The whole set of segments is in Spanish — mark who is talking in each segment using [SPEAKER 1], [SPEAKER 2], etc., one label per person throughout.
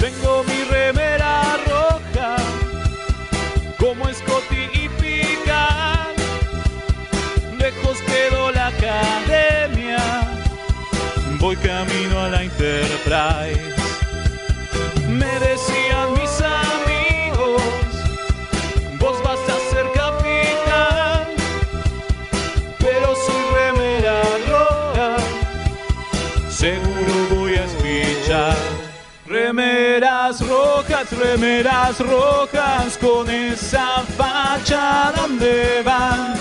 [SPEAKER 1] Tengo mi remera roja, como Scotty y Pican. Lejos quedó la academia, voy camino a la Enterprise. Me decían mis amigos, vos vas a ser capitán, pero soy remera roja, seguro voy a escuchar. Remeras rojas, remeras rojas, con esa facha donde van.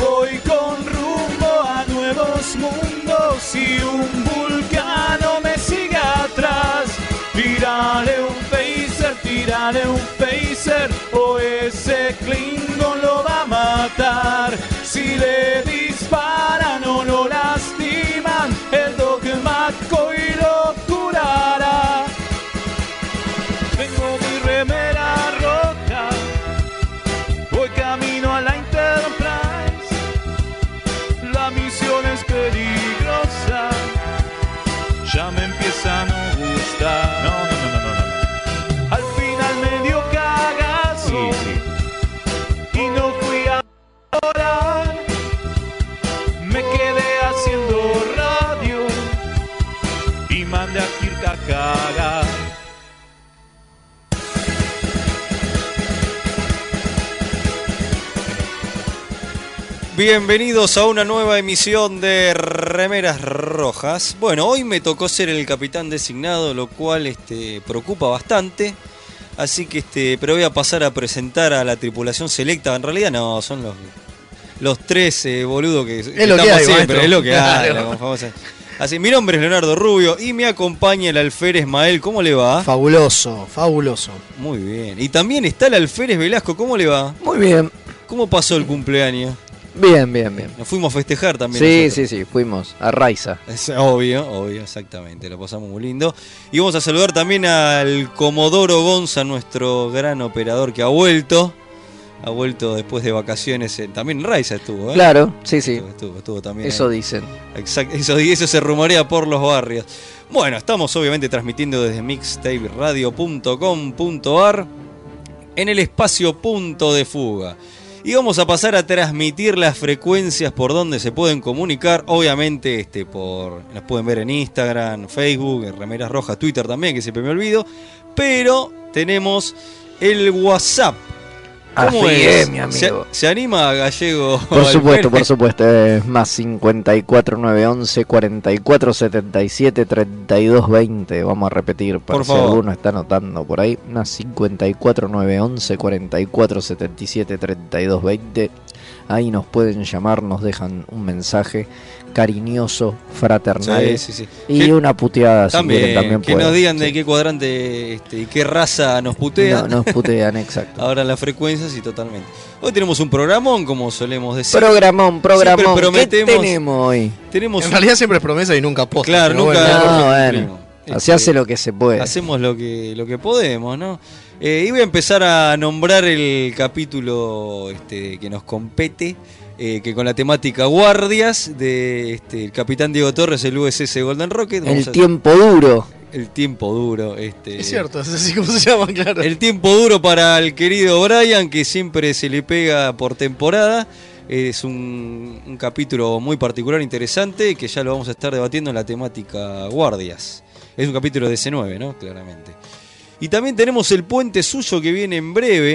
[SPEAKER 1] Voy con rumbo a nuevos mundos y un vulcano me sigue atrás. Tírale un phaser, tírale un phaser, o ese Klingon lo va a matar. Si le disparan o lo lastiman, el dogmático y lo curará. Tengo mi remera rota, voy camino a la Enterprise. La misión es peligrosa, ya me empieza a no gustar. No, no, no, no, no. Al final me dio cagazo y no fui a orar. Me quedé haciendo radio y mandé a Kirk a cagar.
[SPEAKER 2] Bienvenidos a una nueva emisión de Remeras Rojas. Bueno, hoy me tocó ser el capitán designado, lo cual este, preocupa bastante. Así que este, pero voy a pasar a presentar a la tripulación selecta. En realidad no, son los, los tres eh, boludos que, que
[SPEAKER 3] lo que hay, maestro.
[SPEAKER 2] siempre, es lo que hay.
[SPEAKER 3] Claro.
[SPEAKER 2] la famosa. Así, mi nombre es Leonardo Rubio y me acompaña el alférez Mael. ¿Cómo le va?
[SPEAKER 3] Fabuloso, fabuloso.
[SPEAKER 2] Muy bien. Y también está el alférez Velasco. ¿Cómo le va?
[SPEAKER 4] Muy bien,
[SPEAKER 2] ¿Cómo pasó el cumpleaños?
[SPEAKER 4] bien, bien, bien.
[SPEAKER 2] Nos fuimos a festejar también.
[SPEAKER 4] Sí,
[SPEAKER 2] nosotros.
[SPEAKER 4] sí, sí, fuimos a Raiza.
[SPEAKER 2] Es obvio, obvio, exactamente. Lo pasamos muy lindo. Y vamos a saludar también al Comodoro Gonza, nuestro gran operador que ha vuelto. Ha vuelto después de vacaciones. en- también en Raiza estuvo, ¿eh?
[SPEAKER 4] Claro, sí, sí,
[SPEAKER 2] Estuvo, estuvo, estuvo también.
[SPEAKER 4] eso
[SPEAKER 2] ahí.
[SPEAKER 4] dicen.
[SPEAKER 2] Exact- eso, eso se rumorea por los barrios. Bueno, estamos obviamente transmitiendo desde mixtaperadio.com.ar en el espacio punto de fuga. Y vamos a pasar a transmitir las frecuencias por donde se pueden comunicar. Obviamente, este, por. Nos pueden ver en Instagram, Facebook, en Remeras Rojas, Twitter también, que siempre me olvido. Pero tenemos el WhatsApp. ¿Cómo
[SPEAKER 4] Así
[SPEAKER 2] es?
[SPEAKER 4] es, mi
[SPEAKER 2] ¿Se,
[SPEAKER 4] amigo.
[SPEAKER 2] se anima Gallego?
[SPEAKER 4] Por supuesto, por
[SPEAKER 2] Alférez?
[SPEAKER 4] supuesto, es más 54 911 44 77 32 20. Vamos a repetir, para
[SPEAKER 2] Por
[SPEAKER 4] si
[SPEAKER 2] favor.
[SPEAKER 4] alguno está anotando por ahí. Más 54 911 44 77 32 20. Ahí nos pueden llamar, nos dejan un mensaje cariñoso, fraternal
[SPEAKER 2] Sí, sí, sí.
[SPEAKER 4] y
[SPEAKER 2] Que-
[SPEAKER 4] una puteada si
[SPEAKER 2] También,
[SPEAKER 4] quieren, también
[SPEAKER 2] que
[SPEAKER 4] pueden.
[SPEAKER 2] nos digan de
[SPEAKER 4] Sí.
[SPEAKER 2] qué cuadrante este, y qué raza nos putean.
[SPEAKER 4] No, nos putean, exacto.
[SPEAKER 2] Ahora las frecuencias y totalmente. Hoy tenemos un programón, como solemos decir.
[SPEAKER 4] Programón, programón. ¿Qué
[SPEAKER 2] prometemos-
[SPEAKER 4] tenemos hoy?
[SPEAKER 2] tenemos
[SPEAKER 3] En
[SPEAKER 2] un-
[SPEAKER 3] realidad siempre es promesa y nunca posta.
[SPEAKER 2] Claro,
[SPEAKER 3] pero
[SPEAKER 2] nunca.
[SPEAKER 3] bueno.
[SPEAKER 4] No,
[SPEAKER 2] nunca
[SPEAKER 4] bueno.
[SPEAKER 2] cumplimos.
[SPEAKER 4] Así
[SPEAKER 2] Este,
[SPEAKER 4] hace lo que se puede.
[SPEAKER 2] Hacemos lo que, lo que podemos, ¿no? Eh, y voy a empezar a nombrar el capítulo este, que nos compete, eh, que con la temática guardias de este, el capitán Diego Torres, el USS Golden Rocket. Vamos
[SPEAKER 4] El
[SPEAKER 2] a-
[SPEAKER 4] tiempo duro.
[SPEAKER 2] el tiempo duro. Este,
[SPEAKER 3] Es cierto, es así como se llama, claro.
[SPEAKER 2] El tiempo duro para el querido Brian, que siempre se le pega por temporada. Es un, un capítulo muy particular, interesante, que ya lo vamos a estar debatiendo en la temática guardias. Es un capítulo de C9, ¿no? Claramente. Y también tenemos el puente suyo que viene en breve,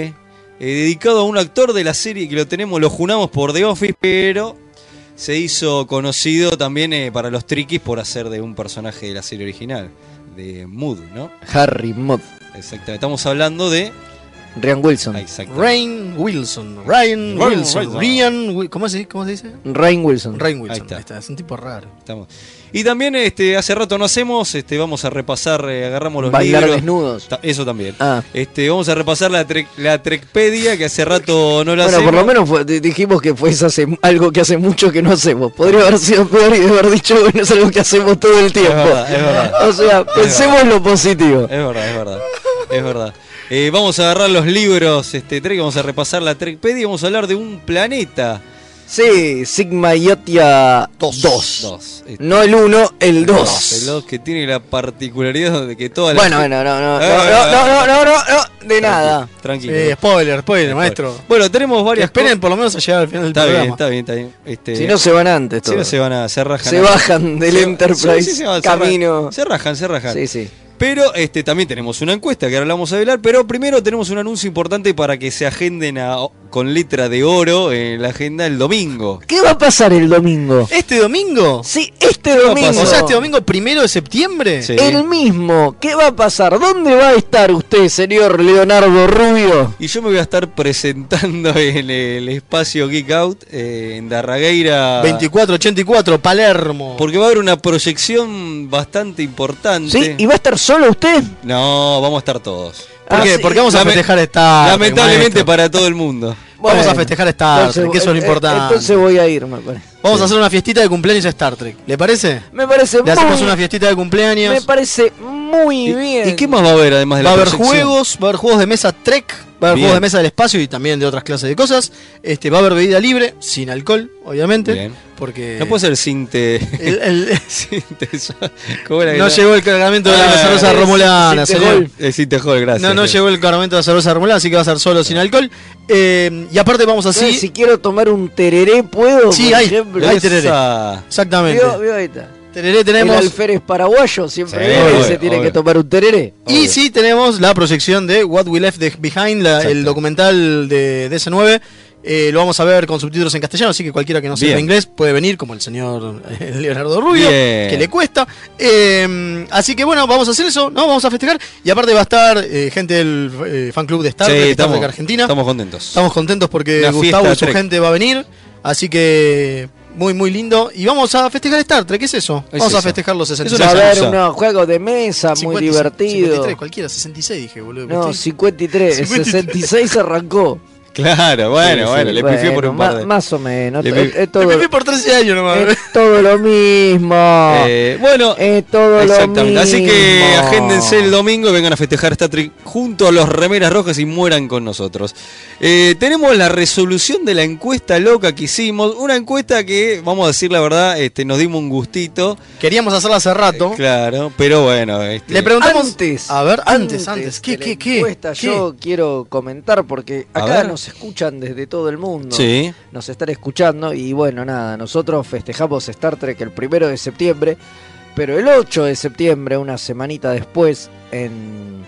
[SPEAKER 2] eh, dedicado a un actor de la serie que lo tenemos, lo junamos por The Office, pero se hizo conocido también eh, para los triquis por hacer de un personaje de la serie original, de Mood, ¿no?
[SPEAKER 4] Harry Mod.
[SPEAKER 2] Exactamente, estamos hablando de.
[SPEAKER 4] Ryan Wilson.
[SPEAKER 2] Ah, exactamente.
[SPEAKER 3] Rain Wilson. Ryan
[SPEAKER 2] Ryan
[SPEAKER 3] Wilson.
[SPEAKER 2] Wilson.
[SPEAKER 3] Ryan Wi- ¿Cómo se, cómo se dice?
[SPEAKER 4] Ryan Wilson.
[SPEAKER 3] Rain
[SPEAKER 2] Ahí
[SPEAKER 3] Wilson.
[SPEAKER 2] está.
[SPEAKER 3] Ahí está, Es un tipo raro.
[SPEAKER 2] Estamos. Y también este, hace rato no hacemos, este, vamos a repasar, eh, agarramos los
[SPEAKER 4] Bailar
[SPEAKER 2] libros.
[SPEAKER 4] desnudos.
[SPEAKER 2] Ta- Eso también.
[SPEAKER 4] Ah.
[SPEAKER 2] Este, vamos a repasar la, trec- la Trekpedia, que hace rato no la
[SPEAKER 4] Bueno,
[SPEAKER 2] hacemos.
[SPEAKER 4] por lo menos fue- di- dijimos que fue hace, algo que hace mucho que no hacemos. Podría haber sido peor y haber dicho, bueno, es algo que hacemos todo el tiempo.
[SPEAKER 2] verdad, es verdad.
[SPEAKER 4] O sea, pensemos lo positivo.
[SPEAKER 2] Es verdad, es verdad. es verdad. Eh, vamos a agarrar los libros, este Trek, vamos a repasar la Trekpedia y vamos a hablar de un planeta.
[SPEAKER 4] Sí, Sigma Iotia 2.
[SPEAKER 2] Dos. Este,
[SPEAKER 4] No el 1, el
[SPEAKER 2] El
[SPEAKER 4] 2.
[SPEAKER 2] dos que tiene la particularidad de que todas las...
[SPEAKER 4] Bueno, bueno, no, no, no,
[SPEAKER 2] Eh,
[SPEAKER 4] no, no, no, no, no, no, de nada.
[SPEAKER 2] Tranquilo.
[SPEAKER 3] Eh, spoiler, spoiler, maestro.
[SPEAKER 2] Bueno, tenemos
[SPEAKER 3] Que
[SPEAKER 2] varias...
[SPEAKER 3] esperen por lo menos a llegar al final del
[SPEAKER 2] Está
[SPEAKER 3] programa.
[SPEAKER 2] bien, está bien, está bien. Este,
[SPEAKER 4] Si no se van antes,
[SPEAKER 2] si no
[SPEAKER 4] todos.
[SPEAKER 2] se van a... Se rajan.
[SPEAKER 4] Se
[SPEAKER 2] a-
[SPEAKER 4] bajan del
[SPEAKER 2] se-
[SPEAKER 4] Enterprise,
[SPEAKER 2] sí, sí, se van, se rajan.
[SPEAKER 4] camino.
[SPEAKER 2] Se rajan, se rajan.
[SPEAKER 4] Sí, sí.
[SPEAKER 2] Pero este, también tenemos una encuesta que ahora la vamos a velar, pero primero tenemos un anuncio importante para que se agenden a- con letra de oro en la agenda el domingo.
[SPEAKER 4] ¿Qué va a pasar el domingo?
[SPEAKER 3] ¿Este domingo?
[SPEAKER 4] Sí, este
[SPEAKER 2] va a
[SPEAKER 4] domingo.
[SPEAKER 2] pasar?
[SPEAKER 3] O sea, este domingo primero de septiembre.
[SPEAKER 2] Sí.
[SPEAKER 4] El mismo. ¿Qué va a pasar? ¿Dónde va a estar usted, señor Leonardo Rubio?
[SPEAKER 2] Y yo me voy a estar presentando en el espacio Geek Out eh, en Darragueira.
[SPEAKER 3] 2484, Palermo.
[SPEAKER 2] Porque va a haber una proyección bastante importante.
[SPEAKER 4] ¿Sí? ¿Y va a estar solo usted?
[SPEAKER 2] No, vamos a estar todos.
[SPEAKER 3] ¿Por qué?
[SPEAKER 4] Ah, sí.
[SPEAKER 3] Porque vamos a
[SPEAKER 2] Lame-
[SPEAKER 3] festejar esta.
[SPEAKER 4] Ah,
[SPEAKER 2] Lamentablemente para todo el mundo.
[SPEAKER 3] Vamos a
[SPEAKER 4] Bueno,
[SPEAKER 3] festejar Star Trek, que eso es lo
[SPEAKER 4] eh,
[SPEAKER 3] importante.
[SPEAKER 4] Entonces voy a ir, me parece.
[SPEAKER 3] Vamos a hacer una fiestita de cumpleaños a Star Trek. ¿Le parece?
[SPEAKER 4] Me parece
[SPEAKER 3] Le hacemos
[SPEAKER 4] muy,
[SPEAKER 3] una fiestita de
[SPEAKER 4] me
[SPEAKER 3] cumpleaños.
[SPEAKER 4] parece muy
[SPEAKER 2] ¿Y,
[SPEAKER 4] bien.
[SPEAKER 2] y qué más va a haber además de
[SPEAKER 3] Va a
[SPEAKER 2] la
[SPEAKER 3] haber
[SPEAKER 2] proyección?
[SPEAKER 3] juegos, va a haber juegos de mesa Trek, va a haber
[SPEAKER 2] Bien.
[SPEAKER 3] juegos de mesa del espacio y también de otras clases de cosas. Este, va a haber bebida libre, sin alcohol, obviamente.
[SPEAKER 2] Bien.
[SPEAKER 3] Porque.
[SPEAKER 2] No puede ser sin te.
[SPEAKER 3] Eh, el- el-
[SPEAKER 2] sin te- ¿Cómo era que
[SPEAKER 3] no
[SPEAKER 2] era?
[SPEAKER 3] llegó el cargamento de
[SPEAKER 2] Ah,
[SPEAKER 3] la cerveza
[SPEAKER 4] es-
[SPEAKER 3] romulana,
[SPEAKER 4] sin
[SPEAKER 3] señor.
[SPEAKER 4] alcohol.
[SPEAKER 2] Eh, sin te joder, gracias.
[SPEAKER 3] No, no llegó el cargamento de la cerveza romulana, así que va a ser solo sin alcohol. Eh, y aparte vamos
[SPEAKER 4] Entonces,
[SPEAKER 3] así.
[SPEAKER 4] Si quiero tomar un tereré, ¿puedo?
[SPEAKER 3] Sí,
[SPEAKER 4] por
[SPEAKER 3] hay.
[SPEAKER 4] ejemplo?
[SPEAKER 3] Hay
[SPEAKER 4] Esa-
[SPEAKER 3] tereré.
[SPEAKER 2] Esa-
[SPEAKER 3] Exactamente.
[SPEAKER 4] Vio- vio ahí está.
[SPEAKER 3] Tereré
[SPEAKER 4] El
[SPEAKER 3] tenemos.
[SPEAKER 4] alférez paraguayo siempre
[SPEAKER 2] Sí,
[SPEAKER 4] dijo que
[SPEAKER 2] obvio,
[SPEAKER 4] se tiene
[SPEAKER 2] obvio.
[SPEAKER 4] que tomar un tereré.
[SPEAKER 3] Y
[SPEAKER 2] Obvio.
[SPEAKER 3] sí tenemos la proyección de What We Left de- Behind, la- el
[SPEAKER 2] Exacto.
[SPEAKER 3] documental de DC9. Eh, lo vamos a ver con subtítulos en castellano, así que cualquiera que no sepa
[SPEAKER 2] Bien.
[SPEAKER 3] inglés puede venir, como el señor eh, Leonardo Rubio,
[SPEAKER 2] Bien.
[SPEAKER 3] que le cuesta. Eh, así que bueno, vamos a hacer eso, ¿no? Vamos a festejar. Y aparte va a estar eh, gente del eh, fan club de Star
[SPEAKER 2] Sí,
[SPEAKER 3] Trek, Star
[SPEAKER 2] estamos,
[SPEAKER 3] Trek Argentina.
[SPEAKER 2] estamos contentos.
[SPEAKER 3] Estamos contentos porque
[SPEAKER 2] Una fiesta
[SPEAKER 3] Gustavo y su
[SPEAKER 2] Trek.
[SPEAKER 3] gente va a venir. Así que muy, muy lindo. Y vamos a festejar Star Trek, ¿qué es eso?
[SPEAKER 2] Es
[SPEAKER 3] vamos a
[SPEAKER 2] eso.
[SPEAKER 3] festejar los 66
[SPEAKER 2] una
[SPEAKER 4] Va a haber
[SPEAKER 2] excusa.
[SPEAKER 4] unos juegos de mesa muy
[SPEAKER 3] 50,
[SPEAKER 4] divertidos.
[SPEAKER 3] 53, cualquiera, 66 dije, boludo.
[SPEAKER 4] No,
[SPEAKER 3] ¿viste?
[SPEAKER 4] 53, 66 arrancó.
[SPEAKER 2] Claro, bueno,
[SPEAKER 4] Sí,
[SPEAKER 2] bueno,
[SPEAKER 4] sí,
[SPEAKER 2] le pifié por
[SPEAKER 4] bueno,
[SPEAKER 2] un par
[SPEAKER 4] ma-
[SPEAKER 2] de.
[SPEAKER 4] Más o menos.
[SPEAKER 2] Le
[SPEAKER 4] Es-
[SPEAKER 2] pifié-
[SPEAKER 4] es todo- Eh,
[SPEAKER 3] Me fui por 13 años nomás.
[SPEAKER 4] es todo lo mismo.
[SPEAKER 2] Eh, bueno,
[SPEAKER 4] Es todo lo mismo.
[SPEAKER 2] exactamente. Así que agéndense el domingo y vengan a festejar Star Trek junto a los remeras rojas y mueran con nosotros. Eh, tenemos la resolución de la encuesta loca que hicimos. Una encuesta que, vamos a decir la verdad, este, nos dimos un gustito.
[SPEAKER 3] Queríamos hacerla hace rato.
[SPEAKER 2] Claro, pero bueno. este,
[SPEAKER 3] Le preguntamos.
[SPEAKER 4] eh, Antes.
[SPEAKER 3] A ver, antes, antes. ¿Qué,
[SPEAKER 4] de la
[SPEAKER 3] qué, qué?
[SPEAKER 4] encuesta,
[SPEAKER 3] ¿Qué?
[SPEAKER 4] Yo quiero comentar porque
[SPEAKER 2] A
[SPEAKER 4] acá
[SPEAKER 2] ver.
[SPEAKER 4] nos escuchan desde todo el mundo.
[SPEAKER 2] Sí,
[SPEAKER 4] Nos están escuchando y bueno, nada, nosotros festejamos Star Trek el primero de septiembre, pero el 8 de septiembre, una semanita después, en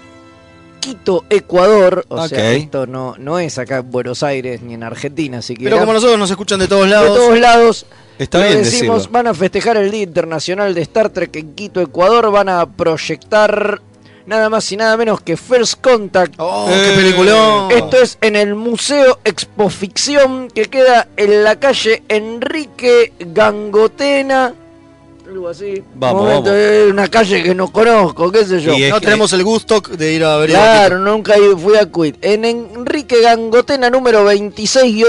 [SPEAKER 4] Quito, Ecuador, o sea,
[SPEAKER 2] Ok.
[SPEAKER 4] esto no, no es acá en Buenos Aires ni en Argentina, así que
[SPEAKER 3] Pero como nosotros nos escuchan de todos lados.
[SPEAKER 4] de todos lados
[SPEAKER 2] está
[SPEAKER 4] lo
[SPEAKER 2] bien
[SPEAKER 4] decimos,
[SPEAKER 2] decirlo.
[SPEAKER 4] van a festejar el Día Internacional de Star Trek en Quito, Ecuador, van a proyectar nada más y nada menos que First Contact.
[SPEAKER 3] Oh,
[SPEAKER 2] Eh,
[SPEAKER 3] qué peliculón.
[SPEAKER 4] Esto es en el Museo Expoficción que queda en la calle Enrique Gangotena. Algo así.
[SPEAKER 2] Vamos,
[SPEAKER 4] Momento,
[SPEAKER 2] vamos.
[SPEAKER 4] eh, Una calle que no conozco, qué sé yo.
[SPEAKER 2] Y es
[SPEAKER 3] No
[SPEAKER 2] que-
[SPEAKER 3] tenemos el gusto de ir a ver.
[SPEAKER 4] Claro, nunca he- fui a Quit. En Enrique Gangotena número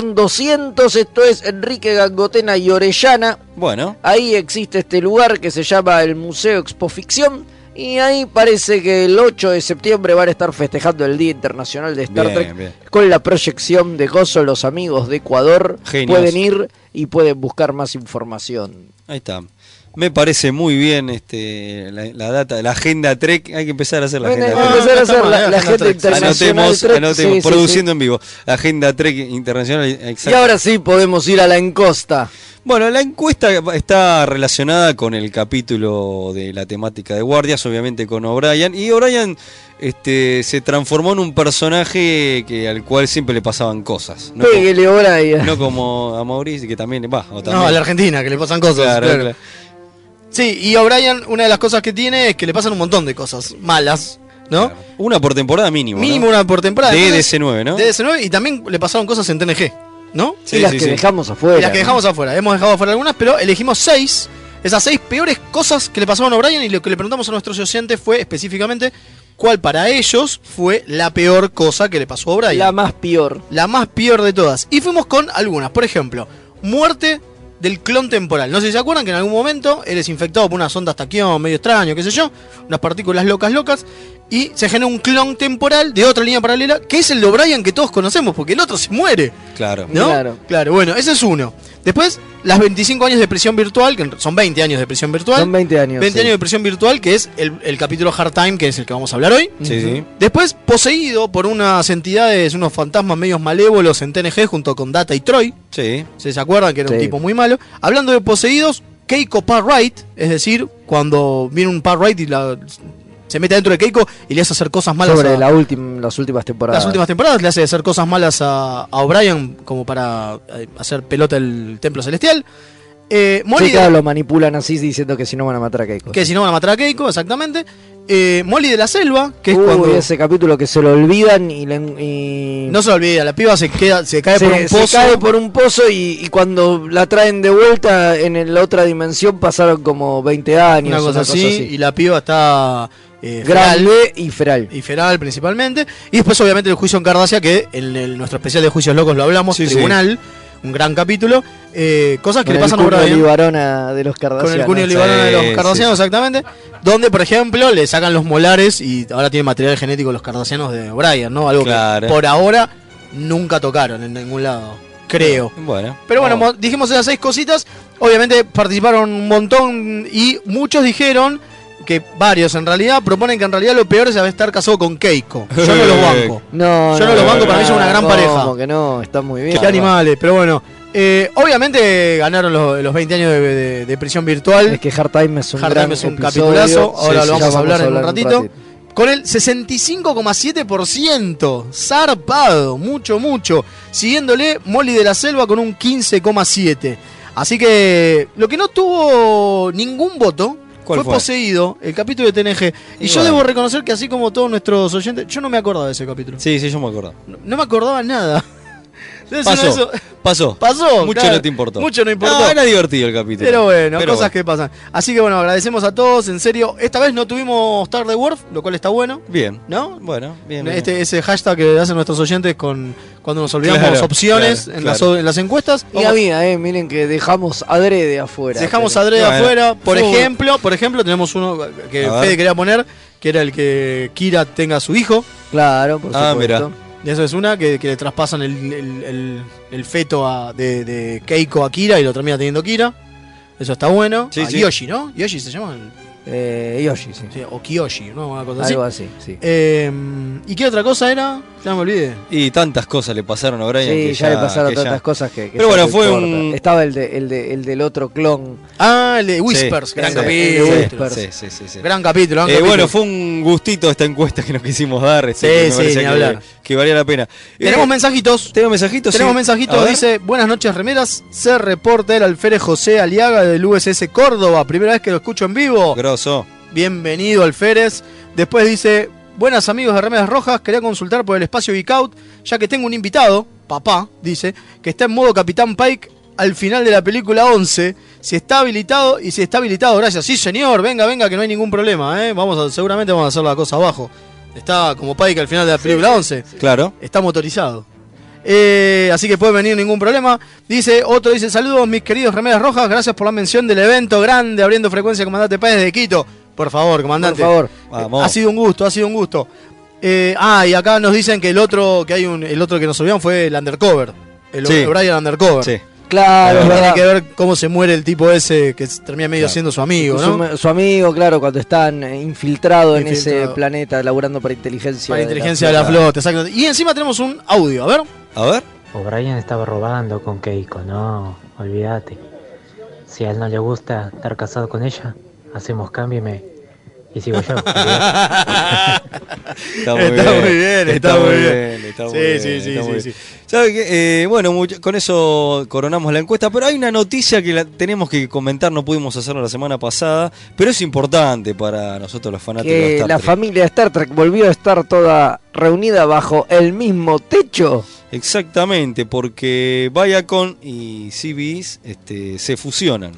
[SPEAKER 4] 26-200, esto es Enrique Gangotena y Orellana.
[SPEAKER 2] Bueno,
[SPEAKER 4] Ahí existe este lugar que se llama el Museo Expoficción. Y ahí parece que el 8 de septiembre van a estar festejando el Día Internacional de Star
[SPEAKER 2] bien,
[SPEAKER 4] Trek
[SPEAKER 2] bien.
[SPEAKER 4] con la proyección de Gozo, los amigos de Ecuador.
[SPEAKER 2] Genios.
[SPEAKER 4] Pueden ir y pueden buscar más información.
[SPEAKER 2] Ahí está. Me parece muy bien este, la, la data, la agenda Trek. Hay que empezar a hacer la
[SPEAKER 4] Bueno, hay que
[SPEAKER 2] agenda
[SPEAKER 3] Ah,
[SPEAKER 4] empezar a
[SPEAKER 2] Trek.
[SPEAKER 3] está
[SPEAKER 4] hacer
[SPEAKER 3] mal,
[SPEAKER 4] la, la
[SPEAKER 3] agenda
[SPEAKER 4] gente
[SPEAKER 3] Trek.
[SPEAKER 4] internacional.
[SPEAKER 2] Anotemos,
[SPEAKER 4] Trek,
[SPEAKER 2] anotemos,
[SPEAKER 4] sí, sí,
[SPEAKER 2] produciendo en vivo. La agenda Trek internacional. eh,
[SPEAKER 4] sí.
[SPEAKER 2] exacto.
[SPEAKER 4] Y ahora sí podemos ir a la encosta.
[SPEAKER 2] Bueno, la encuesta está relacionada con el capítulo de la temática de guardias, obviamente con O'Brien. Y O'Brien este, se transformó en un personaje que, al cual siempre le pasaban cosas. No, como,
[SPEAKER 4] Péguele, Brian.
[SPEAKER 2] no como a Maurice, que también le va. o también.
[SPEAKER 3] No, a la Argentina, que le pasan cosas.
[SPEAKER 2] Claro,
[SPEAKER 3] claro.
[SPEAKER 2] claro.
[SPEAKER 3] Sí, y a Brian, una de las cosas que tiene es que le pasan un montón de cosas malas, ¿no?
[SPEAKER 2] Una por temporada mínimo. ¿no?
[SPEAKER 3] Mínimo una por temporada.
[SPEAKER 2] De
[SPEAKER 3] Entonces,
[SPEAKER 2] DC9, ¿no?
[SPEAKER 3] de DC9, y también le pasaron cosas en TNG, ¿no?
[SPEAKER 2] Sí,
[SPEAKER 4] y las
[SPEAKER 2] sí,
[SPEAKER 4] que
[SPEAKER 2] sí.
[SPEAKER 4] dejamos afuera.
[SPEAKER 3] Y las que dejamos afuera. Hemos dejado afuera algunas, pero elegimos seis. Esas seis peores cosas que le pasaron a O'Brien y lo que le preguntamos a nuestros oyentes fue específicamente cuál para ellos fue la peor cosa que le pasó a O'Brien.
[SPEAKER 4] La
[SPEAKER 3] La,
[SPEAKER 4] más peor.
[SPEAKER 3] más peor de todas. Y fuimos con algunas. Por ejemplo, muerte del clon temporal. No sé si se acuerdan que oh, en algún momento eres infectado por unas ondas taquión medio extraño, qué sé yo, unas partículas locas locas. Y se genera un clon temporal de otra línea paralela, que es el de O'Brien que todos conocemos, porque el otro se muere.
[SPEAKER 2] Claro.
[SPEAKER 3] ¿No?
[SPEAKER 4] Claro.
[SPEAKER 3] bueno, ese es uno. Después, las 25 años de prisión virtual, que son 20 años de prisión virtual.
[SPEAKER 4] Son 20 años.
[SPEAKER 3] 20
[SPEAKER 4] sí.
[SPEAKER 3] años de prisión virtual, que es el, el capítulo Hard Time, que es el que vamos a hablar hoy.
[SPEAKER 2] Sí, sí.
[SPEAKER 3] Después, poseído por unas entidades, unos fantasmas medios malévolos en TNG junto con Data y Troy.
[SPEAKER 2] Sí.
[SPEAKER 3] ¿Se se acuerdan que era un
[SPEAKER 4] Sí.
[SPEAKER 3] tipo muy malo? Hablando de poseídos, Keiko Parrite, es decir, cuando viene un Parrite y la- se mete dentro de Keiko y le hace hacer cosas malas
[SPEAKER 4] Sobre
[SPEAKER 3] a,
[SPEAKER 4] la última, las últimas temporadas.
[SPEAKER 3] las últimas temporadas, le hace hacer cosas malas a, a O'Brien como para eh, hacer pelota el Templo Celestial. Eh,
[SPEAKER 4] Sí,
[SPEAKER 3] Molly de-
[SPEAKER 4] claro, lo manipulan así diciendo que si no van a matar a Keiko.
[SPEAKER 3] que si no van a matar a Keiko, exactamente. Eh, Molly de la Selva, que es
[SPEAKER 4] Uy,
[SPEAKER 3] cuando...
[SPEAKER 4] ese capítulo que se lo olvidan y, le, y-
[SPEAKER 3] No se lo olvida, la piba se queda, se cae
[SPEAKER 4] se,
[SPEAKER 3] por un
[SPEAKER 4] se
[SPEAKER 3] pozo.
[SPEAKER 4] cae por un pozo y, y cuando la traen de vuelta en el- la otra dimensión pasaron como 20 años.
[SPEAKER 3] una cosa, así, y la piba está eh, feral,
[SPEAKER 4] Grande y feral.
[SPEAKER 3] y feral principalmente. Y después, obviamente, el juicio en Cardacia, que en el- nuestro especial de juicios locos lo hablamos,
[SPEAKER 2] Sí, sí.
[SPEAKER 3] tribunal, un gran capítulo. eh, cosas que
[SPEAKER 4] Con
[SPEAKER 3] le
[SPEAKER 4] el
[SPEAKER 3] pasan a
[SPEAKER 4] Cunio
[SPEAKER 3] O'Brien.
[SPEAKER 4] Libarona de los Kardashian.
[SPEAKER 3] Con el cunio libanés de
[SPEAKER 2] Sí,
[SPEAKER 3] los cardasianos,
[SPEAKER 2] sí,
[SPEAKER 3] exactamente. Donde, por ejemplo, le sacan los molares y ahora tiene material genético los cardasianos de O'Brien, ¿no? Algo
[SPEAKER 2] Claro.
[SPEAKER 3] que por ahora nunca tocaron en ningún lado, creo.
[SPEAKER 2] Bueno.
[SPEAKER 3] Pero bueno,
[SPEAKER 4] Vamos.
[SPEAKER 3] mo- dijimos esas seis cositas. Obviamente participaron un montón y muchos dijeron que varios en realidad proponen que en realidad lo peor es haber estar casado con Keiko. Yo no los banco.
[SPEAKER 4] No,
[SPEAKER 3] Yo no los banco,
[SPEAKER 2] para mí
[SPEAKER 3] son una gran
[SPEAKER 4] ¿cómo
[SPEAKER 3] pareja.
[SPEAKER 4] que no, está muy bien.
[SPEAKER 3] Qué animales, pero bueno. Eh, obviamente ganaron los, los 20 años de, de- de prisión virtual.
[SPEAKER 4] Es que Hard Time es un
[SPEAKER 3] Hard
[SPEAKER 4] gran
[SPEAKER 3] Time es un
[SPEAKER 4] episodio.
[SPEAKER 3] capitulazo, ahora
[SPEAKER 4] Sí,
[SPEAKER 3] lo
[SPEAKER 4] sí,
[SPEAKER 3] vamos
[SPEAKER 4] ya
[SPEAKER 3] a hablar en un ratito.
[SPEAKER 4] ratito.
[SPEAKER 3] Con el 65,7%. Zarpado, mucho, mucho. Siguiéndole Molly de la Selva con un 15,7%. Así que lo que no tuvo ningún voto
[SPEAKER 2] ¿Cuál fue?
[SPEAKER 3] poseído el capítulo de TNG. Y,
[SPEAKER 2] Y
[SPEAKER 3] yo
[SPEAKER 2] bueno.
[SPEAKER 3] debo reconocer que así como todos nuestros oyentes, yo no me acordaba de ese capítulo.
[SPEAKER 2] Sí, sí, yo me acuerdo.
[SPEAKER 3] No, no me acordaba nada. Debe ser
[SPEAKER 2] Pasó.
[SPEAKER 3] eso.
[SPEAKER 2] Pasó.
[SPEAKER 3] Pasó.
[SPEAKER 2] Mucho
[SPEAKER 3] claro.
[SPEAKER 2] no te importó.
[SPEAKER 3] Mucho no importó.
[SPEAKER 2] No, era divertido el capítulo.
[SPEAKER 3] Pero bueno,
[SPEAKER 2] Pero
[SPEAKER 3] cosas
[SPEAKER 2] bueno.
[SPEAKER 3] que pasan. Así que bueno, agradecemos a todos, en serio. Esta vez no tuvimos Star de Worf, lo cual está bueno,
[SPEAKER 2] Bien.
[SPEAKER 3] ¿no?
[SPEAKER 2] Bueno, bien. bien.
[SPEAKER 3] Este, ese hashtag que hacen nuestros oyentes con cuando nos olvidamos
[SPEAKER 2] Claro,
[SPEAKER 3] opciones
[SPEAKER 2] claro,
[SPEAKER 3] en,
[SPEAKER 2] claro.
[SPEAKER 3] Las, en las encuestas.
[SPEAKER 4] Y había, eh, miren que dejamos adrede afuera.
[SPEAKER 3] Dejamos
[SPEAKER 4] pero-
[SPEAKER 3] a Dre
[SPEAKER 2] Bueno.
[SPEAKER 3] afuera. Por
[SPEAKER 2] Fútbol.
[SPEAKER 3] ejemplo, por ejemplo, tenemos uno que
[SPEAKER 2] A ver.
[SPEAKER 3] Fede quería poner, que era el que Kira tenga a su hijo.
[SPEAKER 4] Claro, por
[SPEAKER 2] Ah,
[SPEAKER 4] supuesto.
[SPEAKER 3] Y eso es una, que, que le traspasan el, el- el- el feto a- de, de Keiko a Kira y lo termina teniendo Kira. Eso está bueno.
[SPEAKER 2] Sí,
[SPEAKER 3] a
[SPEAKER 2] sí.
[SPEAKER 3] Yoshi, ¿no? Yoshi se llama. el-
[SPEAKER 4] Eh, Yoshi, sí.
[SPEAKER 3] sí, o Kiyoshi, ¿no? Una cosa así.
[SPEAKER 4] Algo así, sí.
[SPEAKER 3] Eh, ¿Y qué otra cosa era? Ya me olvidé.
[SPEAKER 2] Y tantas cosas le pasaron a Brian.
[SPEAKER 4] Sí,
[SPEAKER 2] que
[SPEAKER 4] ya, le pasaron
[SPEAKER 2] que ya-
[SPEAKER 4] tantas cosas que, que
[SPEAKER 2] Pero
[SPEAKER 4] ya
[SPEAKER 2] bueno,
[SPEAKER 4] no
[SPEAKER 2] fue
[SPEAKER 4] importa.
[SPEAKER 2] un-
[SPEAKER 4] Estaba el, de, el, de, el del otro clon.
[SPEAKER 3] Ah, el de
[SPEAKER 2] Sí,
[SPEAKER 3] Whispers. gran
[SPEAKER 2] sí,
[SPEAKER 3] capítulo.
[SPEAKER 2] sí,
[SPEAKER 4] Whispers.
[SPEAKER 2] Sí, sí, sí. sí.
[SPEAKER 3] Gran capítulo. gran
[SPEAKER 2] Eh,
[SPEAKER 3] capítulo.
[SPEAKER 2] bueno, fue un gustito esta encuesta que nos quisimos dar. este,
[SPEAKER 3] Sí,
[SPEAKER 2] que me
[SPEAKER 3] sí,
[SPEAKER 2] parecía
[SPEAKER 3] ni
[SPEAKER 2] que-
[SPEAKER 3] hablar.
[SPEAKER 2] Que, valía la pena. Eh,
[SPEAKER 3] Tenemos mensajitos.
[SPEAKER 2] ¿tenemos mensajitos.
[SPEAKER 3] Tenemos
[SPEAKER 2] Sí. A
[SPEAKER 3] mensajitos,
[SPEAKER 2] ver.
[SPEAKER 3] dice, buenas noches remeras, se reporta el alférez José Aliaga del USS Córdoba, primera vez que lo escucho en vivo.
[SPEAKER 2] Grosso.
[SPEAKER 3] Bienvenido alférez. Después dice, buenas amigos de Remeras Rojas, quería consultar por el espacio Vicaut, ya que tengo un invitado, papá, dice, que está en modo Capitán Pike al final de la película 11, si está habilitado y si está habilitado, gracias. Sí, señor, venga, venga, que no hay ningún problema, ¿eh? Vamos a, seguramente vamos a hacer la cosa abajo. Está como Pike al final de la película 11.
[SPEAKER 2] Claro.
[SPEAKER 3] Está motorizado. Eh, así que puede venir ningún problema. Dice otro, dice saludos mis queridos remeras rojas, gracias por la mención del evento grande abriendo frecuencia comandante Páez de Quito. Por favor,
[SPEAKER 4] Por
[SPEAKER 3] comandante. Eh,
[SPEAKER 4] favor.
[SPEAKER 2] Vamos.
[SPEAKER 3] Ha sido un gusto, ha sido un gusto. Eh, ah, y acá nos dicen que el otro que hay un el otro que nos subieron fue el undercover, el
[SPEAKER 2] Sí.
[SPEAKER 3] Brian undercover.
[SPEAKER 2] Sí.
[SPEAKER 4] Claro,
[SPEAKER 3] Que
[SPEAKER 4] es
[SPEAKER 3] tiene
[SPEAKER 4] verdad.
[SPEAKER 3] que ver cómo se muere el tipo ese que termina medio
[SPEAKER 2] Claro.
[SPEAKER 3] siendo su amigo,
[SPEAKER 4] Su,
[SPEAKER 3] ¿no?
[SPEAKER 4] su amigo, claro, cuando están eh, infiltrado en ese
[SPEAKER 3] Infiltrado.
[SPEAKER 4] planeta, laburando para inteligencia.
[SPEAKER 3] Para
[SPEAKER 4] de
[SPEAKER 3] la
[SPEAKER 4] la
[SPEAKER 3] inteligencia de la
[SPEAKER 4] flota.
[SPEAKER 3] flota, exacto. Y encima tenemos un audio, a ver.
[SPEAKER 2] A ver.
[SPEAKER 5] O'Brien estaba robando con Keiko, no, olvídate. Si a él no le gusta estar casado con ella, hacemos cambio y me. Y sigo yo. olvidate.
[SPEAKER 3] Está
[SPEAKER 2] Está
[SPEAKER 3] muy bien, está muy
[SPEAKER 2] está muy
[SPEAKER 3] Sí,
[SPEAKER 2] bien,
[SPEAKER 3] sí, sí,
[SPEAKER 2] está muy
[SPEAKER 3] sí,
[SPEAKER 2] bien.
[SPEAKER 3] sí.
[SPEAKER 2] ¿Sabe qué? Eh, bueno, much- con eso coronamos la encuesta, pero hay una noticia que la tenemos que comentar, no pudimos hacerlo la semana pasada, pero es importante para nosotros los fanáticos de
[SPEAKER 4] Que
[SPEAKER 2] Star
[SPEAKER 4] la
[SPEAKER 2] Trek.
[SPEAKER 4] familia Star Trek volvió a estar toda reunida bajo el mismo techo.
[SPEAKER 2] Exactamente, porque Viacom y CBS este, se fusionan.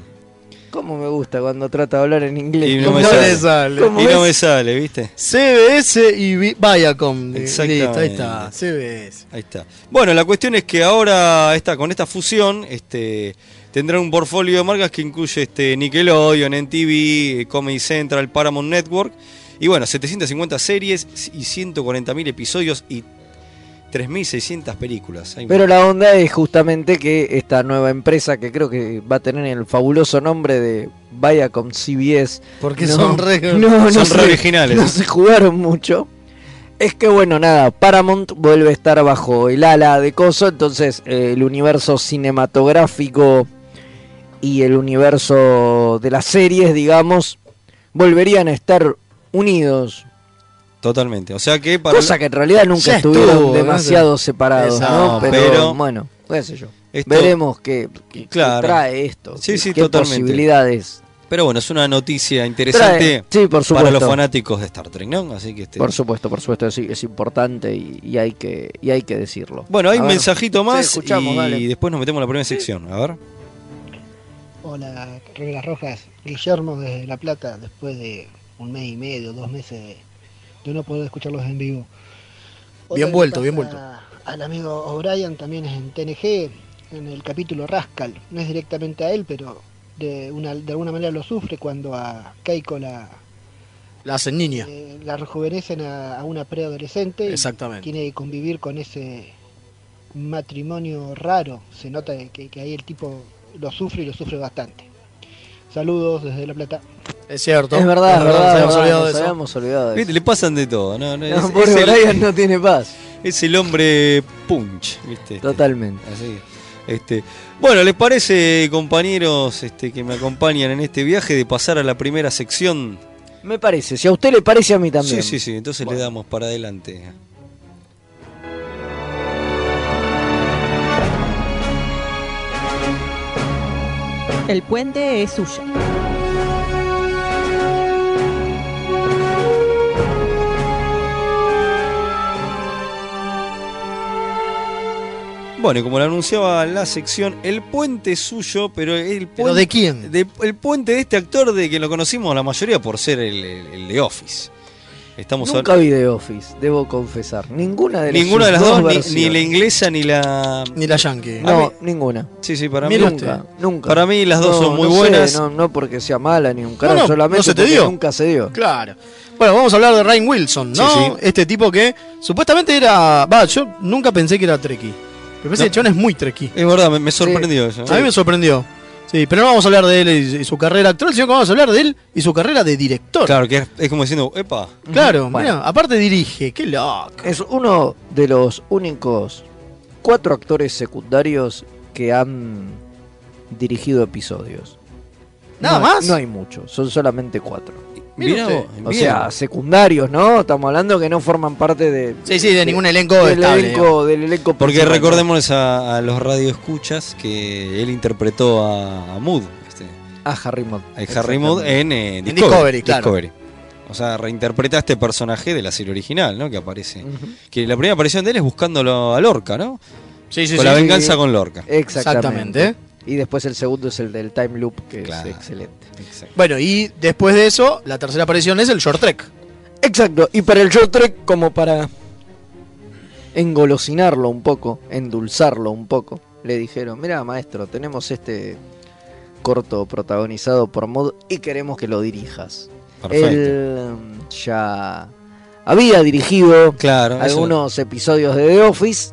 [SPEAKER 4] Cómo me gusta cuando trata de hablar en inglés.
[SPEAKER 2] Y no
[SPEAKER 4] ¿Cómo
[SPEAKER 2] me
[SPEAKER 3] ¿Cómo
[SPEAKER 2] sale.
[SPEAKER 4] es?
[SPEAKER 3] le sale?
[SPEAKER 4] ¿Cómo
[SPEAKER 2] Y no
[SPEAKER 4] es?
[SPEAKER 2] me sale, ¿viste?
[SPEAKER 3] CBS y Vi- Viacom. Listo,
[SPEAKER 2] Exactamente.
[SPEAKER 3] ahí está. CBS.
[SPEAKER 2] Ahí está. Bueno, la cuestión es que ahora esta, con esta fusión este, tendrán un portfolio de marcas que incluye este, Nickelodeon, NTV, Comedy Central, eh, Paramount Network Y bueno, 750 series y 140.000 episodios y 3.600 películas. Hay
[SPEAKER 4] Pero la onda es justamente que esta nueva empresa que creo que va a tener el fabuloso nombre de Viacom CBS.
[SPEAKER 3] Porque
[SPEAKER 4] no,
[SPEAKER 3] son re-
[SPEAKER 4] no, no
[SPEAKER 2] son re
[SPEAKER 4] se-
[SPEAKER 2] originales.
[SPEAKER 4] No se jugaron mucho. Es que bueno, nada, Paramount vuelve a estar bajo el ala de Coso, entonces eh, el universo cinematográfico y el universo de las series, digamos, volverían a estar unidos.
[SPEAKER 2] Totalmente. O sea que para
[SPEAKER 4] Cosa que en realidad nunca
[SPEAKER 3] Ya
[SPEAKER 4] estuvieron
[SPEAKER 3] estuvo, ¿no?
[SPEAKER 4] demasiado separados,
[SPEAKER 3] Exacto.
[SPEAKER 4] ¿no? Pero,
[SPEAKER 2] Pero-
[SPEAKER 4] bueno, qué sé yo.
[SPEAKER 2] Esto-
[SPEAKER 4] Veremos qué, qué- qué
[SPEAKER 2] Claro.
[SPEAKER 4] trae esto.
[SPEAKER 2] Sí, sí,
[SPEAKER 4] qué
[SPEAKER 2] totalmente.
[SPEAKER 4] posibilidades.
[SPEAKER 2] Pero bueno, es una noticia
[SPEAKER 4] Trae.
[SPEAKER 2] interesante
[SPEAKER 4] Sí, eh, por
[SPEAKER 2] para los
[SPEAKER 4] supuesto.
[SPEAKER 2] fanáticos de Star Trek, ¿no? Así que este...
[SPEAKER 4] Por supuesto, por supuesto, es, es importante y, y hay que, y hay que decirlo.
[SPEAKER 2] Bueno, hay
[SPEAKER 4] A
[SPEAKER 2] un
[SPEAKER 4] ver.
[SPEAKER 2] mensajito más
[SPEAKER 4] Sí, escuchamos,
[SPEAKER 2] y
[SPEAKER 4] dale.
[SPEAKER 2] después nos metemos en la primera sección. A ver.
[SPEAKER 6] Hola, Carreras Rojas. Guillermo desde La Plata, después de un mes y medio, dos meses de, de no poder escucharlos en vivo.
[SPEAKER 3] Bien
[SPEAKER 6] le
[SPEAKER 3] vuelto,
[SPEAKER 6] pasa
[SPEAKER 3] bien vuelto.
[SPEAKER 6] Al amigo O'Brien también es en TNG, en el capítulo Rascal. No es directamente a él, pero de, una, de alguna manera lo sufre cuando a Keiko la,
[SPEAKER 3] La hacen niña.
[SPEAKER 6] eh, la rejuvenecen a, a una preadolescente. y-
[SPEAKER 3] Exactamente.
[SPEAKER 6] tiene que convivir con ese matrimonio raro. Se nota que, que ahí el tipo lo sufre y lo sufre bastante. Saludos desde La Plata.
[SPEAKER 3] Es cierto.
[SPEAKER 4] es verdad, es verdad,
[SPEAKER 3] Nos
[SPEAKER 4] es
[SPEAKER 3] habíamos
[SPEAKER 4] verdad,
[SPEAKER 3] olvidado de
[SPEAKER 4] nos
[SPEAKER 3] eso.
[SPEAKER 4] habíamos olvidado de
[SPEAKER 2] Viste,
[SPEAKER 4] eso.
[SPEAKER 2] Le pasan de todo, ¿no? no,
[SPEAKER 4] No,
[SPEAKER 2] es,
[SPEAKER 4] pobre
[SPEAKER 2] es
[SPEAKER 4] Brian
[SPEAKER 2] el,
[SPEAKER 4] no tiene paz.
[SPEAKER 2] es el hombre punch, ¿viste? Este,
[SPEAKER 4] Totalmente.
[SPEAKER 2] Así. Este, bueno, ¿les parece, compañeros este, que me acompañan en este viaje, de pasar a la primera sección?
[SPEAKER 4] Me parece, si a usted le parece, a mí también.
[SPEAKER 2] Sí, sí, sí, entonces le damos para adelante.
[SPEAKER 7] El puente es suyo.
[SPEAKER 2] Bueno, y como lo anunciaba la sección, el puente es suyo, pero el
[SPEAKER 3] ¿Pero
[SPEAKER 2] puente
[SPEAKER 3] de quién?
[SPEAKER 2] de- el puente de este actor de que lo conocimos la mayoría por ser el, el- el de Office. Estamos
[SPEAKER 4] Nunca vi The Office, debo confesar. Ninguna de las,
[SPEAKER 2] Ninguna de las
[SPEAKER 4] sus
[SPEAKER 2] dos, ni- ni,
[SPEAKER 4] versiones.
[SPEAKER 2] la inglesa ni la.
[SPEAKER 3] Ni la Yankee.
[SPEAKER 4] No, ninguna.
[SPEAKER 2] Sí, sí, para mí.
[SPEAKER 3] Mira
[SPEAKER 4] nunca, nunca.
[SPEAKER 2] Para mí las dos
[SPEAKER 4] No,
[SPEAKER 2] son muy
[SPEAKER 4] no sé,
[SPEAKER 2] buenas.
[SPEAKER 4] no, no porque sea mala ni un carajo,
[SPEAKER 3] no, no
[SPEAKER 4] solamente
[SPEAKER 3] se te
[SPEAKER 4] porque
[SPEAKER 3] dio.
[SPEAKER 4] nunca se dio.
[SPEAKER 3] Claro. Bueno, vamos a hablar de Ryan Wilson, ¿no?
[SPEAKER 2] Sí, sí.
[SPEAKER 3] Este tipo que supuestamente era. Va, yo nunca pensé que era Treki. Pero parece
[SPEAKER 2] No. Ah.
[SPEAKER 3] que el chabón es muy Treki.
[SPEAKER 2] Es verdad, me, me sorprendió eso.
[SPEAKER 3] A mí me sorprendió. Sí, pero no vamos a hablar de él y, y su carrera actual, sino que vamos a hablar de él y su carrera de director. Claro,
[SPEAKER 2] Claro, que es, es como diciendo, epa.
[SPEAKER 4] Bueno.
[SPEAKER 3] mirá, aparte dirige, qué loco.
[SPEAKER 4] Es uno de los únicos cuatro actores secundarios que han dirigido episodios.
[SPEAKER 3] ¿Nada
[SPEAKER 4] No hay-
[SPEAKER 3] más?
[SPEAKER 4] No hay muchos, son solamente cuatro.
[SPEAKER 3] Mira usted.
[SPEAKER 2] vos,
[SPEAKER 4] O
[SPEAKER 2] bien.
[SPEAKER 4] sea, secundarios, ¿no? Estamos hablando que no forman parte de,
[SPEAKER 3] Sí, sí, de ningún elenco
[SPEAKER 4] del,
[SPEAKER 3] estable. digamos.
[SPEAKER 4] elenco, del elenco
[SPEAKER 2] Porque
[SPEAKER 4] principal.
[SPEAKER 2] recordémosles a, a los radioescuchas que él interpretó a, a Mood, este,
[SPEAKER 4] A Ah, Harry Mod.
[SPEAKER 2] a Harry Mood en, eh, Discovery,
[SPEAKER 3] Discovery, claro.
[SPEAKER 2] Discovery. O sea, reinterpreta a este personaje de la serie original, ¿no? Que aparece.
[SPEAKER 3] eh, Mm.
[SPEAKER 2] Que la primera aparición de él es buscándolo a Lorca, ¿no?
[SPEAKER 3] Sí, sí,
[SPEAKER 2] con
[SPEAKER 3] sí.
[SPEAKER 2] la
[SPEAKER 4] sí,
[SPEAKER 2] venganza
[SPEAKER 4] sí.
[SPEAKER 2] con Lorca.
[SPEAKER 4] Exactamente.
[SPEAKER 3] Exactamente.
[SPEAKER 4] Y después el segundo es el del Time Loop, que
[SPEAKER 2] Claro.
[SPEAKER 4] es excelente.
[SPEAKER 2] Exacto.
[SPEAKER 3] Bueno, y después de eso, la tercera aparición es el Short Trek.
[SPEAKER 4] Exacto, y para el short trek como para engolosinarlo un poco, endulzarlo un poco, le dijeron, mira maestro, tenemos este corto protagonizado por Mod y queremos que lo dirijas.
[SPEAKER 2] Perfecto.
[SPEAKER 4] Él mm, ya había dirigido
[SPEAKER 2] Claro. eso-
[SPEAKER 4] algunos episodios de The Office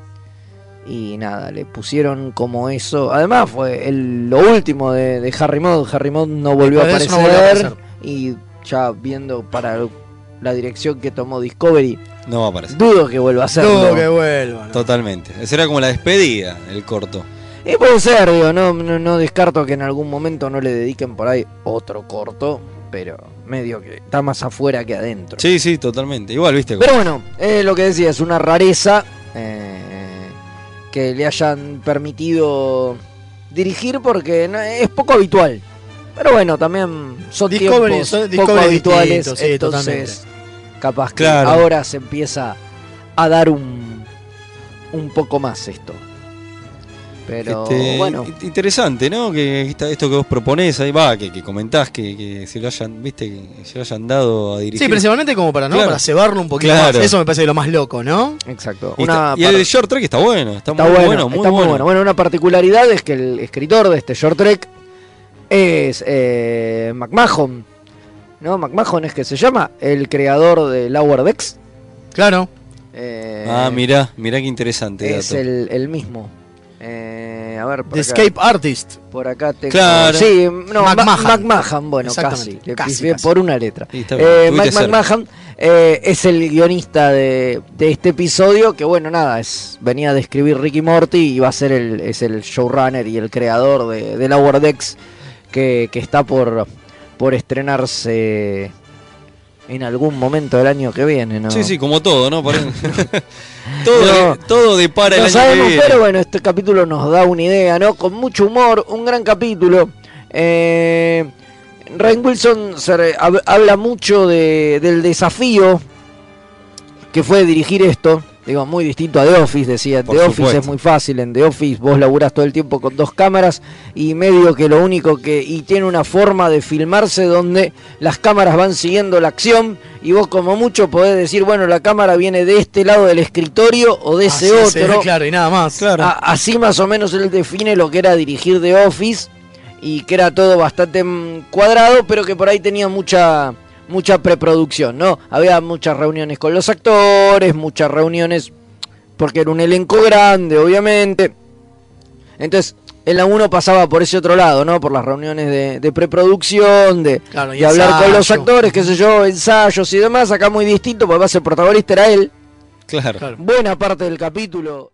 [SPEAKER 4] y nada, le pusieron como eso. Además fue el- lo último de, de Harry Mod, Harry Mod no volvió a aparecer
[SPEAKER 3] Después de eso no volvió a aparecer.
[SPEAKER 4] y ya viendo para la dirección que tomó Discovery,
[SPEAKER 2] No va a aparecer.
[SPEAKER 4] dudo que vuelva a hacerlo.
[SPEAKER 3] No, que vuelva. ¿no?
[SPEAKER 2] Totalmente. Esa era como la despedida, el corto.
[SPEAKER 4] Y puede ser, digo, no, no, no descarto que en algún momento no le dediquen por ahí otro corto, pero medio que está más afuera que adentro.
[SPEAKER 2] Sí, sí, totalmente. Igual, viste.
[SPEAKER 4] Pero bueno, eh, lo que decía es una rareza eh, que le hayan permitido dirigir porque no- es poco habitual. Pero bueno, también son
[SPEAKER 3] Discovery-
[SPEAKER 4] tiempos
[SPEAKER 3] son-
[SPEAKER 4] poco
[SPEAKER 3] Discovery
[SPEAKER 4] habituales,
[SPEAKER 3] distinto, sí,
[SPEAKER 4] entonces capaz que
[SPEAKER 2] Claro.
[SPEAKER 4] ahora se empieza a dar un un poco más esto. Pero
[SPEAKER 2] Este,
[SPEAKER 4] bueno,
[SPEAKER 2] in- Interesante, ¿no? Que esta- esto que vos proponés, ahí va, que, que comentás, que, que se lo hayan, viste, que se lo hayan dado a dirigir.
[SPEAKER 3] Sí, principalmente como para, ¿no?
[SPEAKER 2] Claro.
[SPEAKER 3] Para cebarlo un poquito
[SPEAKER 2] Claro.
[SPEAKER 3] más. Eso me parece lo más loco, ¿no?
[SPEAKER 4] exacto.
[SPEAKER 2] y,
[SPEAKER 4] una
[SPEAKER 2] está- y
[SPEAKER 4] par-
[SPEAKER 2] el short track está bueno, está,
[SPEAKER 4] Está
[SPEAKER 2] muy
[SPEAKER 4] bueno,
[SPEAKER 2] bueno, muy
[SPEAKER 4] está
[SPEAKER 2] bueno.
[SPEAKER 4] muy bueno. Bueno, una particularidad es que el escritor de este short trek es eh, McMahon, ¿no? McMahon es que se llama, el creador de Lower Decks.
[SPEAKER 3] Claro.
[SPEAKER 4] Eh,
[SPEAKER 2] Ah, mirá, mirá qué interesante
[SPEAKER 4] Es
[SPEAKER 2] dato.
[SPEAKER 4] el, el mismo. Eh, a ver, por
[SPEAKER 3] The
[SPEAKER 4] acá,
[SPEAKER 3] Escape Artist.
[SPEAKER 4] por acá tengo.
[SPEAKER 2] Claro.
[SPEAKER 4] Sí, no, Ma-
[SPEAKER 3] McMahon.
[SPEAKER 4] McMahon, bueno,
[SPEAKER 3] Exactamente,
[SPEAKER 4] casi. Le
[SPEAKER 3] casi,
[SPEAKER 4] pifié
[SPEAKER 3] casi.
[SPEAKER 4] por una letra.
[SPEAKER 2] Y está bien,
[SPEAKER 4] Eh,
[SPEAKER 2] estuviste
[SPEAKER 4] Mike
[SPEAKER 2] cerca.
[SPEAKER 4] McMahon eh, es el guionista de, de este episodio que bueno nada es venía de escribir Ricky Morty y va a ser el es el showrunner y el creador de, de Lower Decks que, que está por por estrenarse en algún momento del año que viene no
[SPEAKER 2] Sí, sí, como todo, ¿no? Por- todo,
[SPEAKER 4] No.
[SPEAKER 2] todo depara
[SPEAKER 4] no
[SPEAKER 2] el año que
[SPEAKER 4] sabemos,
[SPEAKER 2] viene.
[SPEAKER 4] pero bueno, este capítulo nos da una idea, ¿no? Con mucho humor, un gran capítulo. Eh, Ryan Wilson se re- hab- habla mucho de- del desafío que fue dirigir esto. Digo, muy distinto a The Office, decía.
[SPEAKER 2] Por
[SPEAKER 4] The Office
[SPEAKER 2] supuesto.
[SPEAKER 4] es muy fácil. En The Office vos laburás todo el tiempo con dos cámaras y medio que lo único que... Y tiene una forma de filmarse donde las cámaras van siguiendo la acción y vos como mucho podés decir, bueno, la cámara viene de este lado del escritorio o de ese
[SPEAKER 3] Así
[SPEAKER 4] otro.
[SPEAKER 3] se ve, claro, y nada más. Ah,
[SPEAKER 2] Claro.
[SPEAKER 4] A- así más o menos él define lo que era dirigir The Office y que era todo bastante mm, cuadrado, pero que por ahí tenía mucha mucha preproducción, ¿no? Había muchas reuniones con los actores, muchas reuniones porque era un elenco grande, obviamente. Entonces, el a uno pasaba por ese otro lado, ¿no? Por las reuniones de, de preproducción, de,
[SPEAKER 3] Claro, y
[SPEAKER 4] de hablar con los
[SPEAKER 3] ensayo.
[SPEAKER 4] actores, qué sé yo, ensayos y demás. Acá muy distinto, porque además el protagonista era él.
[SPEAKER 2] Claro.
[SPEAKER 3] Claro.
[SPEAKER 4] Buena parte del capítulo.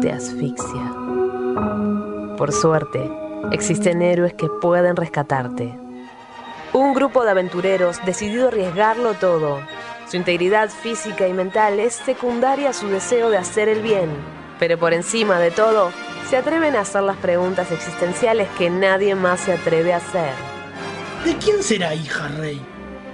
[SPEAKER 8] te asfixia. Por suerte, existen héroes que pueden rescatarte. Un grupo de aventureros decidido a arriesgarlo todo. Su integridad física y mental es secundaria a su deseo de hacer el bien. Pero por encima de todo, se atreven a hacer las preguntas existenciales que nadie más se atreve a hacer.
[SPEAKER 9] ¿De quién será hija Rey?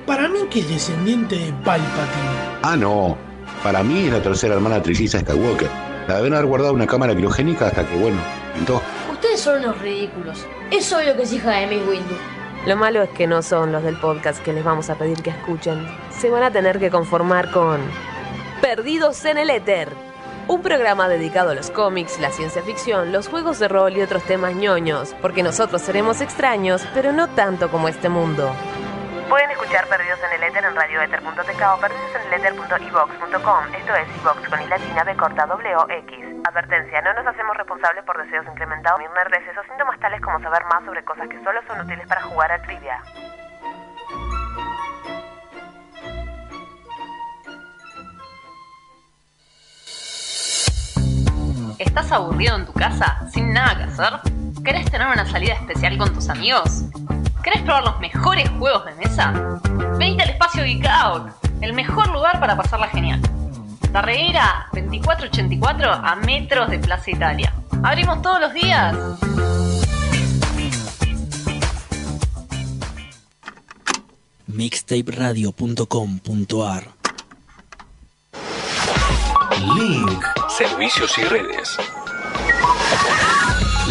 [SPEAKER 9] Para mí que es descendiente de Palpatine.
[SPEAKER 10] Ah, no. Para mí es la tercera hermana trilliza Skywalker. La deben haber guardado en una cámara criogénica hasta que, bueno, pintó.
[SPEAKER 8] Ustedes son unos ridículos. Es obvio que es hija de Miss Windu. Lo malo es que no son los del podcast que les vamos a pedir que escuchen. Se van a tener que conformar con Perdidos en el Éter. Un programa dedicado a los cómics, la ciencia ficción, los juegos de rol y otros temas ñoños, porque nosotros seremos extraños, pero no tanto como este mundo. Pueden escuchar Perdidos en el Éter en radioéter.tk o perdidoseneleter.evox.com. Esto es iVox con i latina b corta w x. Advertencia, no nos hacemos responsables por deseos incrementados ni nerdeces o síntomas tales como saber más sobre cosas que solo son útiles para jugar a trivia.
[SPEAKER 11] ¿Estás aburrido en tu casa sin nada que hacer? ¿Querés tener una salida especial con tus amigos? ¿Querés probar los mejores juegos de mesa? Venite al espacio Geek Out, el mejor lugar para pasarla genial. Darreira 2484 a metros de Plaza Italia. Abrimos todos los días.
[SPEAKER 9] Mixtaperadio.com.ar
[SPEAKER 10] Link.
[SPEAKER 1] Servicios y redes.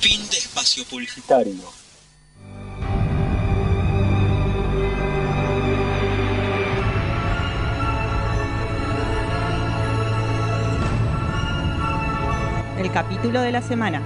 [SPEAKER 12] Fin de espacio publicitario.
[SPEAKER 7] El capítulo de la semana.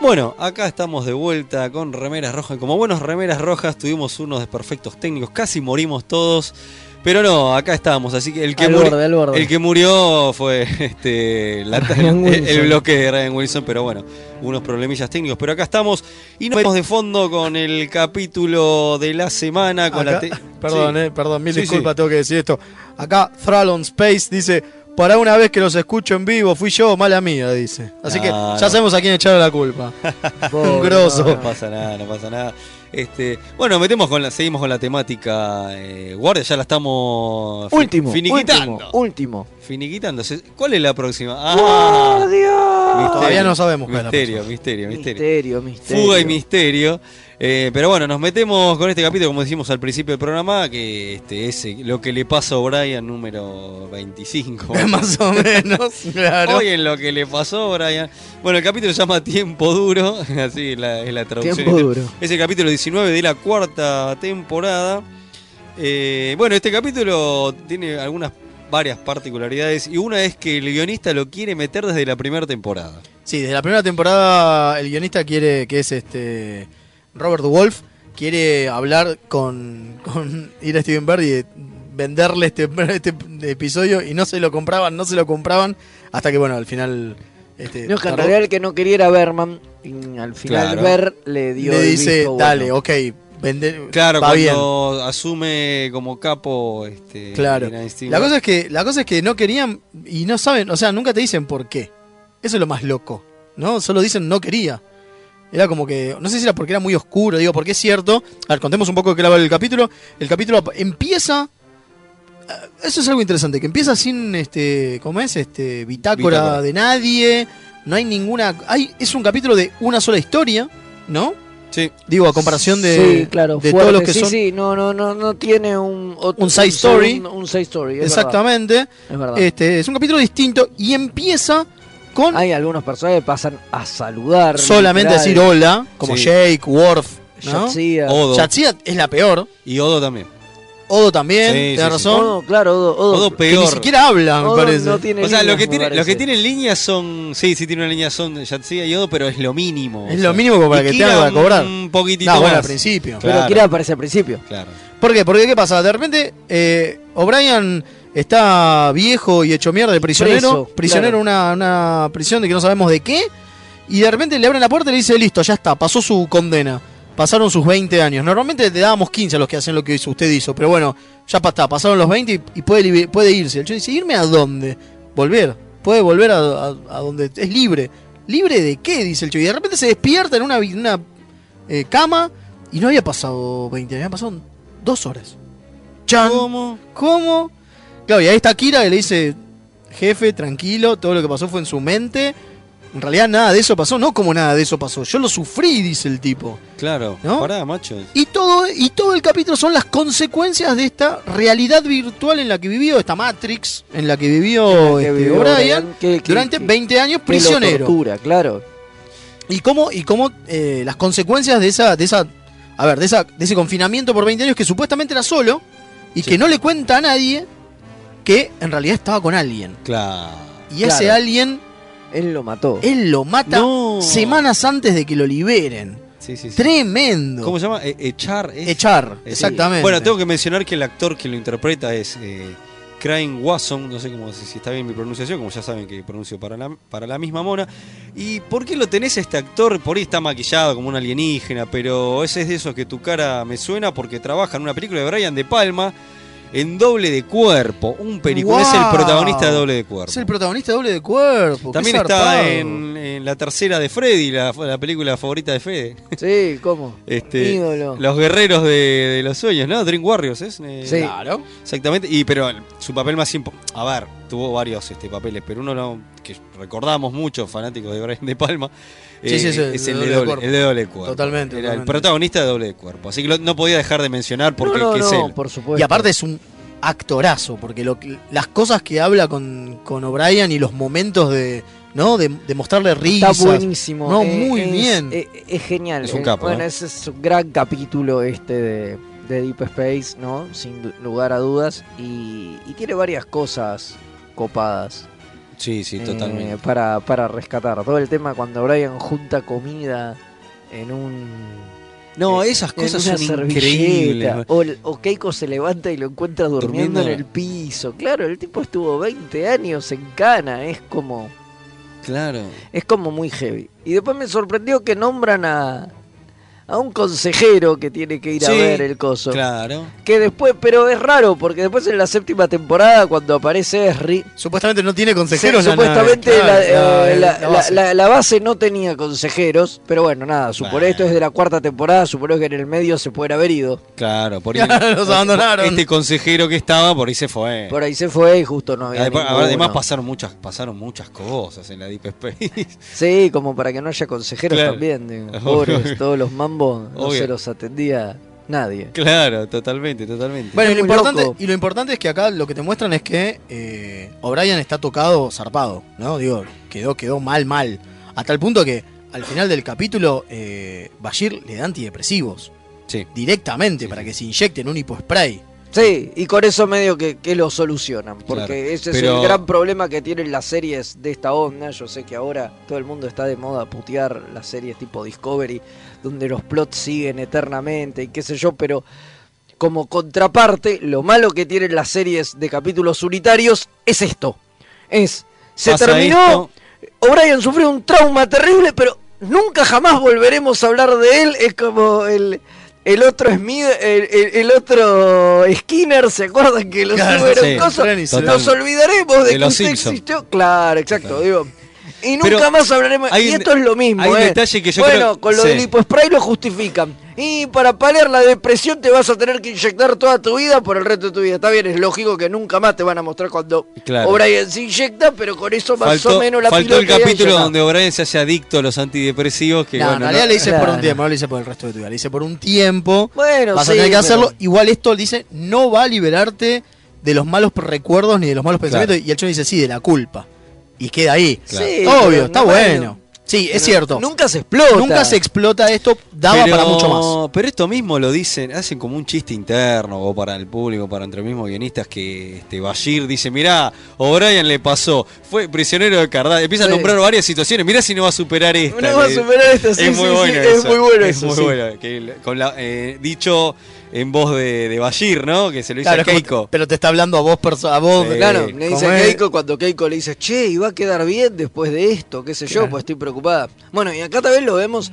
[SPEAKER 2] Bueno, acá estamos de vuelta con remeras rojas. Como buenos remeras rojas tuvimos unos desperfectos técnicos, casi morimos todos. Pero no, acá estábamos, así que el que,
[SPEAKER 4] Al
[SPEAKER 2] muri-
[SPEAKER 4] borde, al borde.
[SPEAKER 2] el que murió fue este, la-
[SPEAKER 4] Ryan
[SPEAKER 2] el, el
[SPEAKER 4] Wilson.
[SPEAKER 2] bloque de Ryan Wilson, pero bueno, unos problemillas técnicos. Pero acá estamos y nos vemos de fondo con el capítulo de la semana. Con la
[SPEAKER 3] Acá-
[SPEAKER 2] te-
[SPEAKER 3] perdón,
[SPEAKER 2] Sí.
[SPEAKER 3] eh, perdón, mil
[SPEAKER 2] Sí,
[SPEAKER 3] disculpas, tengo que decir esto. Acá Thrall on Space dice, para una vez que los escucho en vivo, fui yo, mala mía, dice. Así que
[SPEAKER 2] Claro.
[SPEAKER 3] ya sabemos a quién echarle la culpa. Un grosso.
[SPEAKER 2] No, pasa nada, no pasa nada. Este, bueno, metemos con la, seguimos con la temática eh, guardia, ya la estamos fi-
[SPEAKER 4] Último,
[SPEAKER 2] finiquitando.
[SPEAKER 4] último, último.
[SPEAKER 2] Finiquitándose. ¿Cuál es la próxima? ¡Ah!
[SPEAKER 3] ¡Oh, Todavía no sabemos cuál es la
[SPEAKER 2] Misterio, misterio, misterio.
[SPEAKER 4] Misterio, misterio.
[SPEAKER 2] Fuga y misterio. Eh, pero bueno, nos metemos con este capítulo, como dijimos al principio del programa, que este es eh, lo que le pasa a Brian número 25.
[SPEAKER 3] Más o menos, claro.
[SPEAKER 2] Hoy en lo que le pasó a Brian. Bueno, el capítulo se llama Tiempo Duro, así es la, es la traducción.
[SPEAKER 4] Tiempo Duro.
[SPEAKER 2] Es el capítulo 19 de la cuarta temporada. Eh, bueno, este capítulo tiene algunas varias particularidades y una es que el guionista lo quiere meter desde la primera temporada.
[SPEAKER 3] Sí, desde la primera temporada el guionista quiere, que es este Robert Wolf, quiere hablar con, con ir a Steven Bird y de- venderle este, este episodio y no se lo compraban, no se lo compraban, hasta que bueno, al final... Este,
[SPEAKER 4] No, que en
[SPEAKER 3] tardó-
[SPEAKER 4] realidad el que no quería era Berman. y al final
[SPEAKER 2] Claro.
[SPEAKER 4] Ver le dio.
[SPEAKER 3] le
[SPEAKER 4] el
[SPEAKER 3] dice,
[SPEAKER 4] visto bueno.
[SPEAKER 3] dale, ok, vende,
[SPEAKER 2] Claro,
[SPEAKER 3] va bien.
[SPEAKER 2] cuando asume como capo este,
[SPEAKER 3] Claro.
[SPEAKER 2] Brian Steven.
[SPEAKER 3] La cosa, es que, la cosa es que no querían y no saben, o sea, nunca te dicen por qué. Eso es lo más loco, ¿no? Solo dicen no quería. Era como que, no sé si era porque era muy oscuro, digo, porque es cierto. A ver, contemos un poco de qué va el capítulo. El capítulo ap- empieza... eh, Eso es algo interesante, que empieza sin, este, ¿cómo es? Este, bitácora,
[SPEAKER 2] Bitácora.
[SPEAKER 3] de nadie, no hay ninguna... Hay, es un capítulo de una sola historia, ¿no?
[SPEAKER 2] Sí.
[SPEAKER 3] Digo, a comparación de,
[SPEAKER 4] Sí, claro,
[SPEAKER 3] de
[SPEAKER 4] fuerte.
[SPEAKER 3] todos los que
[SPEAKER 4] sí,
[SPEAKER 3] son...
[SPEAKER 4] Sí, no, no, no, no tiene un. otro-
[SPEAKER 3] Un side story.
[SPEAKER 4] Un, un side story. es
[SPEAKER 3] Exactamente.
[SPEAKER 4] verdad, Es verdad.
[SPEAKER 3] Este, es un capítulo distinto y empieza con
[SPEAKER 4] Hay algunos personajes que pasan a saludar.
[SPEAKER 3] solamente
[SPEAKER 4] literal.
[SPEAKER 3] decir hola, como
[SPEAKER 2] Sí.
[SPEAKER 3] Jake, Worf, ¿no? Oh,
[SPEAKER 4] Yatsia.
[SPEAKER 2] Odo.
[SPEAKER 3] Yatsia es la peor.
[SPEAKER 2] Y Odo también.
[SPEAKER 3] Odo también,
[SPEAKER 2] Sí,
[SPEAKER 3] tenés
[SPEAKER 2] sí, sí.
[SPEAKER 3] razón.
[SPEAKER 4] Odo, Oh, claro, Odo. Odo,
[SPEAKER 2] Odo
[SPEAKER 3] Que
[SPEAKER 2] peor.
[SPEAKER 3] ni siquiera habla, Ah, me
[SPEAKER 4] Odo
[SPEAKER 3] parece.
[SPEAKER 4] no tiene
[SPEAKER 2] O sea, lo
[SPEAKER 4] líneas,
[SPEAKER 2] que,
[SPEAKER 4] me
[SPEAKER 2] tiene, los
[SPEAKER 4] parece.
[SPEAKER 2] que tienen líneas son. Sí, sí, tienen líneas son Yatsia y Odo, pero es lo mínimo.
[SPEAKER 3] Es lo mínimo como para que te
[SPEAKER 2] Kira
[SPEAKER 3] hagan cobrar.
[SPEAKER 2] Un poquitito.
[SPEAKER 3] No, bueno, al
[SPEAKER 2] más.
[SPEAKER 3] principio.
[SPEAKER 4] Pero
[SPEAKER 2] Claro.
[SPEAKER 4] Kira aparece al principio.
[SPEAKER 2] Claro.
[SPEAKER 3] ¿Por qué? Porque ¿qué pasa? De repente, eh, O'Brien está viejo y hecho mierda de prisionero.
[SPEAKER 4] Preso,
[SPEAKER 3] prisionero en una, una prisión de que no sabemos de qué. Y de repente le abren la puerta y le dice, listo, ya está, pasó su condena. Pasaron sus 20 años. Normalmente le dábamos 15 a los que hacen lo que hizo- usted hizo. Pero bueno, ya pa- está, pasaron los 20 y, y puede, libe- puede irse. El chico dice, ¿irme a dónde? Volver. Puede volver a, a- a donde es libre. ¿Libre de qué? Dice el chico. Y de repente se despierta en una, vi- una eh, cama y no había pasado 20 años, habían pasado dos horas. Chan.
[SPEAKER 2] ¿Cómo?
[SPEAKER 3] ¿Cómo? Claro, y ahí está Kira que le dice, jefe, tranquilo, todo lo que pasó fue en su mente. En realidad nada de eso pasó, no como nada de eso pasó. Yo lo sufrí, dice el tipo.
[SPEAKER 2] Claro.
[SPEAKER 3] ¿No?
[SPEAKER 2] Pará, macho.
[SPEAKER 3] Y todo, y todo el capítulo son las consecuencias de esta realidad virtual en la que vivió, esta Matrix, en la que vivió,
[SPEAKER 4] Que
[SPEAKER 3] este,
[SPEAKER 4] vivió
[SPEAKER 3] O'Brien
[SPEAKER 4] Brian, que- que-
[SPEAKER 3] durante
[SPEAKER 4] que-
[SPEAKER 3] 20 años
[SPEAKER 4] que lo
[SPEAKER 3] prisionero.
[SPEAKER 4] tortura, claro.
[SPEAKER 3] Y cómo, y cómo eh, las consecuencias de esa, de esa, a ver, de esa, de ese confinamiento por 20 años que supuestamente era solo y que no le cuenta a nadie que en realidad estaba con alguien.
[SPEAKER 2] Claro.
[SPEAKER 3] Y
[SPEAKER 4] Claro.
[SPEAKER 3] ese alguien,
[SPEAKER 4] Él lo mató.
[SPEAKER 3] él lo mata
[SPEAKER 2] No.
[SPEAKER 3] semanas antes de que lo liberen.
[SPEAKER 2] Sí, sí, sí.
[SPEAKER 3] Tremendo.
[SPEAKER 2] ¿Cómo se llama? E- Echar. es-
[SPEAKER 3] Echar,
[SPEAKER 2] Sí.
[SPEAKER 3] exactamente.
[SPEAKER 2] Bueno, tengo que mencionar que el actor que lo interpreta es eh, Crane Wasson, no sé cómo, si si está bien mi pronunciación, como ya saben que pronuncio para la, para la misma mona. ¿Y por qué lo tenés a este actor? Por ahí está maquillado como un alienígena, pero ese es de esos que tu cara me suena porque trabaja en una película de Brian De Palma en doble de cuerpo, un película, es el
[SPEAKER 3] Guau.
[SPEAKER 2] protagonista de doble de cuerpo.
[SPEAKER 3] Es el protagonista de doble de cuerpo. qué
[SPEAKER 2] También
[SPEAKER 3] zarpado.
[SPEAKER 2] está en, en la tercera de Freddy, la, la película favorita de Fede.
[SPEAKER 4] Sí, ¿cómo?
[SPEAKER 2] Este,
[SPEAKER 4] Ídolo.
[SPEAKER 2] Los guerreros de, de los sueños, ¿no? Dream Warriors, ¿es? Eh,
[SPEAKER 4] Sí.
[SPEAKER 3] Claro.
[SPEAKER 2] Exactamente, y pero su papel más importante, a ver, tuvo varios este, papeles, pero uno no- que recordamos muchos fanáticos de Brian De Palma, eh,
[SPEAKER 3] Sí, sí, sí,
[SPEAKER 2] es el de doble,
[SPEAKER 3] cuerpo.
[SPEAKER 2] el de doble cuerpo.
[SPEAKER 3] Totalmente,
[SPEAKER 2] Era el
[SPEAKER 3] totalmente.
[SPEAKER 2] protagonista de doble de cuerpo. Así que lo- no podía dejar de mencionar porque
[SPEAKER 3] No, no,
[SPEAKER 2] que es
[SPEAKER 3] no,
[SPEAKER 2] él.
[SPEAKER 4] por
[SPEAKER 3] Y aparte es un actorazo, porque lo que- las cosas que habla con, con O'Brien y los momentos de, ¿no? de, de mostrarle risas.
[SPEAKER 4] Está buenísimo.
[SPEAKER 3] No,
[SPEAKER 4] eh,
[SPEAKER 3] muy
[SPEAKER 4] es-
[SPEAKER 3] bien.
[SPEAKER 4] eh, Es, genial.
[SPEAKER 3] Es un
[SPEAKER 4] Eh,
[SPEAKER 3] capo,
[SPEAKER 4] Bueno,
[SPEAKER 3] ¿eh?
[SPEAKER 4] ese es un gran capítulo este de, de Deep Space, ¿no? Sin du- lugar a dudas. Y, y tiene varias cosas copadas.
[SPEAKER 2] Sí, sí,
[SPEAKER 4] eh,
[SPEAKER 2] totalmente.
[SPEAKER 4] para, para rescatar. Todo el tema cuando Brian junta comida en un.
[SPEAKER 2] No, esas
[SPEAKER 4] en
[SPEAKER 2] cosas
[SPEAKER 4] una
[SPEAKER 2] son
[SPEAKER 4] servilleta,
[SPEAKER 2] increíbles.
[SPEAKER 4] O, el- o Keiko se levanta y lo encuentra durmiendo,
[SPEAKER 2] Durmiendo.
[SPEAKER 4] en el piso. Claro, el tipo estuvo 20 años en Cana. Es como.
[SPEAKER 2] Claro.
[SPEAKER 4] Es como muy heavy. Y después me sorprendió que nombran a, a un consejero que tiene que ir a
[SPEAKER 2] Sí,
[SPEAKER 4] ver el coso.
[SPEAKER 2] Claro.
[SPEAKER 4] Que después, pero es raro, porque después en la séptima temporada, cuando aparece Esri.
[SPEAKER 3] Supuestamente no tiene
[SPEAKER 4] consejeros
[SPEAKER 3] consejeros. la
[SPEAKER 4] supuestamente la,
[SPEAKER 3] nave, claro,
[SPEAKER 4] eh,
[SPEAKER 3] la-
[SPEAKER 4] la-
[SPEAKER 3] la base.
[SPEAKER 4] la- la- la base no tenía consejeros, pero bueno, nada, supongo esto es de la cuarta temporada, supongo que en el medio se pueden haber ido.
[SPEAKER 2] Claro, por ahí-
[SPEAKER 4] Los abandonaron.
[SPEAKER 2] Este consejero que estaba, por ahí se fue.
[SPEAKER 4] Por ahí se fue y justo no había.
[SPEAKER 2] Además,
[SPEAKER 4] ninguno.
[SPEAKER 2] además pasaron muchas, pasaron muchas cosas en la Deep Space.
[SPEAKER 4] Sí, como para que no haya consejeros
[SPEAKER 2] Claro.
[SPEAKER 4] también. digo,
[SPEAKER 2] Obvio.
[SPEAKER 4] pobres, todos los mambos no
[SPEAKER 2] Obvio.
[SPEAKER 4] se los atendía nadie.
[SPEAKER 2] claro, totalmente, totalmente.
[SPEAKER 3] Bueno, y lo,
[SPEAKER 4] muy
[SPEAKER 3] importante,
[SPEAKER 4] loco.
[SPEAKER 3] y lo importante es que acá lo que te muestran es que eh, O'Brien está tocado zarpado, ¿no? Digo, quedó, quedó mal, mal. A tal punto que al final del capítulo, eh, Bashir le da antidepresivos.
[SPEAKER 2] Sí.
[SPEAKER 3] Directamente, para que se inyecten un hipospray.
[SPEAKER 4] Sí, y con eso medio que, que lo solucionan, porque
[SPEAKER 3] Claro,
[SPEAKER 4] ese es
[SPEAKER 3] pero-
[SPEAKER 4] el gran problema que tienen las series de esta onda. Yo sé que ahora todo el mundo está de moda putear las series tipo Discovery, donde los plots siguen eternamente y qué sé yo, pero como contraparte, lo malo que tienen las series de capítulos unitarios es esto. Es, se
[SPEAKER 2] Pasa
[SPEAKER 4] terminó, O'Brien sufrió un trauma terrible, pero nunca jamás volveremos a hablar de él. Es como el, el otro Smith, el, el- el otro Skinner, ¿se acuerdan que lo
[SPEAKER 2] Claro,
[SPEAKER 4] subieron
[SPEAKER 2] sí,
[SPEAKER 4] cosas?
[SPEAKER 2] Brenny, sí.
[SPEAKER 4] Nos
[SPEAKER 2] Total.
[SPEAKER 4] olvidaremos de,
[SPEAKER 2] De
[SPEAKER 4] que
[SPEAKER 2] los
[SPEAKER 4] usted
[SPEAKER 2] Simpson.
[SPEAKER 4] existió. Claro, exacto, digo. Y nunca
[SPEAKER 2] Pero
[SPEAKER 4] más hablaremos.
[SPEAKER 2] hay
[SPEAKER 4] Y
[SPEAKER 2] un-
[SPEAKER 4] esto es lo mismo.
[SPEAKER 2] hay un
[SPEAKER 4] eh.
[SPEAKER 2] detalle que yo
[SPEAKER 4] bueno,
[SPEAKER 2] creo-
[SPEAKER 4] con lo
[SPEAKER 2] sí.
[SPEAKER 4] del hipospray lo justifican. Y para paliar la depresión te vas a tener que inyectar toda tu vida por el resto de tu vida. Está bien, es lógico que nunca más te van a mostrar cuando
[SPEAKER 2] Claro.
[SPEAKER 4] O'Brien se inyecta, pero con eso más o
[SPEAKER 2] Faltó,
[SPEAKER 4] menos la
[SPEAKER 2] faltó el
[SPEAKER 4] pilota ya
[SPEAKER 2] capítulo
[SPEAKER 4] llenada.
[SPEAKER 2] donde O'Brien se hace adicto a los antidepresivos. Que,
[SPEAKER 3] No,
[SPEAKER 2] bueno,
[SPEAKER 3] en realidad
[SPEAKER 2] no-
[SPEAKER 3] le hice por un tiempo, no le hice por el resto de tu vida, le hice por un tiempo.
[SPEAKER 4] Bueno,
[SPEAKER 3] vas a
[SPEAKER 4] sí,
[SPEAKER 3] tener que
[SPEAKER 4] pero-
[SPEAKER 3] hacerlo. Igual esto dice, no va a liberarte de los malos recuerdos ni de los malos pensamientos. Y el chon dice, sí, de la culpa. Y queda ahí.
[SPEAKER 4] Claro. Sí, pero
[SPEAKER 3] Obvio, está
[SPEAKER 4] no,
[SPEAKER 3] bueno. Sí, es
[SPEAKER 4] Pero
[SPEAKER 3] cierto.
[SPEAKER 4] Nunca se explota.
[SPEAKER 3] Nunca se explota esto, daba para mucho más.
[SPEAKER 2] Pero esto mismo lo dicen, hacen como un chiste interno o para el público, para entre mismos guionistas, que este Bashir dice, mirá, O'Brien le pasó, fue prisionero de Cardass, empieza
[SPEAKER 4] Sí.
[SPEAKER 2] a nombrar varias situaciones, mirá si no va a superar esta.
[SPEAKER 4] No va a
[SPEAKER 2] le-
[SPEAKER 4] superar esta, sí,
[SPEAKER 2] es muy
[SPEAKER 4] sí,
[SPEAKER 2] bueno
[SPEAKER 4] sí, es
[SPEAKER 2] eso,
[SPEAKER 4] muy bueno
[SPEAKER 2] es
[SPEAKER 4] eso,
[SPEAKER 2] muy
[SPEAKER 4] sí.
[SPEAKER 2] bueno, que el- con la- eh, dicho en voz de, de Bashir, ¿no? Que se lo hizo
[SPEAKER 3] Claro,
[SPEAKER 2] a
[SPEAKER 3] es como-
[SPEAKER 2] Keiko.
[SPEAKER 3] pero te está hablando a vos, perso- a vos.
[SPEAKER 2] Sí.
[SPEAKER 4] Claro,
[SPEAKER 2] Eh,
[SPEAKER 4] le dice
[SPEAKER 3] ¿cómo
[SPEAKER 4] a
[SPEAKER 3] es?
[SPEAKER 4] Keiko cuando Keiko le dice, che, y va a quedar bien después de esto, qué sé yo, pues estoy preocupada. Bueno, y acá también lo vemos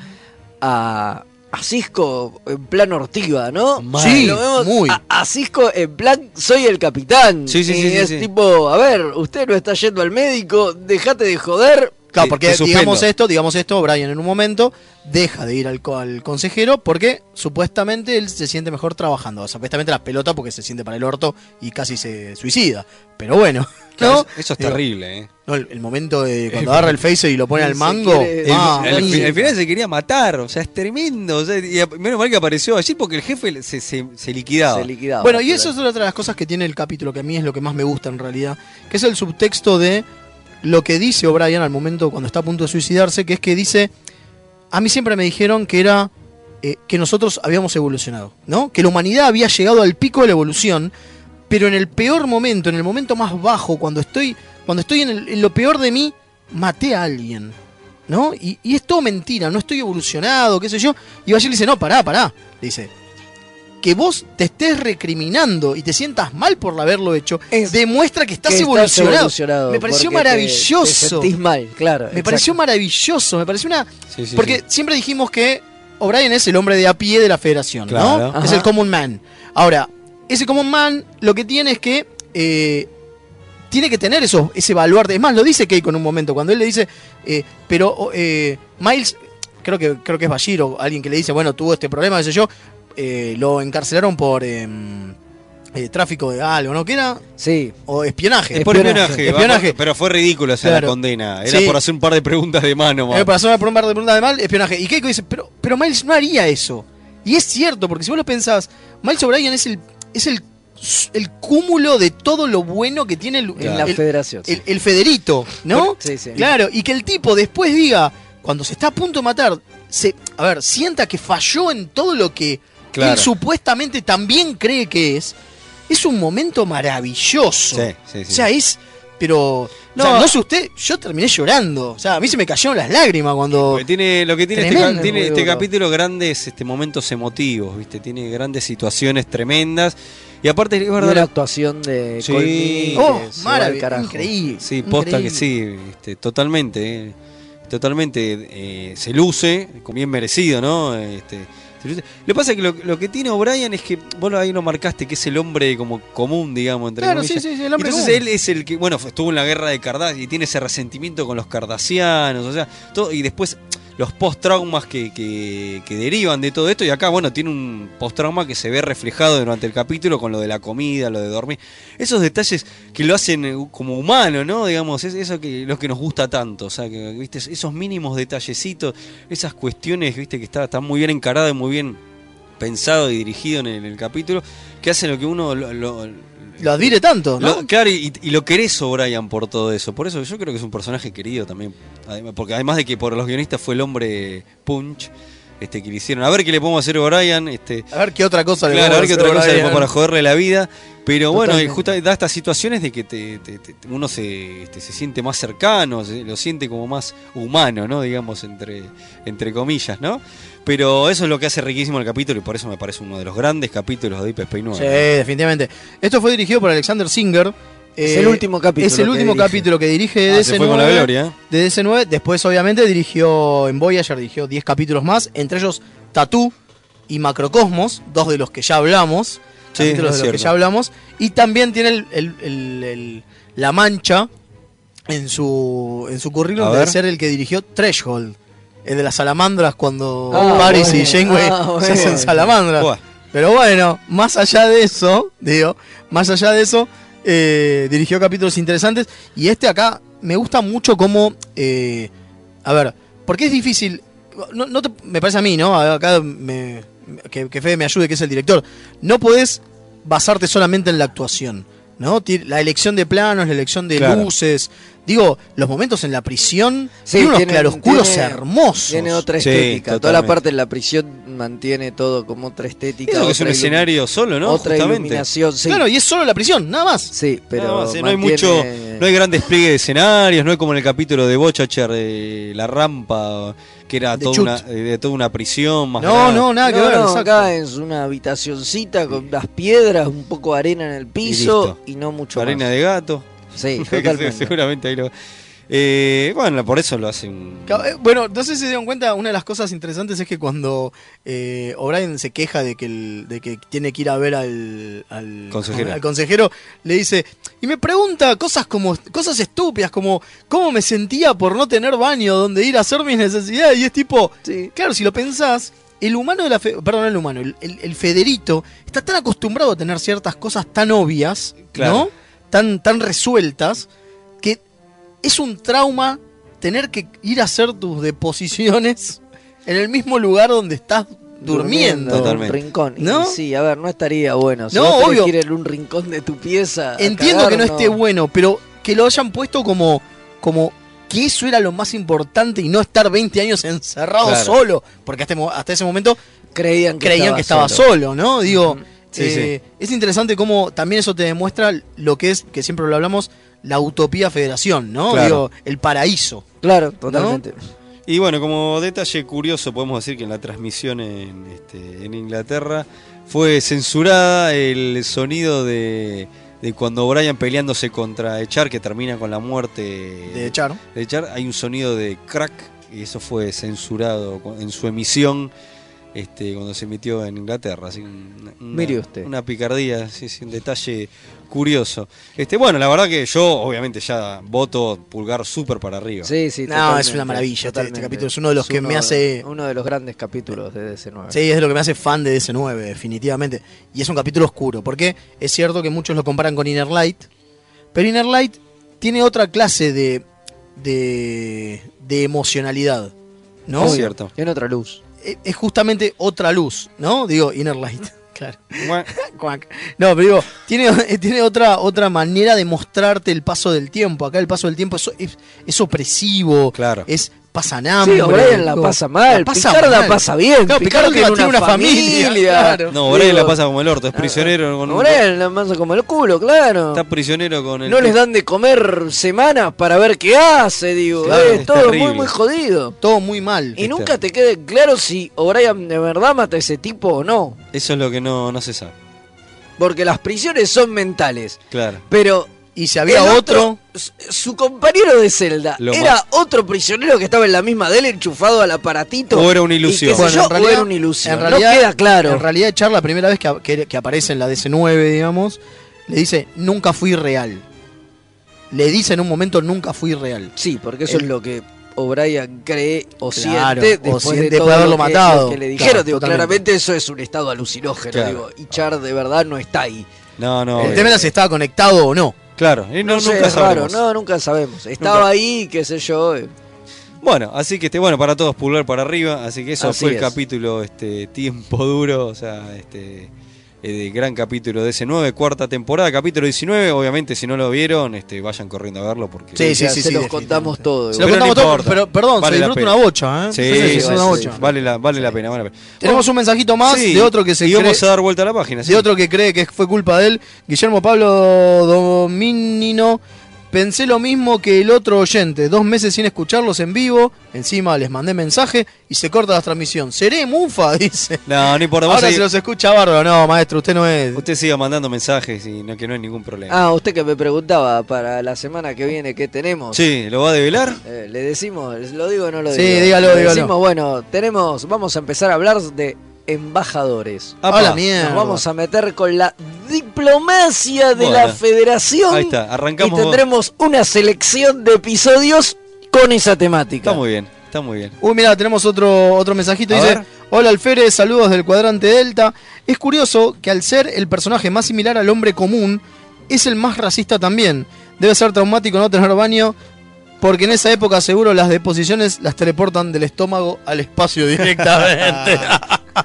[SPEAKER 4] a, a Cisco en plan ortiva, ¿no?
[SPEAKER 3] Mal. Sí,
[SPEAKER 4] lo vemos
[SPEAKER 3] muy.
[SPEAKER 4] A, a Cisco en plan, soy el capitán.
[SPEAKER 2] Sí, sí,
[SPEAKER 4] y
[SPEAKER 2] sí, sí,
[SPEAKER 4] es
[SPEAKER 2] sí.
[SPEAKER 4] tipo, a ver, usted no está yendo al médico, dejate de joder.
[SPEAKER 3] Claro,
[SPEAKER 2] Te-
[SPEAKER 3] porque
[SPEAKER 2] te suspendo.
[SPEAKER 3] digamos esto, digamos esto, Brian en un momento deja de ir al, co- al consejero porque supuestamente él se siente mejor trabajando. O sea, supuestamente la pelota porque se siente para el orto y casi se suicida. Pero bueno,
[SPEAKER 2] Claro,
[SPEAKER 3] ¿no?
[SPEAKER 2] eso- Eso es
[SPEAKER 3] Digo,
[SPEAKER 2] terrible, ¿eh?
[SPEAKER 3] no, el, el momento de cuando agarra el face y lo pone
[SPEAKER 4] Se
[SPEAKER 3] al mango.
[SPEAKER 4] quiere-
[SPEAKER 3] ah,
[SPEAKER 2] El- el-
[SPEAKER 3] buenísimo.
[SPEAKER 2] al final se quería matar, o sea, es tremendo. o sea, y a- menos mal que apareció allí porque el jefe se, se, se liquidaba.
[SPEAKER 4] Se liquidaba.
[SPEAKER 3] Bueno, y eso es otra de las cosas que tiene el capítulo, que a mí es lo que más me gusta en realidad, que es el subtexto de lo que dice O'Brien al momento cuando está a punto de suicidarse, que es que dice, a mí siempre me dijeron que era eh, que nosotros habíamos evolucionado, ¿no? Que la humanidad había llegado al pico de la evolución, pero en el peor momento, en el momento más bajo, cuando estoy, cuando estoy en, el- en lo peor de mí, maté a alguien, ¿no? Y, y es todo mentira, no estoy evolucionado, qué sé yo. Y Bashir le dice, no, pará, pará, le dice, que vos te estés recriminando y te sientas mal por haberlo hecho, demuestra que estás,
[SPEAKER 4] Que
[SPEAKER 3] evolucionado.
[SPEAKER 4] evolucionado,
[SPEAKER 3] Me pareció
[SPEAKER 4] porque te-
[SPEAKER 3] maravilloso.
[SPEAKER 4] Te, sentís mal, claro.
[SPEAKER 3] Me pareció maravilloso, me pareció una...
[SPEAKER 2] Sí, sí,
[SPEAKER 3] Porque
[SPEAKER 2] sí.
[SPEAKER 3] siempre dijimos que O'Brien es el hombre de a pie de la federación,
[SPEAKER 2] Claro.
[SPEAKER 3] ¿no? Es el
[SPEAKER 4] Ajá.
[SPEAKER 3] common man. Ahora, ese common man lo que tiene es que... eh, tiene que tener eso, ese baluarte. Es más, lo dice Keiko en un momento, cuando él le dice, eh, pero oh, eh, Miles, creo que, creo que es Bashir o alguien que le dice, bueno, tuvo este problema, qué sé yo, eh, lo encarcelaron por... em, eh, tráfico de algo, ¿no? ¿Qué era?
[SPEAKER 4] Sí.
[SPEAKER 3] O espionaje.
[SPEAKER 2] Es por espionaje, va,
[SPEAKER 3] Espionaje.
[SPEAKER 2] por- pero fue ridículo esa
[SPEAKER 3] Claro.
[SPEAKER 2] la condena. Era
[SPEAKER 3] Sí.
[SPEAKER 2] por hacer un par de preguntas de mano. man.
[SPEAKER 3] Eh, para hacer por un par de preguntas de mal, espionaje. Y Keiko dice, pero, pero Miles no haría eso. Y es cierto, porque si vos lo pensás, Miles O'Brien es el, es el, el cúmulo de todo lo bueno que tiene el,
[SPEAKER 4] En la
[SPEAKER 3] el-
[SPEAKER 4] federación. sí.
[SPEAKER 3] el, el Federito, ¿no?
[SPEAKER 4] Sí, sí.
[SPEAKER 3] Claro, y que el tipo después diga, cuando se está a punto de matar, se, a ver, sienta que falló en todo lo que él
[SPEAKER 2] Claro.
[SPEAKER 3] supuestamente también cree que es, es un momento maravilloso.
[SPEAKER 2] Sí, sí, sí.
[SPEAKER 3] O sea, es, pero, no,
[SPEAKER 2] No.
[SPEAKER 3] no sé usted, yo terminé llorando. O sea, a mí se me cayeron las lágrimas cuando...
[SPEAKER 2] Porque tiene, lo que tiene, este,
[SPEAKER 3] Tremendo,
[SPEAKER 2] ca- tiene
[SPEAKER 3] boludo.
[SPEAKER 2] este capítulo grandes este, momentos emotivos, ¿viste? Tiene grandes situaciones tremendas. Y aparte, es
[SPEAKER 4] Y
[SPEAKER 2] verdad.
[SPEAKER 4] una actuación de
[SPEAKER 2] Sí.
[SPEAKER 4] Colby
[SPEAKER 2] Oh,
[SPEAKER 4] que se va al
[SPEAKER 3] marav-
[SPEAKER 4] carajo.
[SPEAKER 3] increíble.
[SPEAKER 2] Sí, posta
[SPEAKER 3] increíble.
[SPEAKER 2] que sí, este, totalmente. eh, totalmente eh, se luce, bien merecido, ¿no? Este, se luce. Lo que pasa es que lo, lo que tiene O'Brien es que vos ahí lo marcaste, que es el hombre como común, digamos, entre
[SPEAKER 3] Claro, sí,
[SPEAKER 2] comillas.
[SPEAKER 3] sí, sí, el hombre
[SPEAKER 2] Entonces
[SPEAKER 3] común.
[SPEAKER 2] él es el que, bueno, fue- estuvo en la guerra de Cardass y tiene ese resentimiento con los cardasianos, o sea, todo, y después los post-traumas que, que- que derivan de todo esto, y acá, bueno, tiene un post-trauma que se ve reflejado durante el capítulo con lo de la comida, lo de dormir, esos detalles que lo hacen eh, como humano, ¿no? Digamos, es eso que lo que nos gusta tanto, o sea, que, viste, esos mínimos detallecitos, esas cuestiones, viste, que está, está muy bien encarado y muy bien pensado y dirigido en el, en el capítulo, que hacen lo que uno lo, lo-
[SPEAKER 3] Lo admire tanto, ¿no?
[SPEAKER 2] lo- claro, y, y lo querés O'Brien por todo eso. Por eso yo creo que es un personaje querido también. Además- Porque además de que por los guionistas fue el hombre punch este, que le hicieron. A ver qué le podemos hacer a O'Brien. Este,
[SPEAKER 3] A ver qué otra cosa le
[SPEAKER 2] claro, a
[SPEAKER 3] podemos
[SPEAKER 2] ver qué
[SPEAKER 3] hacer
[SPEAKER 2] otra cosa le
[SPEAKER 3] O'Brien.
[SPEAKER 2] podemos para joderle la vida. Pero bueno,
[SPEAKER 3] Totalmente.
[SPEAKER 2] eh, justa- da estas situaciones de que te- te- te- uno se, este, se siente más cercano, se- lo siente como más humano, ¿no? Digamos, entre, entre comillas, ¿no? Pero eso es lo que hace riquísimo el capítulo y por eso me parece uno de los grandes capítulos de Deep Space Nine.
[SPEAKER 3] Sí, definitivamente. Esto fue dirigido por Alexander Singer.
[SPEAKER 4] Es
[SPEAKER 3] Eh,
[SPEAKER 4] el último capítulo.
[SPEAKER 3] Es el
[SPEAKER 4] que
[SPEAKER 3] último
[SPEAKER 4] dirige.
[SPEAKER 3] capítulo que dirige
[SPEAKER 2] Ah,
[SPEAKER 3] de
[SPEAKER 2] se fue con la gloria, ¿eh?
[SPEAKER 3] de DC9. Después, obviamente, dirigió en Voyager, dirigió 10 capítulos más, entre ellos Tatú y Macrocosmos, dos de los que ya hablamos.
[SPEAKER 2] Sí,
[SPEAKER 3] capítulos
[SPEAKER 2] es
[SPEAKER 3] de los que
[SPEAKER 2] cierto.
[SPEAKER 3] ya hablamos. Y también tiene el- el- el- el- la mancha en su, en su
[SPEAKER 2] A
[SPEAKER 3] currículum de
[SPEAKER 2] ver.
[SPEAKER 3] ser el que dirigió Threshold. El de las salamandras cuando
[SPEAKER 4] Ah,
[SPEAKER 3] Paris y
[SPEAKER 4] bueno,
[SPEAKER 3] Janeway
[SPEAKER 4] ah,
[SPEAKER 3] se hacen
[SPEAKER 4] bueno.
[SPEAKER 3] salamandras.
[SPEAKER 2] Buah.
[SPEAKER 3] Pero bueno, más allá de eso, digo, más allá de eso, eh, dirigió capítulos interesantes. Y este acá me gusta mucho como. eh, a ver, porque es difícil. No, no te- me parece a mí, ¿no? Acá me- que, que Fede me ayude, que es el director. No podés basarte solamente en la actuación, ¿no? Ti- La elección de planos, la elección de
[SPEAKER 2] Claro.
[SPEAKER 3] luces. Digo, los momentos en la prisión.
[SPEAKER 4] Sí,
[SPEAKER 3] tiene unos
[SPEAKER 4] tiene-
[SPEAKER 3] claroscuros
[SPEAKER 4] tiene-
[SPEAKER 3] hermosos.
[SPEAKER 4] Tiene otra
[SPEAKER 2] Sí,
[SPEAKER 4] estética. Toda la
[SPEAKER 2] totalmente.
[SPEAKER 4] parte de la prisión mantiene todo como otra estética.
[SPEAKER 2] Eso que es un
[SPEAKER 4] otra ilu-
[SPEAKER 2] escenario solo, ¿no?
[SPEAKER 4] Otra
[SPEAKER 2] Justamente.
[SPEAKER 4] iluminación, sí.
[SPEAKER 3] Claro, y es solo la prisión, nada más.
[SPEAKER 4] Sí, pero
[SPEAKER 2] No, sí, no hay
[SPEAKER 4] mantiene-
[SPEAKER 2] mucho, no hay gran despliegue de escenarios, no es como en el capítulo de Bochacher, eh, la rampa, que era
[SPEAKER 3] De
[SPEAKER 2] toda
[SPEAKER 3] Chut.
[SPEAKER 2] una, eh, de toda una prisión más
[SPEAKER 3] No,
[SPEAKER 2] grande.
[SPEAKER 3] no, nada que
[SPEAKER 4] No,
[SPEAKER 3] ver.
[SPEAKER 4] no,
[SPEAKER 3] exacto.
[SPEAKER 4] acá es una habitacioncita con las piedras, un poco de arena en el piso y, no mucho
[SPEAKER 2] arena
[SPEAKER 4] más.
[SPEAKER 2] de gato.
[SPEAKER 4] Sí,
[SPEAKER 2] Que
[SPEAKER 4] totalmente.
[SPEAKER 2] Seguramente ahí lo. Eh, bueno, por eso lo hace un.
[SPEAKER 3] Ca- eh, Bueno, no sé si se dieron cuenta, una de las cosas interesantes es que cuando eh, O'Brien se queja de que, el- de que tiene que ir a ver al, al,
[SPEAKER 2] Consejero.
[SPEAKER 3] al consejero, le dice, y me pregunta cosas como cosas estúpidas, como cómo me sentía por no tener baño donde ir a hacer mis necesidades. Y es tipo,
[SPEAKER 4] Sí.
[SPEAKER 3] claro, si lo pensás, el humano de la... fe- perdón, no el humano, el, el- el Federito está tan acostumbrado a tener ciertas cosas tan obvias, ¿no?
[SPEAKER 2] Claro.
[SPEAKER 3] Tan, tan resueltas, que es un trauma tener que ir a hacer tus deposiciones en el mismo lugar donde estás durmiendo.
[SPEAKER 4] en un
[SPEAKER 2] Totalmente.
[SPEAKER 4] rincón. Y
[SPEAKER 3] ¿No?
[SPEAKER 4] sí, a ver, no estaría bueno. Si
[SPEAKER 3] No,
[SPEAKER 4] vos tenés
[SPEAKER 3] obvio.
[SPEAKER 4] que ir en un rincón de tu pieza. a
[SPEAKER 3] Entiendo
[SPEAKER 4] cagar,
[SPEAKER 3] que no, esté bueno, pero que lo hayan puesto como, como que eso era lo más importante y no estar 20 años encerrado
[SPEAKER 2] Claro.
[SPEAKER 3] solo, porque hasta, mo- hasta ese momento
[SPEAKER 4] Creían que
[SPEAKER 3] creían que estaba solo, ¿no? Digo,
[SPEAKER 2] Sí,
[SPEAKER 3] eh, es interesante cómo también eso te demuestra lo que es, que siempre lo hablamos, la utopía federación, ¿no?
[SPEAKER 2] Claro.
[SPEAKER 3] Digo, el paraíso.
[SPEAKER 4] Claro, totalmente.
[SPEAKER 2] Y bueno, como detalle curioso, podemos decir que en la transmisión en, este, en Inglaterra fue censurada el sonido de, de cuando Brian peleándose contra Echar, que termina con la muerte
[SPEAKER 3] De Charo.
[SPEAKER 2] de echar, hay un sonido de crack y eso fue censurado cu- en su emisión este, cuando se emitió en Inglaterra. Así, una, una-
[SPEAKER 4] Mire usted.
[SPEAKER 2] Una picardía, sí, sí, un detalle curioso. Este, bueno, la verdad que yo, obviamente, ya voto pulgar súper para arriba.
[SPEAKER 4] Sí, sí,
[SPEAKER 3] No, es
[SPEAKER 4] totalmente,
[SPEAKER 3] una maravilla este- este
[SPEAKER 4] totalmente.
[SPEAKER 3] capítulo, es uno de los que me
[SPEAKER 4] de-
[SPEAKER 3] hace-
[SPEAKER 4] Uno de los grandes capítulos de DC9.
[SPEAKER 3] Sí, es lo que me hace fan de DC9, definitivamente. Y es un capítulo oscuro, porque es cierto que muchos lo comparan con Inner Light, pero Inner Light tiene otra clase de, de, de emocionalidad, ¿no? E,
[SPEAKER 4] Es cierto. Tiene otra luz.
[SPEAKER 3] Es, es justamente otra luz, ¿no? Digo, Inner Light, claro.
[SPEAKER 2] Bueno.
[SPEAKER 3] Cuac. No, pero digo, tiene, tiene otra, otra manera de mostrarte el paso del tiempo. Acá el paso del tiempo es, es, es opresivo,
[SPEAKER 2] claro.
[SPEAKER 4] Eh,
[SPEAKER 3] es pasan hambre.
[SPEAKER 4] O'Brien la
[SPEAKER 3] digo,
[SPEAKER 4] pasa mal, Picard la pasa bien,
[SPEAKER 3] Claro, Picard,
[SPEAKER 4] Picard
[SPEAKER 3] tiene una, familia. claro.
[SPEAKER 2] No, Brian
[SPEAKER 4] Digo, ah,
[SPEAKER 2] la pasa como el orto, es prisionero con un-
[SPEAKER 4] O'Brien la mansa como el culo, claro.
[SPEAKER 2] Está prisionero con el.
[SPEAKER 4] No les dan de comer semanas para ver qué hace, digo.
[SPEAKER 2] Claro,
[SPEAKER 4] eh,
[SPEAKER 2] es
[SPEAKER 4] todo
[SPEAKER 2] terrible.
[SPEAKER 4] muy, muy jodido.
[SPEAKER 3] Todo muy mal.
[SPEAKER 4] Y nunca te quede claro si O'Brien de verdad mata a ese tipo o no.
[SPEAKER 2] Eso es lo que no, no se sabe.
[SPEAKER 4] Porque las prisiones son mentales.
[SPEAKER 2] Claro.
[SPEAKER 4] Pero.
[SPEAKER 3] Y si había
[SPEAKER 4] el
[SPEAKER 3] otro.
[SPEAKER 4] su- Su compañero de celda
[SPEAKER 2] Lo
[SPEAKER 4] era
[SPEAKER 2] más-
[SPEAKER 4] otro prisionero que estaba en la misma de él, enchufado al aparatito.
[SPEAKER 2] O era una
[SPEAKER 4] y qué
[SPEAKER 2] ilusión.
[SPEAKER 4] sé
[SPEAKER 2] Bueno,
[SPEAKER 4] yo,
[SPEAKER 2] en
[SPEAKER 4] o
[SPEAKER 2] realidad-
[SPEAKER 4] era una ilusión.
[SPEAKER 3] En realidad,
[SPEAKER 4] no queda claro.
[SPEAKER 3] En realidad, Char, la primera vez que, que- que aparece en la DC9, digamos, le dice, nunca fui real. Le dice en un momento, nunca fui real.
[SPEAKER 4] Sí, porque eso
[SPEAKER 3] El-
[SPEAKER 4] es lo que O'Brien cree o
[SPEAKER 3] Claro,
[SPEAKER 4] siente
[SPEAKER 3] o
[SPEAKER 4] después
[SPEAKER 3] siente
[SPEAKER 4] de
[SPEAKER 3] después
[SPEAKER 4] todo
[SPEAKER 3] de
[SPEAKER 4] lo
[SPEAKER 3] haberlo
[SPEAKER 4] que-
[SPEAKER 3] matado.
[SPEAKER 4] lo que le
[SPEAKER 3] Claro,
[SPEAKER 4] dijeron. digo,
[SPEAKER 3] totalmente.
[SPEAKER 4] claramente eso es un estado alucinógeno.
[SPEAKER 2] Claro.
[SPEAKER 4] Digo, y Char de verdad no está ahí.
[SPEAKER 2] No, no.
[SPEAKER 3] el
[SPEAKER 2] eh,
[SPEAKER 3] tema era si estaba conectado o no.
[SPEAKER 2] Claro, y no,
[SPEAKER 4] No sé,
[SPEAKER 2] nunca
[SPEAKER 4] es raro,
[SPEAKER 2] sabremos.
[SPEAKER 4] no, nunca sabemos. Estaba
[SPEAKER 2] Nunca.
[SPEAKER 4] ahí, qué sé yo. eh.
[SPEAKER 2] Bueno, así que este, bueno, para todos pulgar para arriba, así que eso
[SPEAKER 4] Así
[SPEAKER 2] fue el
[SPEAKER 4] es.
[SPEAKER 2] capítulo este tiempo duro, o sea, este eh, de gran capítulo de ese 9, cuarta temporada, capítulo 19, obviamente si no lo vieron, este vayan corriendo a verlo porque
[SPEAKER 3] Sí, sí,
[SPEAKER 4] Ya
[SPEAKER 3] sí,
[SPEAKER 4] se
[SPEAKER 3] sí,
[SPEAKER 4] los
[SPEAKER 3] definitivamente.
[SPEAKER 4] contamos todo.
[SPEAKER 3] Se lo
[SPEAKER 4] igual.
[SPEAKER 2] Pero no
[SPEAKER 3] contamos todo,
[SPEAKER 2] importa.
[SPEAKER 3] pero perdón,
[SPEAKER 2] Vale
[SPEAKER 3] se
[SPEAKER 2] la
[SPEAKER 3] disfruta
[SPEAKER 2] pena.
[SPEAKER 3] una bocha, ¿eh?
[SPEAKER 2] Sí,
[SPEAKER 3] Se disfruta
[SPEAKER 2] sí,
[SPEAKER 3] una
[SPEAKER 2] sí,
[SPEAKER 3] bocha.
[SPEAKER 2] sí, vale la vale la pena, vale la pena. Oh,
[SPEAKER 3] Tenemos un mensajito más
[SPEAKER 2] Sí,
[SPEAKER 3] de otro que se
[SPEAKER 2] y vamos
[SPEAKER 3] cree-
[SPEAKER 2] a dar vuelta a la página, sí.
[SPEAKER 3] de otro que cree que fue culpa de él, Guillermo Pablo Dominino. Pensé lo mismo que el otro oyente, dos meses sin escucharlos en vivo, encima les mandé mensaje y se corta la transmisión. Seré mufa, dice.
[SPEAKER 2] No, no importa, vos
[SPEAKER 3] Ahora
[SPEAKER 2] ahí-
[SPEAKER 3] se los escucha bárbaro, no, maestro, usted no es.
[SPEAKER 2] usted siga mandando mensajes y no que no hay ningún problema.
[SPEAKER 4] Ah, usted que me preguntaba para la semana que viene qué tenemos.
[SPEAKER 2] Sí, lo va a develar.
[SPEAKER 4] Eh, le decimos, lo digo o no lo
[SPEAKER 3] Sí,
[SPEAKER 4] digo.
[SPEAKER 3] dígalo,
[SPEAKER 4] le
[SPEAKER 3] dígalo.
[SPEAKER 4] decimos, bueno, tenemos, vamos a empezar a hablar de embajadores.
[SPEAKER 2] Apa,
[SPEAKER 3] A la mierda.
[SPEAKER 4] Nos vamos a meter con la diplomacia de la
[SPEAKER 2] Bueno.
[SPEAKER 4] federación.
[SPEAKER 2] Ahí está, arrancamos.
[SPEAKER 4] Y tendremos una selección de episodios con esa temática.
[SPEAKER 2] Está muy bien, está muy bien.
[SPEAKER 3] Uy, mira, tenemos otro, otro mensajito.
[SPEAKER 2] A
[SPEAKER 3] dice:
[SPEAKER 2] ver.
[SPEAKER 3] Hola Alférez, saludos del cuadrante Delta. Es curioso que al ser el personaje más similar al hombre común, es el más racista también. Debe ser traumático no tener baño, porque en esa época seguro las deposiciones las teleportan del estómago al espacio directamente.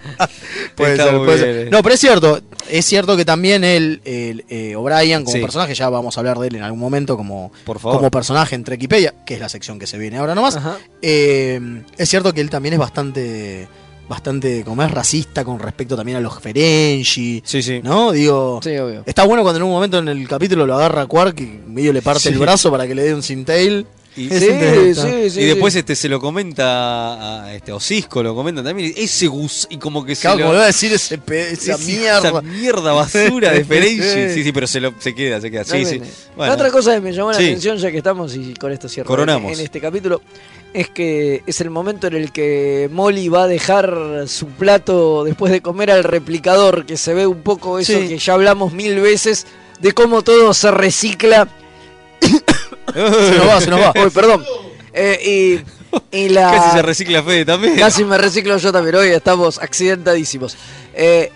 [SPEAKER 3] Puede
[SPEAKER 2] Está
[SPEAKER 3] ser,
[SPEAKER 2] muy
[SPEAKER 3] puede ser.
[SPEAKER 2] bien, eh.
[SPEAKER 3] No, pero es cierto, es cierto que también el, el, eh, O'Brien como
[SPEAKER 2] Sí.
[SPEAKER 3] personaje, ya vamos a hablar de él en algún momento como,
[SPEAKER 2] Por favor.
[SPEAKER 3] como personaje en Trekipedia, que es la sección que se viene ahora nomás.
[SPEAKER 4] Ajá.
[SPEAKER 3] Eh, es cierto que él también es bastante, bastante, como es racista con respecto también a los Ferengi,
[SPEAKER 2] Sí, sí.
[SPEAKER 3] ¿no? Digo,
[SPEAKER 4] Sí, obvio.
[SPEAKER 3] está bueno cuando en un momento en el capítulo lo agarra Quark y medio le parte
[SPEAKER 2] Sí.
[SPEAKER 3] el brazo para que le dé un sintail.
[SPEAKER 2] Y,
[SPEAKER 3] Es interesante.
[SPEAKER 2] y después este se lo comenta a este Osisco, lo comenta también, ese gus y como que se
[SPEAKER 3] Claro,
[SPEAKER 2] lo-
[SPEAKER 3] como le va a decir ese pe- esa
[SPEAKER 2] esa
[SPEAKER 3] mierda.
[SPEAKER 2] mierda basura de Ferengi. Sí, sí, pero se lo se queda, se queda. Sí, sí.
[SPEAKER 4] Realmente.
[SPEAKER 2] Bueno,
[SPEAKER 4] La otra cosa que me llamó la
[SPEAKER 2] Sí.
[SPEAKER 4] atención, ya que estamos y con esto cierro
[SPEAKER 2] Coronamos.
[SPEAKER 4] En, en este capítulo, es que es el momento en el que Molly va a dejar su plato después de comer al replicador, que se ve un poco eso
[SPEAKER 2] Sí.
[SPEAKER 4] que ya hablamos mil veces, de cómo todo se recicla.
[SPEAKER 3] Se nos va, se nos va.
[SPEAKER 4] Uy, perdón. Eh, y, y la...
[SPEAKER 2] casi se recicla Fede también.
[SPEAKER 4] Casi me reciclo yo también, hoy estamos accidentadísimos. Eh,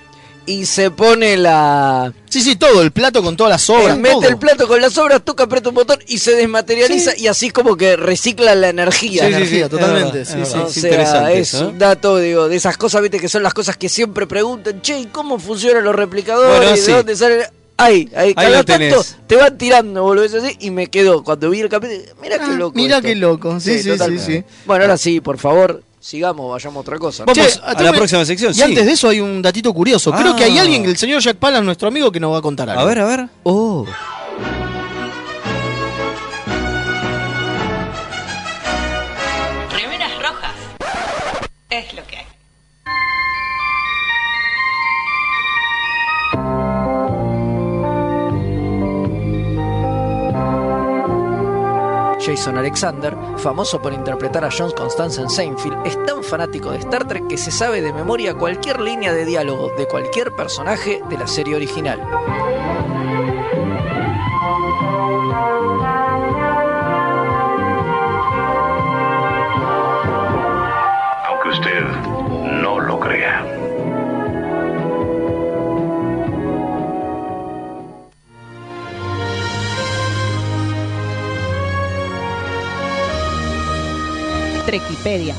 [SPEAKER 4] y se pone la...
[SPEAKER 3] Sí, sí, todo, el plato con todas las
[SPEAKER 4] Él
[SPEAKER 3] obras.
[SPEAKER 4] mete
[SPEAKER 3] todo.
[SPEAKER 4] el plato con las obras, toca, aprieta un botón y se desmaterializa y así es como que recicla la energía.
[SPEAKER 3] Sí,
[SPEAKER 4] ¿no?
[SPEAKER 3] sí, energía,
[SPEAKER 2] es
[SPEAKER 3] totalmente,
[SPEAKER 2] verdad,
[SPEAKER 3] sí,
[SPEAKER 2] es
[SPEAKER 3] sí,
[SPEAKER 2] verdad.
[SPEAKER 4] o
[SPEAKER 2] Es
[SPEAKER 4] sea,
[SPEAKER 2] interesante
[SPEAKER 4] es
[SPEAKER 2] eso,
[SPEAKER 4] un
[SPEAKER 2] ¿eh?
[SPEAKER 4] dato, digo, de esas cosas, viste, que son las cosas que siempre preguntan, che, ¿y cómo funcionan los replicadores?
[SPEAKER 2] Bueno,
[SPEAKER 4] ¿De
[SPEAKER 2] sí.
[SPEAKER 4] dónde salen? Ahí, ahí,
[SPEAKER 2] Ahí lo
[SPEAKER 4] cada tanto
[SPEAKER 2] tenés.
[SPEAKER 4] te van tirando, volvés así, y me quedo, cuando vi el capítulo, mira
[SPEAKER 3] Ah,
[SPEAKER 4] qué loco.
[SPEAKER 3] Mira
[SPEAKER 4] esto".
[SPEAKER 3] qué loco. Sí, sí, sí, Ah. sí.
[SPEAKER 4] totalmente. Bueno, ahora sí, por favor, sigamos, vayamos a otra cosa.
[SPEAKER 2] Vamos
[SPEAKER 3] Che,
[SPEAKER 2] a la
[SPEAKER 3] tenemos-
[SPEAKER 2] próxima sección,
[SPEAKER 3] Y
[SPEAKER 2] sí.
[SPEAKER 3] antes de eso hay un datito curioso. Creo
[SPEAKER 2] Ah.
[SPEAKER 3] que hay alguien, el señor Jack Palas, nuestro amigo, que nos va a contar algo.
[SPEAKER 2] A ver, a ver.
[SPEAKER 4] Oh.
[SPEAKER 11] Remeras rojas. Es lo que hay.
[SPEAKER 4] J. Jason Alexander, famoso por interpretar a John Constance en Seinfeld, es tan fanático de Star Trek que se sabe de memoria cualquier línea de diálogo de cualquier personaje de la serie original.
[SPEAKER 13] Aunque usted no lo crea.
[SPEAKER 7] Trekipedia.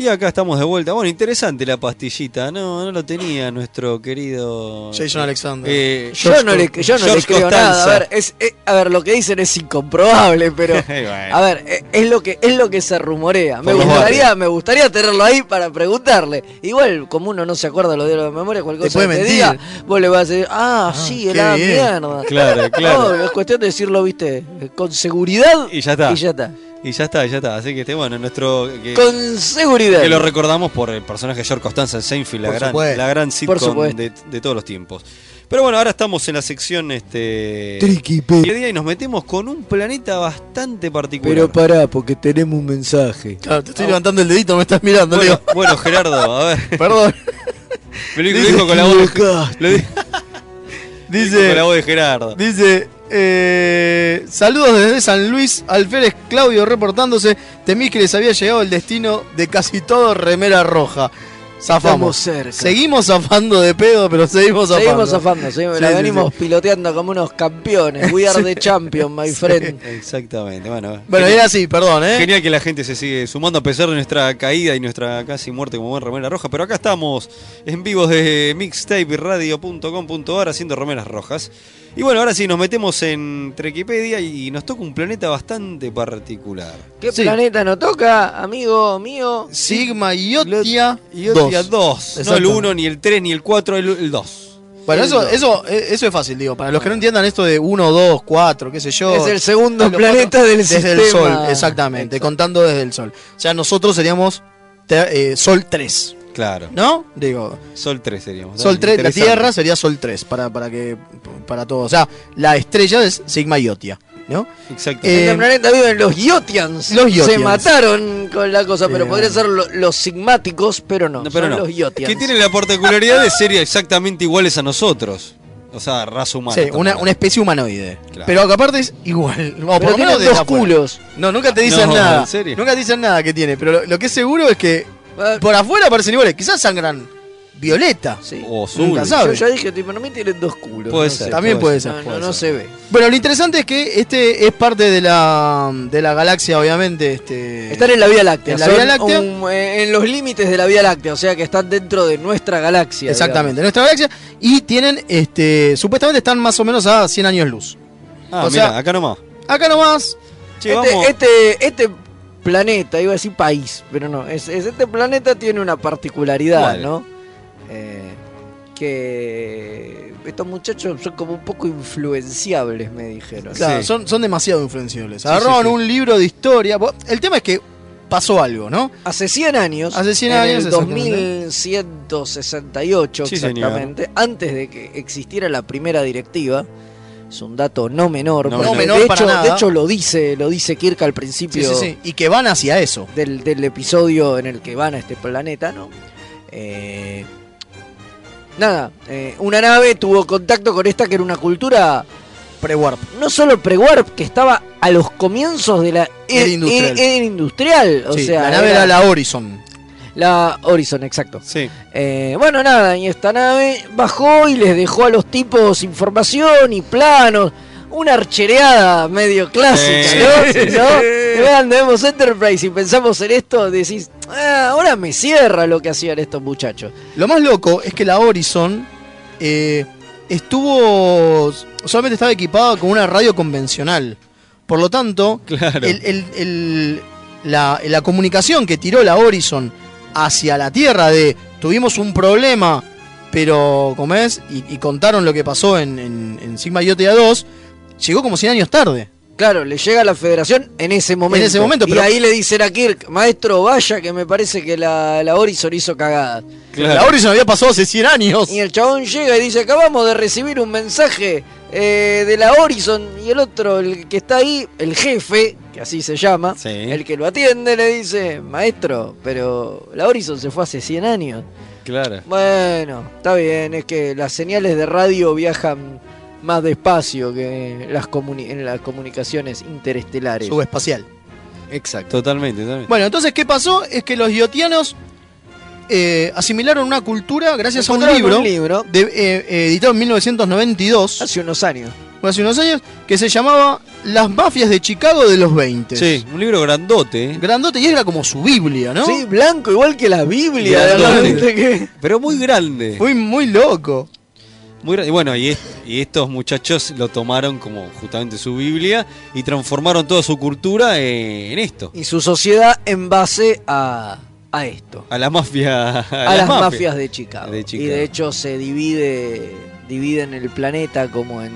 [SPEAKER 2] Y acá estamos de vuelta. Bueno, interesante la pastillita. No, no lo tenía nuestro querido.
[SPEAKER 3] Jason Alexander.
[SPEAKER 2] Eh,
[SPEAKER 4] Yo no le, yo no le
[SPEAKER 2] George
[SPEAKER 4] creo nada. A
[SPEAKER 2] Costanza.
[SPEAKER 4] ver, es, eh, a ver, lo que dicen es incomprobable, pero.
[SPEAKER 2] Bueno.
[SPEAKER 4] A ver, eh, es lo que, es lo que se rumorea. Me
[SPEAKER 2] Por los
[SPEAKER 4] gustaría, me gustaría tenerlo ahí para preguntarle. Igual, como uno no se acuerda lo de la memoria, cualquier
[SPEAKER 3] Te
[SPEAKER 4] cosa que
[SPEAKER 3] puede
[SPEAKER 4] te
[SPEAKER 3] mentir.
[SPEAKER 4] diga, vos le vas a decir, ah, sí,
[SPEAKER 3] qué
[SPEAKER 4] era
[SPEAKER 3] bien.
[SPEAKER 4] mierda.
[SPEAKER 2] Claro, claro.
[SPEAKER 4] No, es cuestión de decirlo, viste, con seguridad.
[SPEAKER 2] Y ya está.
[SPEAKER 4] Y ya está.
[SPEAKER 2] Y ya está, ya está. Así que este, bueno, nuestro. que-
[SPEAKER 4] Con seguridad.
[SPEAKER 2] Que lo recordamos por el personaje de George Costanza en Seinfeld, la
[SPEAKER 4] Por
[SPEAKER 2] gran,
[SPEAKER 4] supuesto.
[SPEAKER 2] la gran
[SPEAKER 4] Por
[SPEAKER 2] sitcom
[SPEAKER 4] supuesto.
[SPEAKER 2] de, de todos los tiempos. Pero bueno, ahora estamos en la sección este
[SPEAKER 4] Triquipedia.
[SPEAKER 2] día y nos metemos con un planeta bastante particular.
[SPEAKER 4] Pero pará, porque tenemos un mensaje.
[SPEAKER 3] Claro, te estoy levantando el dedito, no me estás mirando,
[SPEAKER 2] ah, bueno,
[SPEAKER 3] Leo.
[SPEAKER 2] bueno, Gerardo, a ver.
[SPEAKER 3] Perdón.
[SPEAKER 2] Me lo dijo- lo dijo con la voz de, lo di-
[SPEAKER 3] Dice-
[SPEAKER 2] con la voz de Gerardo.
[SPEAKER 3] Dice, eh, saludos desde San Luis, Alférez Claudio reportándose, temí que les había llegado el destino de casi todo remera roja.
[SPEAKER 4] Estamos
[SPEAKER 3] Zafamos.
[SPEAKER 4] cerca.
[SPEAKER 3] Seguimos zafando de pedo, pero seguimos zafando.
[SPEAKER 4] Seguimos zafando, seguimos-
[SPEAKER 3] Sí,
[SPEAKER 4] la
[SPEAKER 3] sí,
[SPEAKER 4] venimos
[SPEAKER 3] sí.
[SPEAKER 4] piloteando como unos campeones. We are the champion, my friend.
[SPEAKER 2] Exactamente, bueno.
[SPEAKER 3] Bueno,
[SPEAKER 2] genial-
[SPEAKER 3] era así, perdón, ¿eh?
[SPEAKER 2] Genial que la gente se sigue sumando a pesar de nuestra caída y nuestra casi muerte como buen remera roja. Pero acá estamos en vivos de mixtaperadio.com.ar haciendo remeras rojas. Y bueno, ahora sí, nos metemos en Trequipedia y nos toca un planeta bastante particular.
[SPEAKER 4] ¿Qué
[SPEAKER 3] Sí.
[SPEAKER 4] planeta nos toca, amigo mío?
[SPEAKER 3] Sigma Iotia
[SPEAKER 2] Iotia
[SPEAKER 3] 2.
[SPEAKER 2] 2. No el
[SPEAKER 3] Exactamente.
[SPEAKER 2] 1, ni el 3, ni el 4, el- el 2.
[SPEAKER 3] Bueno,
[SPEAKER 4] El
[SPEAKER 3] eso,
[SPEAKER 4] dos.
[SPEAKER 3] eso, eh, eso es fácil, digo. Para los que no entiendan esto de 1, 2, 4, qué sé yo.
[SPEAKER 4] Es el segundo
[SPEAKER 3] a los
[SPEAKER 4] planeta del
[SPEAKER 3] desde
[SPEAKER 4] sistema.
[SPEAKER 3] el Sol, exactamente. Contando desde el Sol. O sea, nosotros seríamos te- eh, Sol 3,
[SPEAKER 2] Claro.
[SPEAKER 3] ¿no? Digo,
[SPEAKER 2] Sol 3 seríamos.
[SPEAKER 3] Sol 3, la
[SPEAKER 2] Interesante.
[SPEAKER 3] Tierra sería Sol 3, para, para que. para todos. O sea, la estrella es Sigma Iotia, ¿no?
[SPEAKER 2] Exacto.
[SPEAKER 3] Eh,
[SPEAKER 4] En este planeta viven los Iotians.
[SPEAKER 3] Los
[SPEAKER 4] Se
[SPEAKER 3] Iotians.
[SPEAKER 4] mataron con la cosa, pero
[SPEAKER 3] Eh.
[SPEAKER 4] podría ser lo- los sigmáticos, pero no.
[SPEAKER 2] No, pero
[SPEAKER 4] son
[SPEAKER 2] no.
[SPEAKER 4] los Iotians.
[SPEAKER 2] Que tienen la particularidad de ser exactamente iguales a nosotros. O sea, raza humana.
[SPEAKER 3] sí, una,
[SPEAKER 2] estamos
[SPEAKER 3] una especie humanoide.
[SPEAKER 2] Claro.
[SPEAKER 3] Pero que aparte es igual. O por
[SPEAKER 4] Pero
[SPEAKER 3] lo menos
[SPEAKER 4] tienen
[SPEAKER 3] desde
[SPEAKER 4] dos
[SPEAKER 3] afuera.
[SPEAKER 4] culos.
[SPEAKER 3] No, nunca te dicen
[SPEAKER 2] No,
[SPEAKER 3] nada.
[SPEAKER 2] ¿en serio?
[SPEAKER 3] Nunca te dicen nada que tiene. Pero lo, lo que es seguro es que
[SPEAKER 4] Ah,
[SPEAKER 3] por afuera parecen iguales. Quizás sangran violeta.
[SPEAKER 4] sí.
[SPEAKER 2] O azul.
[SPEAKER 3] Nunca
[SPEAKER 4] Yo
[SPEAKER 3] sabe.
[SPEAKER 4] ya dije, tipo, para mí tienen dos culos.
[SPEAKER 2] Puede
[SPEAKER 4] no
[SPEAKER 2] ser,
[SPEAKER 4] sé.
[SPEAKER 3] También puede ser.
[SPEAKER 4] No,
[SPEAKER 2] puede
[SPEAKER 4] no, no
[SPEAKER 2] ser.
[SPEAKER 4] se ve.
[SPEAKER 3] Bueno, lo interesante es que este es parte de la, de la galaxia, obviamente. Este,
[SPEAKER 4] Están en la Vía Láctea.
[SPEAKER 3] En la
[SPEAKER 4] son
[SPEAKER 3] Vía Láctea.
[SPEAKER 4] un- eh, en los límites de la Vía Láctea, o sea que están dentro de nuestra galaxia.
[SPEAKER 3] Exactamente, en nuestra galaxia. Y tienen, este, supuestamente están más o menos a 100 años luz.
[SPEAKER 2] Ah,
[SPEAKER 3] O
[SPEAKER 2] mira,
[SPEAKER 3] sea-
[SPEAKER 2] acá nomás.
[SPEAKER 3] Acá nomás.
[SPEAKER 2] Che,
[SPEAKER 4] digamos.
[SPEAKER 2] vamos.
[SPEAKER 4] Este, este, este planeta, iba a decir país, pero no. Es, es- este planeta tiene una particularidad,
[SPEAKER 2] ¿Cuál?
[SPEAKER 4] ¿no? Eh, que estos muchachos son como un poco influenciables, me dijeron.
[SPEAKER 3] Claro,
[SPEAKER 2] Sí.
[SPEAKER 3] son, son demasiado influenciables.
[SPEAKER 2] Sí,
[SPEAKER 3] Agarraron
[SPEAKER 2] sí, sí.
[SPEAKER 3] un libro de historia. Bo- El tema es que pasó algo, ¿no?
[SPEAKER 4] Hace 100 años,
[SPEAKER 3] Hace 100
[SPEAKER 4] en
[SPEAKER 3] años,
[SPEAKER 4] el
[SPEAKER 3] exactamente.
[SPEAKER 4] 2168
[SPEAKER 2] Sí, señor.
[SPEAKER 4] exactamente, antes de que existiera la primera directiva, es un dato no menor,
[SPEAKER 2] No
[SPEAKER 4] porque
[SPEAKER 2] menor.
[SPEAKER 3] No
[SPEAKER 4] de,
[SPEAKER 3] menor para
[SPEAKER 4] hecho,
[SPEAKER 3] nada.
[SPEAKER 4] de hecho lo dice, lo dice Kirk al
[SPEAKER 3] Sí,
[SPEAKER 4] principio
[SPEAKER 3] sí, sí. Y que van hacia eso.
[SPEAKER 4] Del, del episodio en el que van a este planeta, ¿no? Eh, nada, eh, una nave tuvo contacto con esta que era una cultura
[SPEAKER 3] Pre-warp.
[SPEAKER 4] no solo pre-warp, que estaba a los comienzos de la
[SPEAKER 3] Era
[SPEAKER 4] e-
[SPEAKER 3] industrial.
[SPEAKER 4] e- era industrial, o
[SPEAKER 3] Sí,
[SPEAKER 4] sea,
[SPEAKER 3] la nave era, la Horizon.
[SPEAKER 4] la Horizon, exacto.
[SPEAKER 2] Sí.
[SPEAKER 4] Eh, bueno, nada, y esta nave bajó y les dejó a los tipos información y planos. Una archereada medio clásica,
[SPEAKER 2] Sí.
[SPEAKER 4] ¿no?
[SPEAKER 2] Sí, sí,
[SPEAKER 4] ¿No? Y Vean, vemos Enterprise y pensamos en esto, decís, "Ah, ahora me cierra lo que hacían estos muchachos.
[SPEAKER 3] Lo más loco es que la Horizon eh, estuvo. Solamente estaba equipada con una radio convencional. Por lo tanto,
[SPEAKER 2] Claro.
[SPEAKER 3] el- el- el- la, la comunicación que tiró la Horizon hacia la Tierra de tuvimos un problema, pero como es, y, y contaron lo que pasó en, en- en Sigma Iotea 2, llegó como 100 años tarde.
[SPEAKER 4] Claro, le llega a la federación en ese momento.
[SPEAKER 3] En ese momento,
[SPEAKER 4] Y
[SPEAKER 3] pero-
[SPEAKER 4] ahí le dicen a Kirk, maestro, vaya que me parece que la, la Horizon hizo cagada.
[SPEAKER 3] Claro. La Horizon había pasado hace 100 años.
[SPEAKER 4] Y el chabón llega y dice, acabamos de recibir un mensaje eh, de la Horizon. Y el otro, el que está ahí, el jefe, que así se llama, el que lo atiende, le dice, maestro, pero la Horizon se fue hace 100 años.
[SPEAKER 2] Claro.
[SPEAKER 4] Bueno, está bien, es que las señales de radio viajan más despacio que las comuni- en las comunicaciones interestelares.
[SPEAKER 3] Subespacial.
[SPEAKER 4] Exacto.
[SPEAKER 2] Totalmente, totalmente.
[SPEAKER 3] Bueno, entonces, ¿qué pasó? Es que los yotianos eh, asimilaron una cultura gracias a un
[SPEAKER 4] Encontraron
[SPEAKER 3] libro,
[SPEAKER 4] un libro.
[SPEAKER 3] de- eh, eh, editado en 1992.
[SPEAKER 4] Hace unos años.
[SPEAKER 3] Hace unos años, que se llamaba Las mafias de Chicago de los 20.
[SPEAKER 2] Sí, un libro grandote. ¿eh?
[SPEAKER 3] Grandote y era como su Biblia, ¿no?
[SPEAKER 4] Sí, blanco, igual que la Biblia. de
[SPEAKER 2] Grandote.
[SPEAKER 4] repente que-
[SPEAKER 2] Pero muy grande.
[SPEAKER 3] Muy, muy loco.
[SPEAKER 2] Muy gra- y bueno, y, es- y estos muchachos lo tomaron como justamente su Biblia y transformaron toda su cultura eh, en esto.
[SPEAKER 4] Y su sociedad en base a, a esto.
[SPEAKER 2] A la mafia.
[SPEAKER 4] A, las mafias, de, Chicago.
[SPEAKER 2] De Chicago.
[SPEAKER 4] Y de hecho se divide dividen el planeta como en,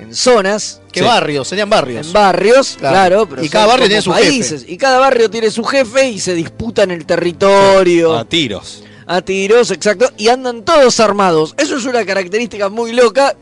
[SPEAKER 4] en zonas.
[SPEAKER 3] ¿Qué barrios? Serían barrios.
[SPEAKER 4] En barrios,
[SPEAKER 3] Claro.
[SPEAKER 4] claro. pero
[SPEAKER 3] Y cada
[SPEAKER 4] son
[SPEAKER 3] barrio
[SPEAKER 4] como
[SPEAKER 3] tiene su
[SPEAKER 4] países. Y cada barrio tiene su jefe y se disputan el territorio.
[SPEAKER 2] A tiros.
[SPEAKER 4] a tiros, exacto, y andan todos armados. Eso es una característica muy loca,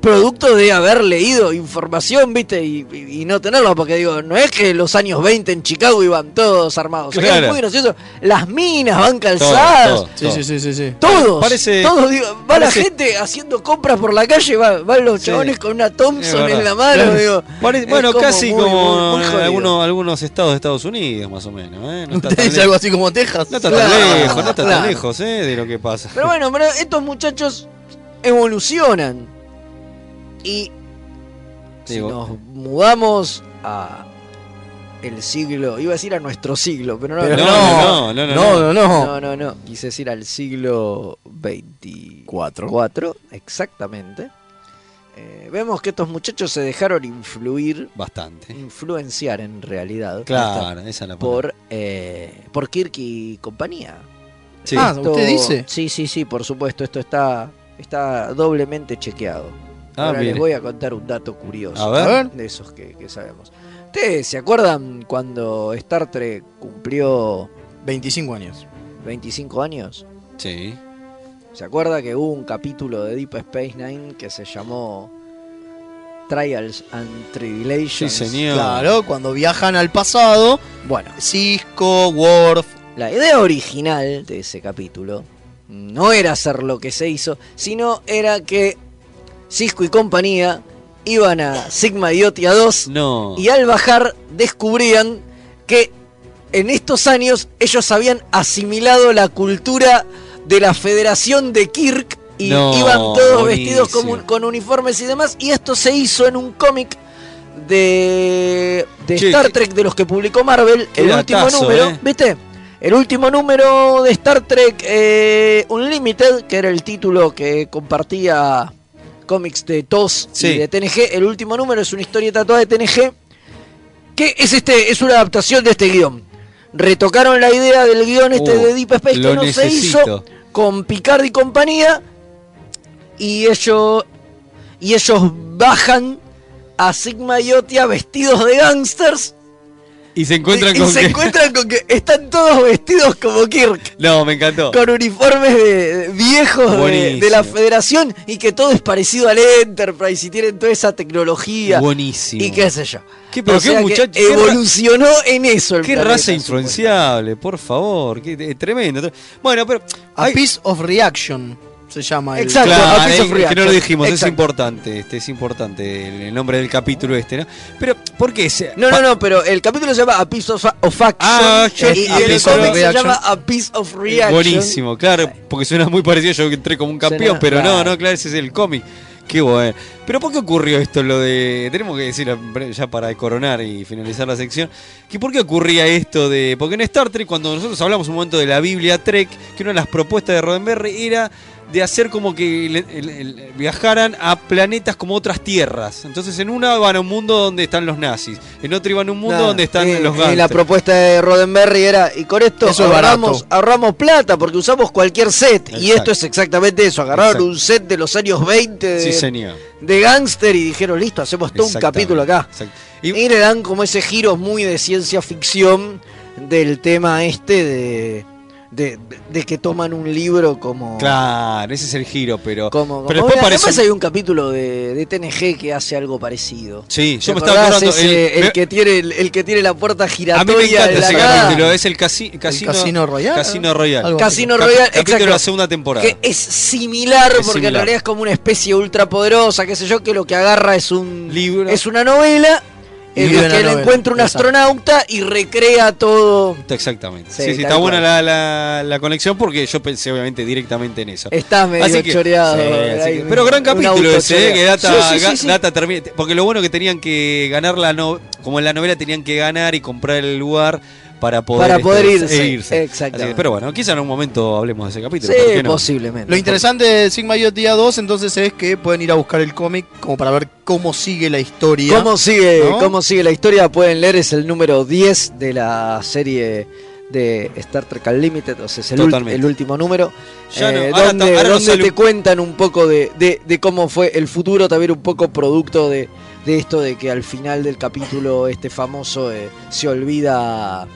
[SPEAKER 4] producto de haber leído información, viste, y, y- y no tenerla, porque digo, no es que los años 20 en Chicago iban todos armados. Era
[SPEAKER 2] Claro.
[SPEAKER 4] muy gracioso. Las minas van calzadas.
[SPEAKER 2] todo,
[SPEAKER 3] Sí,
[SPEAKER 2] todo.
[SPEAKER 3] sí, sí, sí. sí.
[SPEAKER 4] Todos,
[SPEAKER 2] Parece-
[SPEAKER 4] todos, digo, va
[SPEAKER 2] parece-
[SPEAKER 4] la gente haciendo compras por la calle, va- van los chabones con una Thompson
[SPEAKER 2] Es
[SPEAKER 4] en la
[SPEAKER 2] verdad.
[SPEAKER 4] mano, digo.
[SPEAKER 2] Pare-
[SPEAKER 4] es
[SPEAKER 2] bueno, casi
[SPEAKER 4] muy,
[SPEAKER 2] como
[SPEAKER 4] muy- muy
[SPEAKER 2] eh,
[SPEAKER 4] jodido.
[SPEAKER 2] algunos, algunos estados de Estados Unidos, más o menos. ¿eh? No está
[SPEAKER 3] Te
[SPEAKER 2] tan
[SPEAKER 3] dice
[SPEAKER 2] le-
[SPEAKER 3] algo así como Texas.
[SPEAKER 2] no está
[SPEAKER 4] Claro.
[SPEAKER 2] tan lejos, no está
[SPEAKER 4] Claro.
[SPEAKER 2] tan lejos eh, de lo que pasa.
[SPEAKER 4] Pero bueno, pero estos muchachos evolucionan. Y si
[SPEAKER 2] Digo.
[SPEAKER 4] nos mudamos a el siglo, iba a decir a nuestro siglo, pero no,
[SPEAKER 3] Pero
[SPEAKER 2] no, no, no, no, no.
[SPEAKER 3] no, no.
[SPEAKER 4] no, no, no. quise decir al siglo 24, exactamente. Eh, vemos que estos muchachos se dejaron influir,
[SPEAKER 2] Bastante.
[SPEAKER 4] influenciar en realidad,
[SPEAKER 2] Claro, esa es la palabra.
[SPEAKER 4] por, eh, por Kirk y compañía.
[SPEAKER 2] Sí.
[SPEAKER 3] Ah,
[SPEAKER 4] Esto-
[SPEAKER 3] ¿usted dice?
[SPEAKER 4] Sí, sí, sí, por supuesto, esto está, está doblemente chequeado.
[SPEAKER 2] Ah,
[SPEAKER 4] Ahora
[SPEAKER 2] bien.
[SPEAKER 4] les voy a contar un dato curioso.
[SPEAKER 2] A ver.
[SPEAKER 4] De esos que, que sabemos. ¿Ustedes se acuerdan cuando Star Trek cumplió
[SPEAKER 3] 25 años.
[SPEAKER 4] 25 años?
[SPEAKER 2] Sí.
[SPEAKER 4] ¿Se acuerda que hubo un capítulo de Deep Space Nine que se llamó Trials and Tribulations?
[SPEAKER 2] Sí, señor.
[SPEAKER 3] Claro, cuando viajan al pasado,
[SPEAKER 4] Bueno,
[SPEAKER 3] Cisco, Worf.
[SPEAKER 4] La idea original de ese capítulo no era hacer lo que se hizo, sino era que Cisco y compañía iban a Sigma Idiotia 2
[SPEAKER 2] No.
[SPEAKER 4] y al bajar descubrían que en estos años ellos habían asimilado la cultura de la Federación de Kirk y
[SPEAKER 2] No,
[SPEAKER 4] iban todos vestidos
[SPEAKER 2] buenísimo.
[SPEAKER 4] con, un- con uniformes y demás y esto se hizo en un cómic de, de
[SPEAKER 2] Che,
[SPEAKER 4] Star
[SPEAKER 2] qué-
[SPEAKER 4] Trek de los que publicó Marvel
[SPEAKER 2] Qué
[SPEAKER 4] el último
[SPEAKER 2] datazo,
[SPEAKER 4] número,
[SPEAKER 2] eh.
[SPEAKER 4] ¿viste? El último número de Star Trek eh, Unlimited, que era el título que compartía cómics de TOS
[SPEAKER 2] Sí.
[SPEAKER 4] y de TNG. El último número es una historieta toda de TNG, que es este es una adaptación de este guión. Retocaron la idea del guión este
[SPEAKER 2] Uh,
[SPEAKER 4] de Deep Space que
[SPEAKER 2] lo
[SPEAKER 4] no se
[SPEAKER 2] necesito.
[SPEAKER 4] hizo con Picard y compañía y ellos y ellos bajan a Sigma y Otia vestidos de gangsters
[SPEAKER 2] Y se encuentran
[SPEAKER 4] y
[SPEAKER 2] con
[SPEAKER 4] se
[SPEAKER 2] que-
[SPEAKER 4] encuentran con que están todos vestidos como Kirk,
[SPEAKER 2] No, me encantó.
[SPEAKER 4] con uniformes de, de viejos de, de la
[SPEAKER 2] Buenísimo.
[SPEAKER 4] Federación y que todo es parecido al Enterprise y tienen toda esa tecnología
[SPEAKER 2] Buenísimo.
[SPEAKER 4] y qué sé yo.
[SPEAKER 2] Qué- pero
[SPEAKER 4] O
[SPEAKER 2] qué
[SPEAKER 4] sea que
[SPEAKER 2] muchacho- qué ra-
[SPEAKER 4] evolucionó en eso. El
[SPEAKER 2] Qué
[SPEAKER 4] planeta,
[SPEAKER 2] raza
[SPEAKER 4] supuestamente.
[SPEAKER 2] influenciable, por favor. Qué, eh, tremendo. tre- Bueno, pero.
[SPEAKER 3] A
[SPEAKER 2] hay-
[SPEAKER 3] Piece of Reaction se llama. el-
[SPEAKER 4] Exacto,
[SPEAKER 2] Claro,
[SPEAKER 4] a Piece
[SPEAKER 2] eh,
[SPEAKER 4] of
[SPEAKER 2] que no
[SPEAKER 4] Reaction.
[SPEAKER 2] lo dijimos, es
[SPEAKER 4] Exacto.
[SPEAKER 2] importante, este, es importante el, el nombre del capítulo este, ¿no? Pero, ¿por qué? Se,
[SPEAKER 4] No, no, no, pero el capítulo se llama A Piece of, of Action
[SPEAKER 2] Ah, Action,
[SPEAKER 4] y, y
[SPEAKER 2] A
[SPEAKER 4] el
[SPEAKER 2] Piece of
[SPEAKER 4] cómic se
[SPEAKER 3] Reaction.
[SPEAKER 4] llama A Piece of Reaction.
[SPEAKER 2] Eh, Buenísimo, claro, porque suena muy parecido, yo entré como un campeón,
[SPEAKER 4] Suena-
[SPEAKER 2] pero no,
[SPEAKER 4] claro.
[SPEAKER 2] no, claro, ese es el cómic. Qué bueno. Pero ¿por qué ocurrió esto? Lo de. Tenemos que decir ya para coronar y finalizar la sección. que ¿Por qué ocurría esto de.? Porque en Star Trek, cuando nosotros hablamos un momento de la Biblia Trek, que una de las propuestas de Roddenberry era de hacer como que le- el- el- viajaran a planetas como otras tierras. Entonces en una van a un mundo donde están los nazis, en otra iban a un mundo
[SPEAKER 4] Nada,
[SPEAKER 2] donde están
[SPEAKER 4] eh,
[SPEAKER 2] los
[SPEAKER 4] eh, la
[SPEAKER 2] gangsters.
[SPEAKER 4] propuesta de Roddenberry era, y con esto
[SPEAKER 2] Eso es
[SPEAKER 4] ahorramos,
[SPEAKER 2] barato.
[SPEAKER 4] ahorramos plata porque usamos cualquier set. Y
[SPEAKER 2] Exacto.
[SPEAKER 4] esto es exactamente eso. Agarraron
[SPEAKER 2] Exacto.
[SPEAKER 4] un set de los años 20 de,
[SPEAKER 2] Sí, señor.
[SPEAKER 4] de gangster y dijeron, listo, hacemos todo un
[SPEAKER 2] Exactamente,
[SPEAKER 4] capítulo acá.
[SPEAKER 2] exacto.
[SPEAKER 4] Y, le dan como ese giro muy de ciencia ficción del tema este de, de, de que toman un libro como...
[SPEAKER 2] Claro, ese es el giro, pero.
[SPEAKER 4] como-
[SPEAKER 2] pero después
[SPEAKER 4] Bueno,
[SPEAKER 2] parece.
[SPEAKER 4] Además hay un capítulo de, de TNG que hace algo parecido.
[SPEAKER 2] Sí,
[SPEAKER 4] ¿Te
[SPEAKER 2] yo me estaba
[SPEAKER 4] acordás
[SPEAKER 2] acordando.
[SPEAKER 4] ese-
[SPEAKER 2] el-
[SPEAKER 4] el, que tiene, el, el que tiene la puerta
[SPEAKER 2] a mí me
[SPEAKER 4] giratoria de
[SPEAKER 2] encanta
[SPEAKER 4] la
[SPEAKER 2] ese
[SPEAKER 4] nada.
[SPEAKER 2] capítulo, es el, casi, casino,
[SPEAKER 4] Casino Royale?
[SPEAKER 2] Casino Royale.
[SPEAKER 4] Algo Casino así. Royale,
[SPEAKER 2] Cap- Capítulo
[SPEAKER 4] exacto.
[SPEAKER 2] de la segunda temporada.
[SPEAKER 4] Que es similar,
[SPEAKER 2] Es
[SPEAKER 4] porque
[SPEAKER 2] similar.
[SPEAKER 4] en realidad es como una especie ultrapoderosa, qué sé yo, que lo que agarra es un
[SPEAKER 2] Libro.
[SPEAKER 4] es una novela en la
[SPEAKER 2] Libro de
[SPEAKER 4] que
[SPEAKER 2] una
[SPEAKER 4] él
[SPEAKER 2] novela,
[SPEAKER 4] encuentra un
[SPEAKER 2] exacto.
[SPEAKER 4] astronauta y recrea todo.
[SPEAKER 2] Exactamente.
[SPEAKER 4] Sí,
[SPEAKER 2] Sí, sí,
[SPEAKER 4] tal
[SPEAKER 2] está buena
[SPEAKER 4] cual.
[SPEAKER 2] la, la- la conexión porque yo pensé obviamente directamente en eso.
[SPEAKER 4] Estás medio choreado,
[SPEAKER 2] sí,
[SPEAKER 4] eh,
[SPEAKER 2] así
[SPEAKER 4] ahí
[SPEAKER 2] que- pero gran
[SPEAKER 4] un
[SPEAKER 2] capítulo
[SPEAKER 4] auto
[SPEAKER 2] ese, eh,
[SPEAKER 4] choreado.
[SPEAKER 2] que data,
[SPEAKER 4] Sí, sí, sí,
[SPEAKER 2] ga-
[SPEAKER 4] sí.
[SPEAKER 2] data termina. Porque lo bueno que tenían que ganar la no, como en la novela tenían que ganar y comprar el lugar para poder,
[SPEAKER 4] Para
[SPEAKER 2] este,
[SPEAKER 4] poder
[SPEAKER 2] e
[SPEAKER 4] irse,
[SPEAKER 2] Así que,
[SPEAKER 4] exactamente.
[SPEAKER 2] pero bueno, quizá en algún momento hablemos de ese capítulo.
[SPEAKER 4] Sí,
[SPEAKER 2] ¿por qué no?
[SPEAKER 4] posiblemente.
[SPEAKER 3] Lo interesante de Sigma Idiotía 2 entonces es que pueden ir a buscar el cómic como para ver cómo sigue la historia.
[SPEAKER 4] ¿Cómo sigue,
[SPEAKER 3] ¿no?
[SPEAKER 4] ¿Cómo sigue la historia? Pueden leer, es el número 10 de la serie de Star Trek Unlimited, o sea, es el, ulti-
[SPEAKER 2] Totalmente.
[SPEAKER 4] el último número,
[SPEAKER 2] Ya no,
[SPEAKER 4] eh,
[SPEAKER 2] ahora
[SPEAKER 4] donde,
[SPEAKER 2] ta- ahora no
[SPEAKER 4] donde
[SPEAKER 2] sale
[SPEAKER 4] te
[SPEAKER 2] un-
[SPEAKER 4] cuentan un poco de, de- de cómo fue el futuro, también un poco producto de, de esto de que al final del capítulo este famoso eh, se olvida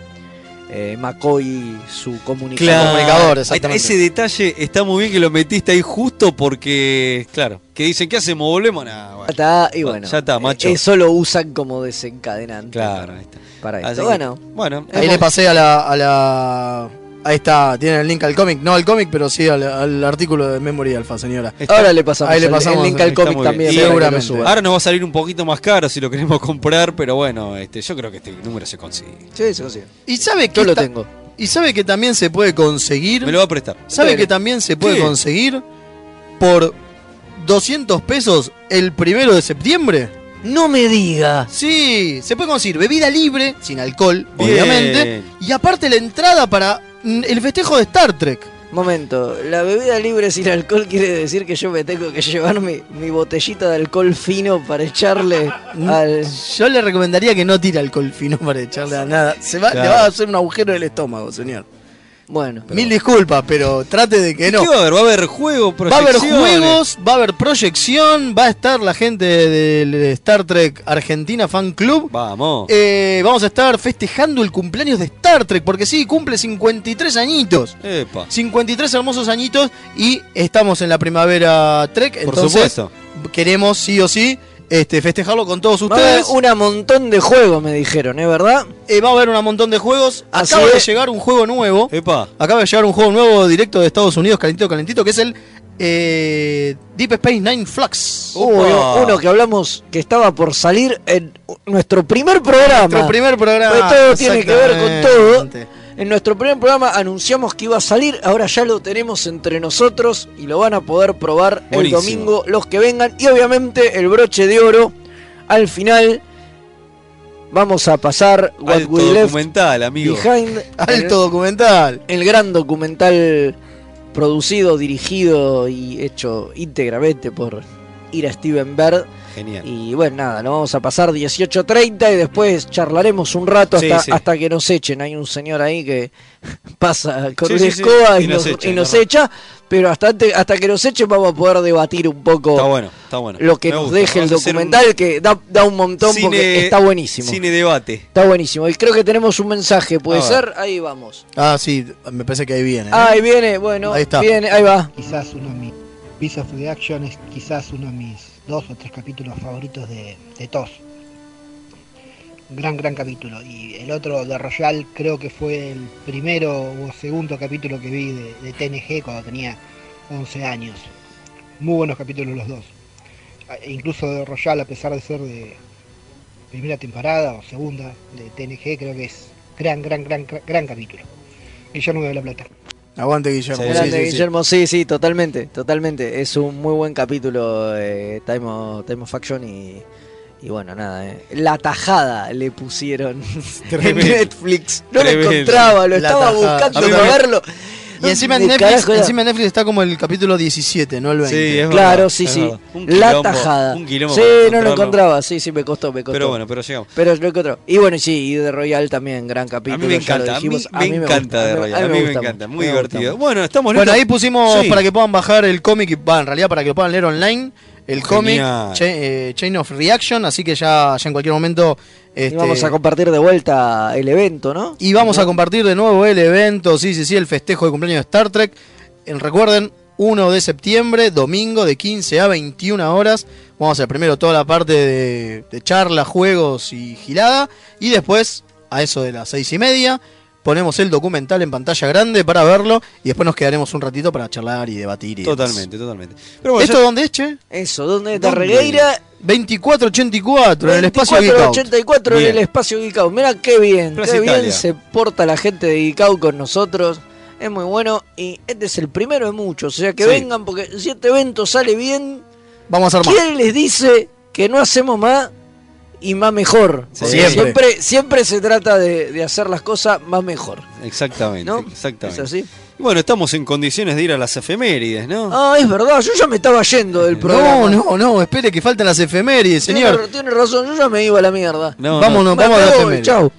[SPEAKER 4] eh, McCoy su comunicador.
[SPEAKER 2] Ahí está, E-, Ese detalle está muy bien que lo metiste ahí justo porque, claro, que dicen, ¿qué hacemos? ¿Volvemos? Nah, bueno.
[SPEAKER 4] Ya Ah, está, y bueno,
[SPEAKER 2] Ah,
[SPEAKER 4] eh,
[SPEAKER 2] Ya está, macho.
[SPEAKER 4] eso lo usan como desencadenante
[SPEAKER 2] Claro, ahí está.
[SPEAKER 4] para
[SPEAKER 2] Así
[SPEAKER 4] esto.
[SPEAKER 2] que-
[SPEAKER 4] bueno,
[SPEAKER 2] bueno,
[SPEAKER 3] Ahí le pasé a la, a la. Ahí está, tienen el link al cómic. No al cómic, pero sí al, al artículo de Memory Alpha, señora.
[SPEAKER 2] Está-
[SPEAKER 4] Ahora le pasamos
[SPEAKER 3] Ahí le
[SPEAKER 4] el-
[SPEAKER 3] pasamos
[SPEAKER 4] el link al
[SPEAKER 3] Está
[SPEAKER 4] cómic
[SPEAKER 3] muy bien.
[SPEAKER 4] también,
[SPEAKER 3] Y
[SPEAKER 4] para que lo
[SPEAKER 3] Seguramente.
[SPEAKER 4] suba.
[SPEAKER 2] Ahora nos va a salir un poquito más caro si lo queremos comprar, pero bueno, este, yo creo que este número se consigue.
[SPEAKER 4] Sí, sí, sí.
[SPEAKER 3] Y sabe que.
[SPEAKER 4] Yo lo
[SPEAKER 3] esta-
[SPEAKER 4] tengo.
[SPEAKER 3] Y sabe que también se puede conseguir.
[SPEAKER 2] Me lo va a prestar.
[SPEAKER 3] ¿Sabe
[SPEAKER 4] Bueno.
[SPEAKER 3] que también se puede
[SPEAKER 2] Sí.
[SPEAKER 3] conseguir por 200 pesos el primero de septiembre?
[SPEAKER 4] No me diga.
[SPEAKER 3] Sí, se puede conseguir bebida libre, sin alcohol,
[SPEAKER 2] Bien.
[SPEAKER 3] obviamente. Y aparte la entrada para mm, el festejo de Star Trek.
[SPEAKER 4] Momento, la bebida libre sin alcohol quiere decir que yo me tengo que llevar mi, mi botellita de alcohol fino para echarle
[SPEAKER 3] Mm.
[SPEAKER 4] al...
[SPEAKER 3] Yo le recomendaría que no tire alcohol fino para echarle a nada. Se va, Le
[SPEAKER 4] Claro.
[SPEAKER 3] va a hacer un agujero del estómago, señor.
[SPEAKER 4] Bueno,
[SPEAKER 3] Mil disculpas, pero trate de que
[SPEAKER 2] ¿Y
[SPEAKER 3] no.
[SPEAKER 2] ¿Qué va a haber? ¿Va a haber juego?
[SPEAKER 3] Va a haber
[SPEAKER 2] proyecciones?
[SPEAKER 3] juegos, va a haber proyección, va a estar la gente del Star Trek Argentina Fan Club.
[SPEAKER 2] Vamos.
[SPEAKER 3] Eh, vamos a estar festejando el cumpleaños de Star Trek, porque sí, cumple 53 añitos.
[SPEAKER 2] Epa.
[SPEAKER 3] 53 hermosos añitos y estamos en la primavera Trek,
[SPEAKER 2] Por
[SPEAKER 3] entonces
[SPEAKER 2] supuesto.
[SPEAKER 3] queremos sí o sí este, festejarlo con todos
[SPEAKER 4] va a haber
[SPEAKER 3] ustedes.
[SPEAKER 4] una montón de juegos, me dijeron, ¿es verdad?
[SPEAKER 3] Eh, va a haber un montón de juegos.
[SPEAKER 4] Así
[SPEAKER 3] Acaba de
[SPEAKER 4] es.
[SPEAKER 3] llegar un juego nuevo.
[SPEAKER 2] Epa.
[SPEAKER 3] Acaba de llegar un juego nuevo directo de Estados Unidos, calentito, calentito, que es el eh, Deep Space Nine Flux.
[SPEAKER 4] Uy, uno que hablamos que estaba por salir en nuestro primer programa.
[SPEAKER 3] Nuestro primer programa.
[SPEAKER 4] Pues todo tiene que ver con todo.
[SPEAKER 3] Exactamente.
[SPEAKER 4] En nuestro primer programa anunciamos que iba a salir, ahora ya lo tenemos entre nosotros y lo van a poder probar
[SPEAKER 2] Buenísimo.
[SPEAKER 4] el domingo los que vengan. Y obviamente el broche de oro al final. Vamos a pasar What
[SPEAKER 2] Alto
[SPEAKER 4] We Left
[SPEAKER 2] documental, amigo.
[SPEAKER 4] Behind.
[SPEAKER 3] Alto documental.
[SPEAKER 4] El, el gran documental producido, dirigido y hecho íntegramente por Ira Steven Bird.
[SPEAKER 2] Genial.
[SPEAKER 4] Y bueno, nada, lo vamos a pasar 18.30 y después charlaremos un rato
[SPEAKER 2] Sí,
[SPEAKER 4] hasta,
[SPEAKER 2] sí.
[SPEAKER 4] hasta que nos echen. Hay un señor ahí que pasa con
[SPEAKER 2] Sí,
[SPEAKER 4] una
[SPEAKER 2] sí, sí.
[SPEAKER 4] escoba
[SPEAKER 2] Y
[SPEAKER 4] y,
[SPEAKER 2] nos
[SPEAKER 4] nos,
[SPEAKER 2] echa,
[SPEAKER 4] y nos
[SPEAKER 2] ¿verdad?
[SPEAKER 4] echa, pero hasta, ante- hasta que nos echen vamos a poder debatir un poco
[SPEAKER 2] Está bueno, está bueno.
[SPEAKER 4] lo que
[SPEAKER 2] Me
[SPEAKER 4] nos
[SPEAKER 2] gusta.
[SPEAKER 4] deje el
[SPEAKER 2] Vamos a hacer un
[SPEAKER 4] documental, que da, da un montón porque
[SPEAKER 2] cine-
[SPEAKER 4] está buenísimo.
[SPEAKER 2] Cine debate.
[SPEAKER 4] Está buenísimo. Y creo que tenemos un mensaje, puede
[SPEAKER 2] A ver.
[SPEAKER 4] ser. Ahí vamos.
[SPEAKER 3] Ah, sí, me parece que ahí viene. ¿eh?
[SPEAKER 4] Ahí viene, bueno,
[SPEAKER 3] Ahí
[SPEAKER 4] ahí
[SPEAKER 3] está.
[SPEAKER 4] viene, ahí va.
[SPEAKER 6] Quizás uno de mis Piece of the Action es quizás uno de mis dos o tres capítulos favoritos de, de TOS. Gran, gran capítulo. Y el otro de Royal creo que fue el primero o segundo capítulo que vi de, de TNG cuando tenía 11 años. Muy buenos capítulos los dos. Ah, e Incluso de Royal, a pesar de ser de primera temporada o segunda de TNG, creo que es gran, gran, gran, gran, gran capítulo. Guillermo de la Plata.
[SPEAKER 3] Aguante, Guillermo.
[SPEAKER 4] Grande Guillermo, sí, sí, totalmente, totalmente. Es un muy buen capítulo eh, Time, of, Time of Action y, y bueno, nada. eh. La tajada le pusieron en
[SPEAKER 2] Tremendo.
[SPEAKER 4] Netflix. No lo
[SPEAKER 2] Tremendo.
[SPEAKER 4] encontraba, lo
[SPEAKER 3] La
[SPEAKER 4] estaba
[SPEAKER 3] tajada.
[SPEAKER 4] buscando
[SPEAKER 2] A mí
[SPEAKER 4] para
[SPEAKER 2] me-
[SPEAKER 4] verlo.
[SPEAKER 3] Y encima en,
[SPEAKER 4] ¿Dónde
[SPEAKER 3] Netflix,
[SPEAKER 4] carajo era?
[SPEAKER 3] encima en Netflix está como el capítulo 17, no el 20.
[SPEAKER 2] Sí, es
[SPEAKER 4] Claro, sí, sí. la tajada.
[SPEAKER 2] un quilombo
[SPEAKER 4] sí,
[SPEAKER 2] para
[SPEAKER 4] no
[SPEAKER 2] encontrarlo.
[SPEAKER 4] lo encontraba. Sí, sí, me costó, me costó.
[SPEAKER 2] Pero bueno, pero llegamos.
[SPEAKER 4] Pero lo encontró. Y bueno, sí, y de Royal también, gran capítulo.
[SPEAKER 2] A mí me
[SPEAKER 4] ya lo
[SPEAKER 2] encanta, a mí
[SPEAKER 4] dijimos.
[SPEAKER 2] me encanta
[SPEAKER 4] gusta,
[SPEAKER 2] de Royal, a mí me
[SPEAKER 4] gusta
[SPEAKER 2] encanta,
[SPEAKER 4] mucho,
[SPEAKER 2] muy
[SPEAKER 4] me
[SPEAKER 2] divertido.
[SPEAKER 4] gusta mucho.
[SPEAKER 2] Bueno, estamos
[SPEAKER 3] Bueno,
[SPEAKER 2] listos.
[SPEAKER 3] ahí pusimos
[SPEAKER 2] Sí.
[SPEAKER 3] para que puedan bajar el cómic, y, va, en realidad para que lo puedan leer online, el cómic
[SPEAKER 4] Genial.
[SPEAKER 3] Cha- eh, Chain of Reaction, así que ya, ya en cualquier momento...
[SPEAKER 4] Y vamos a compartir de vuelta el evento, ¿no?
[SPEAKER 3] Este, Y vamos a compartir de nuevo el evento, sí, sí, sí, el festejo de cumpleaños de Star Trek. Eh, Recuerden, 1 de septiembre, domingo de 15 a 21 horas. Vamos a hacer primero toda la parte de, de charla, juegos y gilada. Y después, a eso de las seis y media, ponemos el documental en pantalla grande para verlo. Y después nos quedaremos un ratito para charlar y debatir. y demás.
[SPEAKER 2] Totalmente, totalmente.
[SPEAKER 3] ¿Esto dónde es, che?
[SPEAKER 4] Eso, ¿dónde está Regueira?
[SPEAKER 3] 2484, en el espacio Geek Out.
[SPEAKER 4] 84 en
[SPEAKER 3] Bien.
[SPEAKER 4] el espacio Geek Out. Mirá qué bien,
[SPEAKER 3] Plaza
[SPEAKER 4] qué bien
[SPEAKER 3] Italia.
[SPEAKER 4] se porta la gente de Geek Out con nosotros. Es muy bueno y este es el primero de muchos. O sea que
[SPEAKER 3] Sí.
[SPEAKER 4] vengan porque si este evento sale bien,
[SPEAKER 3] Vamos a armar.
[SPEAKER 4] ¿quién les dice que no hacemos más y más mejor?
[SPEAKER 2] Sí.
[SPEAKER 4] Porque
[SPEAKER 2] Siempre.
[SPEAKER 4] siempre, siempre se trata de, de hacer las cosas más mejor.
[SPEAKER 2] Exactamente,
[SPEAKER 4] ¿No?
[SPEAKER 2] exactamente.
[SPEAKER 4] ¿Es así?
[SPEAKER 2] Y bueno, estamos en condiciones de ir a las efemérides, ¿no?
[SPEAKER 4] Ah, es verdad, yo ya me estaba yendo del programa.
[SPEAKER 3] No, no, no, espere que faltan las efemérides,
[SPEAKER 4] Tiene
[SPEAKER 3] señor.
[SPEAKER 4] ra- Tiene razón, yo ya me iba a la mierda.
[SPEAKER 2] No,
[SPEAKER 3] Vámonos, vamos a
[SPEAKER 4] Me
[SPEAKER 3] las
[SPEAKER 4] voy,
[SPEAKER 3] efemérides.
[SPEAKER 4] Chau.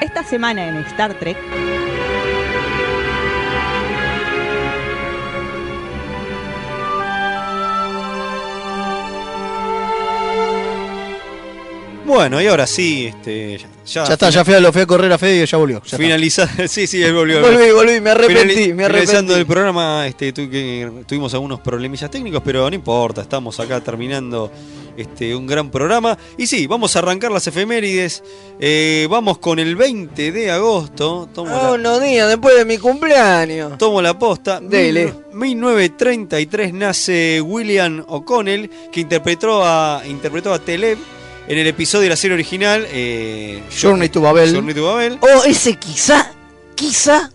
[SPEAKER 7] Esta semana en Star Trek.
[SPEAKER 2] Bueno, y ahora sí, este, ya,
[SPEAKER 3] Ya está, ya fui a, lo fui a correr a Fede y ya volvió. ya está.
[SPEAKER 2] Finalizar, sí, sí, él volvió.
[SPEAKER 4] Volví, volví, me arrepentí, me arrepentí.
[SPEAKER 2] Finalizando el programa, este, tu- que tuvimos algunos problemillas técnicos, pero no importa, estamos acá terminando este, un gran programa. Y sí, vamos a arrancar las efemérides. Eh, vamos con el 20 de agosto. Tomo,
[SPEAKER 4] Ah, unos días después de mi cumpleaños.
[SPEAKER 2] la, tomo la posta.
[SPEAKER 4] Dele.
[SPEAKER 2] 1933 nace William O'Connell, que interpretó a, interpretó a Teleb en el episodio de la serie original. eh,
[SPEAKER 3] Journey to Babel.
[SPEAKER 2] Journey to Babel.
[SPEAKER 4] O Oh, ese quizá, quizá.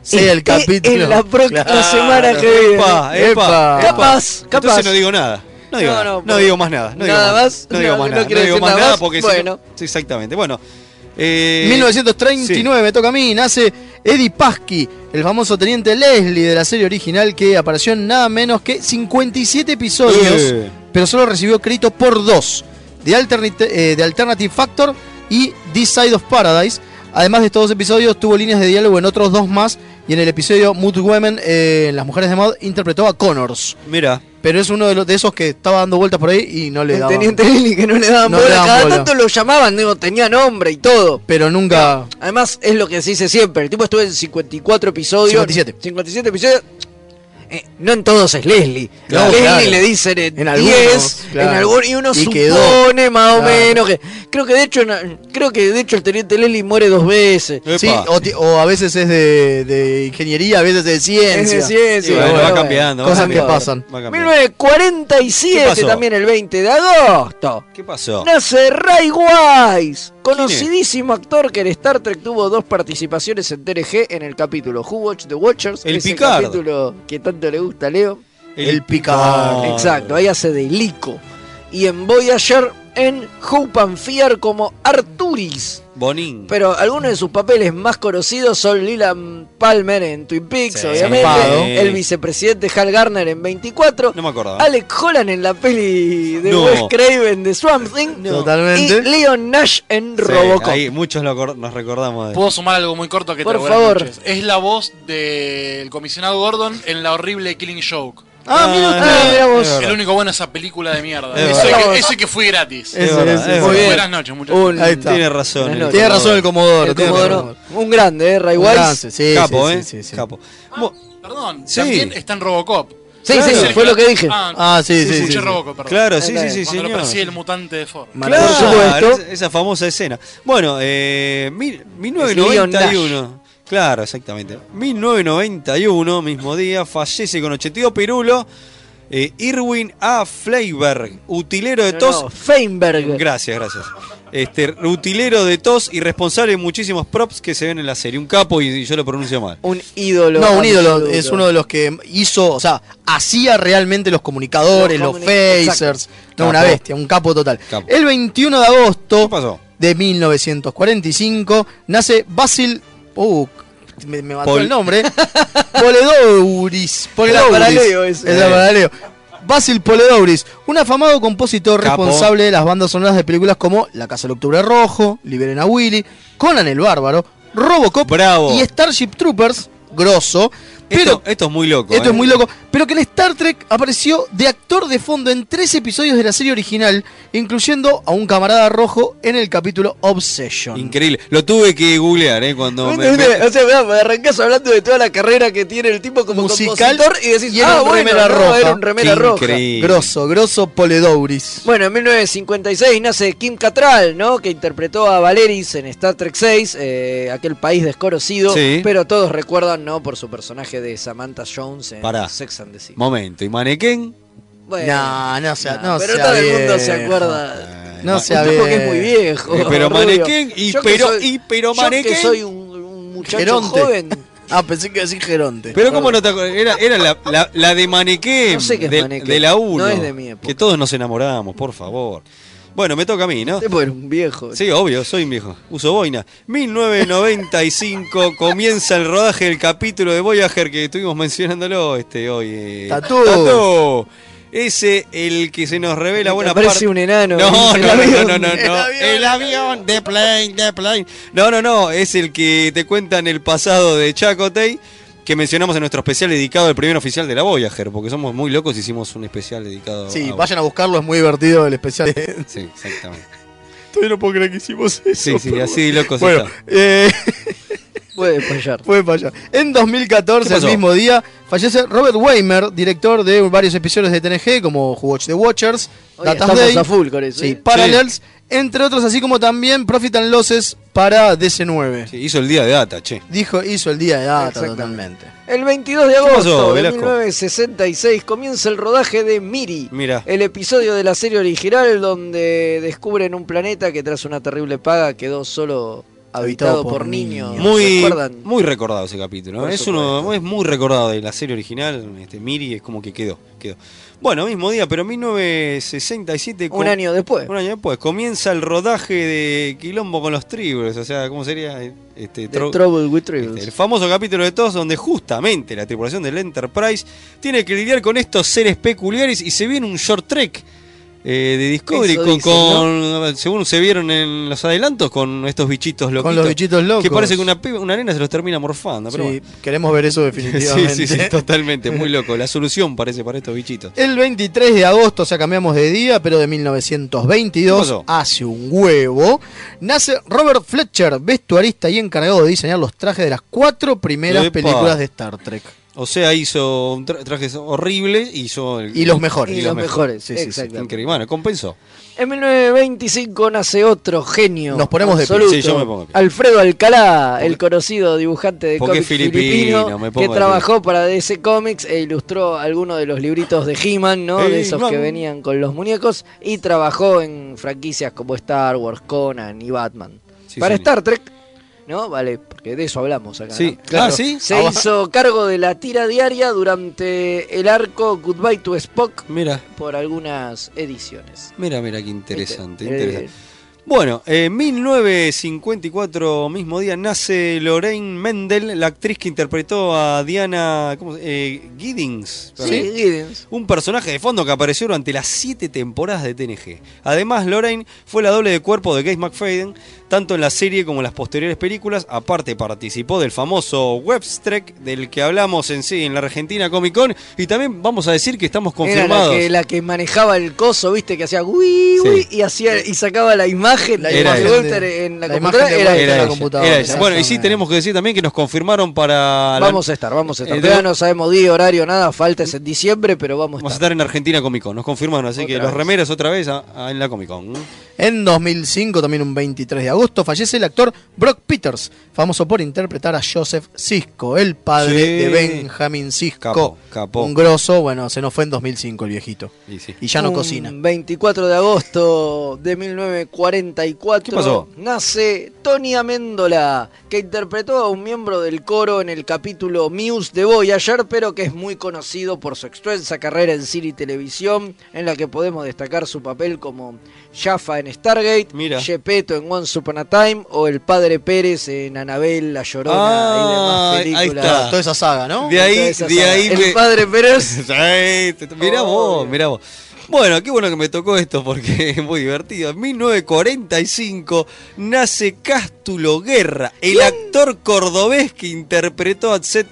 [SPEAKER 3] Sea el
[SPEAKER 4] esté
[SPEAKER 3] capítulo.
[SPEAKER 4] En la próxima
[SPEAKER 3] Claro. eh.
[SPEAKER 4] semana que viene.
[SPEAKER 2] Ah, Epa, epa, epa.
[SPEAKER 4] Capaz, capaz.
[SPEAKER 2] Entonces no digo nada. No digo,
[SPEAKER 4] No,
[SPEAKER 2] nada,
[SPEAKER 4] no,
[SPEAKER 2] no digo más nada. No digo
[SPEAKER 4] nada más,
[SPEAKER 2] No digo
[SPEAKER 4] no,
[SPEAKER 2] más
[SPEAKER 4] no
[SPEAKER 2] nada.
[SPEAKER 4] quiero
[SPEAKER 2] No digo
[SPEAKER 4] decir
[SPEAKER 2] más
[SPEAKER 4] nada
[SPEAKER 2] nada
[SPEAKER 4] más,
[SPEAKER 2] porque. si
[SPEAKER 4] bueno.
[SPEAKER 2] no- sí, exactamente. Bueno. eh,
[SPEAKER 3] 1939, me toca a mí, nace Eddie Pasky, el famoso teniente Leslie de la serie original que apareció en nada menos que 57 episodios,
[SPEAKER 2] Eh.
[SPEAKER 3] pero solo recibió crédito por dos, de, Alternit- eh, de Alternative Factor y This Side of Paradise. Además de estos dos episodios, tuvo líneas de diálogo en otros dos más, y en el episodio Mood Women, eh, en Las Mujeres de Mod, interpretó a Connors.
[SPEAKER 2] Mira.
[SPEAKER 3] Pero es uno de, los, de esos que estaba dando vueltas por ahí y no le
[SPEAKER 4] El
[SPEAKER 3] daban.
[SPEAKER 4] teniente Lili que no le daban
[SPEAKER 3] No le
[SPEAKER 4] bola.
[SPEAKER 3] daban
[SPEAKER 4] Cada
[SPEAKER 3] bola.
[SPEAKER 4] tanto lo llamaban, digo, tenía nombre y todo.
[SPEAKER 3] Pero nunca...
[SPEAKER 4] Además, es lo que se dice siempre. El tipo estuvo en 54 episodios.
[SPEAKER 3] 57.
[SPEAKER 4] 57 episodios. Eh, no en todos es Leslie.
[SPEAKER 3] No,
[SPEAKER 4] A Leslie
[SPEAKER 3] claro.
[SPEAKER 4] le dicen en, 10,
[SPEAKER 3] En algunos, claro.
[SPEAKER 4] en algún, y uno
[SPEAKER 3] Y quedó.
[SPEAKER 4] supone más o
[SPEAKER 3] Claro.
[SPEAKER 4] menos que. Creo que de hecho en- creo que de hecho el teniente Leslie muere dos veces.
[SPEAKER 3] Sí, o, ti- o a veces es de, de ingeniería, a veces de ciencia.
[SPEAKER 4] Es de ciencia.
[SPEAKER 2] Y bueno,
[SPEAKER 4] bueno,
[SPEAKER 2] va
[SPEAKER 4] bueno.
[SPEAKER 2] cambiando. va
[SPEAKER 3] Cosas que
[SPEAKER 2] cambiando,
[SPEAKER 3] pasan.
[SPEAKER 2] va cambiando.
[SPEAKER 4] 1947
[SPEAKER 2] ¿Qué pasó?
[SPEAKER 4] también el 20 de agosto.
[SPEAKER 2] ¿Qué pasó?
[SPEAKER 4] Nace Ray Wise, conocidísimo actor que en Star Trek tuvo dos participaciones en TNG en el capítulo Who Watch the Watchers,
[SPEAKER 2] El
[SPEAKER 4] ese
[SPEAKER 2] Picard.
[SPEAKER 4] capítulo que tanto le gusta a Leo.
[SPEAKER 3] El Picard.
[SPEAKER 4] Exacto, ahí hace de Lico. Y en Voyager en Hope and Fear como Arturis.
[SPEAKER 2] Bonín.
[SPEAKER 4] Pero algunos de sus papeles más conocidos son Leland Palmer en Twin Peaks,
[SPEAKER 2] Sí.
[SPEAKER 4] obviamente,
[SPEAKER 2] Zarpado.
[SPEAKER 4] el vicepresidente Hal Garner en 24,
[SPEAKER 2] No me acordaba.
[SPEAKER 4] Alec Holland en la peli de
[SPEAKER 2] No.
[SPEAKER 4] Wes Craven de Swamp Thing,
[SPEAKER 3] Totalmente.
[SPEAKER 4] y Leon Nash en
[SPEAKER 2] Sí,
[SPEAKER 4] Robocop.
[SPEAKER 2] ahí muchos lo acor- nos recordamos de
[SPEAKER 14] ¿Puedo sumar algo muy corto que
[SPEAKER 4] Por
[SPEAKER 14] te buenas
[SPEAKER 4] favor.
[SPEAKER 14] noches? Es la voz del comisionado Gordon en la horrible Killing Joke.
[SPEAKER 4] Ah, mira usted,
[SPEAKER 14] Ah,
[SPEAKER 4] mira vos.
[SPEAKER 14] es El único bueno es esa película de mierda.
[SPEAKER 2] Es
[SPEAKER 14] Eso
[SPEAKER 2] verdad.
[SPEAKER 14] que, ese que fue gratis.
[SPEAKER 2] Es verdad, es verdad.
[SPEAKER 14] Buenas noches, muchachos.
[SPEAKER 4] Un-
[SPEAKER 3] Ahí está.
[SPEAKER 2] Tiene razón.
[SPEAKER 4] Buenas
[SPEAKER 2] el
[SPEAKER 4] noches.
[SPEAKER 3] Tiene
[SPEAKER 2] Comodoro.
[SPEAKER 3] razón el Comodoro.
[SPEAKER 4] El
[SPEAKER 3] tiene razón.
[SPEAKER 4] Comodoro. Un grande, ¿eh? Ray
[SPEAKER 3] Un
[SPEAKER 4] Wise.
[SPEAKER 3] grande, sí,
[SPEAKER 2] Capo,
[SPEAKER 3] sí,
[SPEAKER 2] ¿eh?
[SPEAKER 3] sí, sí, sí.
[SPEAKER 2] Capo.
[SPEAKER 14] Ah, Perdón,
[SPEAKER 2] Sí.
[SPEAKER 14] también está en Robocop.
[SPEAKER 4] Sí,
[SPEAKER 14] Ese
[SPEAKER 4] sí,
[SPEAKER 14] es el
[SPEAKER 4] fue lo que dije.
[SPEAKER 3] Ah, sí, sí,
[SPEAKER 14] escuché
[SPEAKER 3] sí, sí.
[SPEAKER 14] Robocop, perdón.
[SPEAKER 2] Claro, sí, sí, sí,
[SPEAKER 14] Cuando lo
[SPEAKER 2] señor.
[SPEAKER 14] persigue el mutante de Ford.
[SPEAKER 2] Claro,
[SPEAKER 4] Por supuesto.
[SPEAKER 2] esa- esa famosa escena. Bueno, eh, mil-
[SPEAKER 4] Es Leon
[SPEAKER 2] 1991. Claro, exactamente. 1991, mismo día, fallece con 82 pirulo. eh, Irwin A. Fleiberg, utilero de
[SPEAKER 4] No,
[SPEAKER 2] tos.
[SPEAKER 4] no, Feinberg.
[SPEAKER 2] Gracias, gracias. Este, rutilero de tos y responsable de muchísimos props que se ven en la serie. Un capo y, y yo lo pronuncio mal.
[SPEAKER 4] Un ídolo.
[SPEAKER 3] No, un ídolo.
[SPEAKER 4] absoluto.
[SPEAKER 3] Es uno de los que hizo, o sea, hacía realmente los comunicadores,
[SPEAKER 4] Los
[SPEAKER 3] los,
[SPEAKER 4] comunica-
[SPEAKER 3] facers.
[SPEAKER 4] Exacto.
[SPEAKER 3] No, una
[SPEAKER 4] Capo.
[SPEAKER 3] bestia, un capo total.
[SPEAKER 2] Capo.
[SPEAKER 3] El 21 de agosto de 1945 nace Basil. Uh, me, me mató
[SPEAKER 4] Pol-
[SPEAKER 3] el nombre. Poledouris. Poledouris.
[SPEAKER 4] paraleo ese.
[SPEAKER 3] Es la paraleo. Basil Poledouris, un afamado compositor
[SPEAKER 4] Capo.
[SPEAKER 3] responsable de las bandas sonoras de películas como La Casa del Octubre Rojo, Liberen a Willy, Conan el Bárbaro, Robocop
[SPEAKER 2] Bravo.
[SPEAKER 3] y Starship Troopers, grosso. Pero
[SPEAKER 2] esto, esto es muy loco.
[SPEAKER 3] esto
[SPEAKER 2] ¿eh?
[SPEAKER 3] es muy loco. Pero que en Star Trek apareció de actor de fondo en tres episodios de la serie original, incluyendo a un camarada rojo en el capítulo Obsession.
[SPEAKER 2] Increíble. Lo tuve que googlear, ¿eh? Cuando me-
[SPEAKER 4] Viste,
[SPEAKER 2] me-
[SPEAKER 4] viste, O sea, mirá, me arrancás hablando de toda la carrera que tiene el tipo como
[SPEAKER 3] Musical
[SPEAKER 4] compositor y decís,
[SPEAKER 3] y era
[SPEAKER 4] ah,
[SPEAKER 3] un
[SPEAKER 4] bueno,
[SPEAKER 3] remera
[SPEAKER 4] no,
[SPEAKER 3] roja.
[SPEAKER 4] era un remera
[SPEAKER 3] Qué
[SPEAKER 4] roja.
[SPEAKER 2] increíble.
[SPEAKER 3] Grosso, grosso Poledouris.
[SPEAKER 4] Bueno, en 1956 nace Kim Cattrall, ¿no? Que interpretó a Valeris en Star Trek VI, eh, aquel país desconocido,
[SPEAKER 2] Sí.
[SPEAKER 4] pero todos recuerdan, ¿no? Por su personaje de Samantha Jones en
[SPEAKER 2] Pará.
[SPEAKER 4] Sex and the City.
[SPEAKER 2] Momento. ¿Y Manequén?
[SPEAKER 4] Bueno,
[SPEAKER 3] No, no sea, no,
[SPEAKER 4] pero
[SPEAKER 3] sea
[SPEAKER 4] todo el mundo se
[SPEAKER 3] viejo.
[SPEAKER 4] acuerda.
[SPEAKER 3] No
[SPEAKER 4] un
[SPEAKER 3] sea
[SPEAKER 4] tipo que es
[SPEAKER 3] viejo.
[SPEAKER 4] muy viejo.
[SPEAKER 2] Eh, pero
[SPEAKER 4] rubio.
[SPEAKER 2] Manequén y
[SPEAKER 4] Yo que
[SPEAKER 2] pero-
[SPEAKER 4] soy-
[SPEAKER 2] y pero
[SPEAKER 4] Yo
[SPEAKER 2] Manequén.
[SPEAKER 4] que soy un, un muchacho
[SPEAKER 3] Geronte.
[SPEAKER 4] joven.
[SPEAKER 3] Ah, pensé que iba a decir Geronte.
[SPEAKER 2] Pero cómo no te acuerdas, era, era la, la- la de Manequén,
[SPEAKER 4] No sé qué es
[SPEAKER 2] de,
[SPEAKER 4] Manequén.
[SPEAKER 2] de la 1,
[SPEAKER 4] No es de mi época.
[SPEAKER 2] que todos nos enamoramos, por favor. Bueno, me toca a mí, ¿no?
[SPEAKER 4] Este era un viejo.
[SPEAKER 2] Sí, obvio, soy un viejo, uso boina. 1995 comienza el rodaje del capítulo de Voyager que estuvimos mencionándolo este hoy. eh.
[SPEAKER 3] Tatú.
[SPEAKER 2] Tatú. Ese el que se nos revela buena
[SPEAKER 4] Parece
[SPEAKER 2] parte.
[SPEAKER 4] un enano.
[SPEAKER 2] No,
[SPEAKER 4] El
[SPEAKER 2] no, no,
[SPEAKER 4] avión.
[SPEAKER 2] no, no, no, no. El avión, de plane, de plane. No, no, no, es el que te cuentan el pasado de Chacotay, que mencionamos en nuestro especial dedicado al primer oficial de la Voyager, porque somos muy locos y hicimos un especial dedicado
[SPEAKER 3] Sí,
[SPEAKER 2] a-
[SPEAKER 3] vayan a buscarlo, es muy divertido el especial. de-
[SPEAKER 2] Sí, exactamente.
[SPEAKER 3] Todavía no puedo creer que hicimos eso.
[SPEAKER 2] Sí, sí,
[SPEAKER 3] perdón.
[SPEAKER 2] así de locos
[SPEAKER 3] Bueno,
[SPEAKER 2] está.
[SPEAKER 3] eh,
[SPEAKER 4] Puede fallar.
[SPEAKER 3] Puede fallar. En
[SPEAKER 2] ¿Qué
[SPEAKER 3] 2014, el
[SPEAKER 2] pasó?
[SPEAKER 3] mismo día, fallece Robert Weimer, director de varios episodios de TNG, como Who Watch the Watchers,
[SPEAKER 4] Oye,
[SPEAKER 3] Data
[SPEAKER 4] estamos
[SPEAKER 3] Day,
[SPEAKER 4] a full con eso.
[SPEAKER 3] sí,
[SPEAKER 4] ¿eh?
[SPEAKER 3] Parallels, entre otros, así como también Profit and Losses para DC9.
[SPEAKER 2] Sí, hizo el día de data, che.
[SPEAKER 3] Dijo, hizo el día de data
[SPEAKER 4] Exactamente.
[SPEAKER 3] totalmente.
[SPEAKER 4] El 22 de
[SPEAKER 2] pasó,
[SPEAKER 4] agosto de
[SPEAKER 2] Velasco?
[SPEAKER 4] 1966 comienza el rodaje de Miri.
[SPEAKER 2] Mira.
[SPEAKER 4] El episodio de la serie original donde descubren un planeta que tras una terrible paga quedó solo habitado, por, niños.
[SPEAKER 2] Muy,
[SPEAKER 4] ¿Recuerdan?
[SPEAKER 2] muy recordado ese capítulo. ¿no?
[SPEAKER 4] Por
[SPEAKER 2] Es uno, es muy recordado de la serie original. Este, Miri es como que quedó, quedó. Bueno, mismo día, pero 1967.
[SPEAKER 4] Un año después.
[SPEAKER 2] Un año Eh. después. Comienza el rodaje de Quilombo con los Tribbles. O sea, ¿cómo sería? Este,
[SPEAKER 4] The
[SPEAKER 2] tro- Este,
[SPEAKER 4] Trouble with Tribbles.
[SPEAKER 2] el famoso capítulo de todos donde justamente la tripulación del Enterprise tiene que lidiar con estos seres peculiares y se viene un short trek eh, de Discovery
[SPEAKER 4] Eso
[SPEAKER 2] con,
[SPEAKER 4] dicen,
[SPEAKER 2] con- según se vieron en los adelantos con estos bichitos locos
[SPEAKER 3] Con los bichitos locos.
[SPEAKER 2] que parece que una, piba- una nena se los termina morfando pero
[SPEAKER 3] Sí,
[SPEAKER 2] bueno.
[SPEAKER 3] queremos ver eso
[SPEAKER 2] sí,
[SPEAKER 3] definitivamente.
[SPEAKER 2] sí, sí, totalmente muy loco la solución parece para estos bichitos
[SPEAKER 3] El 23 de agosto, o sea, cambiamos de día, pero de
[SPEAKER 2] ¿Qué
[SPEAKER 3] 1922,
[SPEAKER 2] pasó?
[SPEAKER 3] hace un huevo, nace Robert Fletcher, vestuarista y encargado de diseñar los trajes de las cuatro primeras
[SPEAKER 2] Epa.
[SPEAKER 3] películas de Star Trek.
[SPEAKER 2] o sea hizo un tra- traje horrible y hizo el-
[SPEAKER 3] Y los mejores.
[SPEAKER 4] Y los mejores,
[SPEAKER 2] sí, sí, sí,
[SPEAKER 4] exactamente.
[SPEAKER 2] increíble bueno compensó
[SPEAKER 4] En 1925 nace otro genio.
[SPEAKER 3] Nos ponemos de pie.
[SPEAKER 4] absoluto.
[SPEAKER 2] Sí, yo me pongo de pie.
[SPEAKER 4] Alfredo Alcalá, el conocido dibujante de
[SPEAKER 2] porque
[SPEAKER 4] cómics
[SPEAKER 2] filipino,
[SPEAKER 4] filipino,
[SPEAKER 2] me pongo
[SPEAKER 4] que
[SPEAKER 2] de pie.
[SPEAKER 4] trabajó para DC Comics e ilustró algunos de los libritos de He-Man, ¿no?
[SPEAKER 2] Hey,
[SPEAKER 4] de esos que
[SPEAKER 2] man.
[SPEAKER 4] venían con los muñecos y trabajó en franquicias como Star Wars, Conan y Batman.
[SPEAKER 2] Sí,
[SPEAKER 4] para
[SPEAKER 2] señor.
[SPEAKER 4] Star Trek, ¿no? Vale, porque de eso hablamos acá.
[SPEAKER 2] Sí.
[SPEAKER 4] ¿no?
[SPEAKER 2] Claro. Ah, ¿sí?
[SPEAKER 4] Se
[SPEAKER 2] Ah, va.
[SPEAKER 4] hizo cargo de la tira diaria durante el arco Goodbye to Spock
[SPEAKER 2] mira
[SPEAKER 4] por algunas ediciones.
[SPEAKER 2] mira mira qué interesante,
[SPEAKER 4] Eh,
[SPEAKER 2] interesante. Bueno, en 1954, mismo día, nace Lorraine Mendel, la actriz que interpretó a Diana ¿cómo se- eh, Giddings.
[SPEAKER 4] Sí, eh,
[SPEAKER 2] perdón.
[SPEAKER 4] Giddens.
[SPEAKER 2] Un personaje de fondo que apareció durante las siete temporadas de TNG. Además, Lorraine fue la doble de cuerpo de Gaze McFadden, tanto en la serie como en las posteriores películas. Aparte, participó del famoso Webstrek, del que hablamos en sí en la Argentina Comic Con. Y también vamos a decir que estamos
[SPEAKER 4] Era la
[SPEAKER 2] confirmados.
[SPEAKER 4] que, la que manejaba el coso, viste, que hacía uy,
[SPEAKER 2] Sí.
[SPEAKER 4] uy, y, hacía, y sacaba la imagen
[SPEAKER 3] La
[SPEAKER 4] de
[SPEAKER 2] imagen
[SPEAKER 4] Walter
[SPEAKER 3] de-
[SPEAKER 4] en la,
[SPEAKER 3] la imagen
[SPEAKER 4] computadora.
[SPEAKER 3] de
[SPEAKER 4] Era
[SPEAKER 3] Walter
[SPEAKER 4] ella.
[SPEAKER 2] Era
[SPEAKER 3] la
[SPEAKER 2] ella,
[SPEAKER 3] computadora,
[SPEAKER 2] era ella. Bueno, y sí
[SPEAKER 3] exactamente.
[SPEAKER 2] tenemos que decir también que nos confirmaron para... la-
[SPEAKER 4] Vamos a estar, vamos a estar.
[SPEAKER 2] Eh,
[SPEAKER 4] Todavía
[SPEAKER 2] de-
[SPEAKER 4] no sabemos día, horario, nada, falta es en diciembre, pero vamos a
[SPEAKER 2] Vamos a
[SPEAKER 4] estar.
[SPEAKER 2] estar en Argentina Comic Con, nos confirmaron, así que
[SPEAKER 4] Otra
[SPEAKER 2] los
[SPEAKER 4] vez.
[SPEAKER 2] remeras otra vez a- a- en la Comic Con.
[SPEAKER 3] En 2005, también un 23 de agosto, fallece el actor Brock Peters, famoso por interpretar a Joseph Cisco, el padre
[SPEAKER 2] Sí.
[SPEAKER 3] de Benjamin Cisco.
[SPEAKER 2] Capo, capo.
[SPEAKER 3] Un grosso, bueno, se nos fue en 2005 el viejito.
[SPEAKER 2] Y sí.
[SPEAKER 3] Y ya no
[SPEAKER 4] Un
[SPEAKER 3] cocina.
[SPEAKER 4] 24 de agosto de 1940 1944
[SPEAKER 2] ¿Qué pasó?
[SPEAKER 4] nace Tony Améndola, que interpretó a un miembro del coro en el capítulo Muse de Voyager, pero que es muy conocido por su extensa carrera en cine y televisión, en la que podemos destacar su papel como Jaffa en Stargate,
[SPEAKER 2] Mira.
[SPEAKER 4] Gepetto en Once Upon a Time o el Padre Pérez en Anabel, La Llorona
[SPEAKER 2] Ah,
[SPEAKER 4] y demás
[SPEAKER 2] ahí
[SPEAKER 4] películas.
[SPEAKER 2] está. Toda
[SPEAKER 3] esa saga, ¿no?
[SPEAKER 2] De
[SPEAKER 4] Toda
[SPEAKER 2] ahí,
[SPEAKER 4] esa
[SPEAKER 2] de
[SPEAKER 4] saga.
[SPEAKER 2] ahí.
[SPEAKER 4] El padre Pérez.
[SPEAKER 2] mirá vos, mirá vos. Bueno, qué bueno que me tocó esto porque es muy divertido. En 1945 nace Cástulo Guerra, el actor cordobés que interpretó a Seth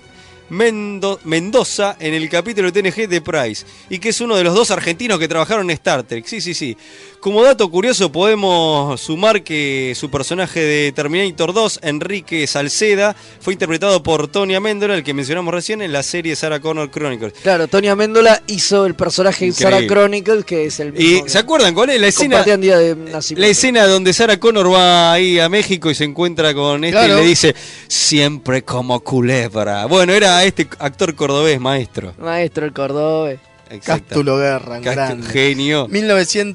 [SPEAKER 2] Mendo- Mendoza en el capítulo TNG de Price y que es uno de los dos argentinos que trabajaron en Star Trek. Sí, sí, sí. Como dato curioso podemos sumar que su personaje de Terminator 2, Enrique Salceda, fue interpretado por Tony Amendola, el que mencionamos recién en la serie Sarah Connor Chronicles.
[SPEAKER 4] Claro, Tony Améndola hizo el personaje en
[SPEAKER 2] Increíble.
[SPEAKER 4] Sarah Chronicles, que es el
[SPEAKER 2] ¿Y
[SPEAKER 4] mismo.
[SPEAKER 2] se acuerdan cuál es la escena?
[SPEAKER 4] Compartían día de nacimiento.
[SPEAKER 2] La escena donde Sarah Connor va ahí a México y se encuentra con este
[SPEAKER 4] Claro.
[SPEAKER 2] y le dice, siempre como culebra. Bueno, era este actor cordobés, maestro.
[SPEAKER 4] Maestro el Cordobés.
[SPEAKER 3] Cástulo Guerra, un
[SPEAKER 2] Castu-
[SPEAKER 3] grande.
[SPEAKER 2] Genio.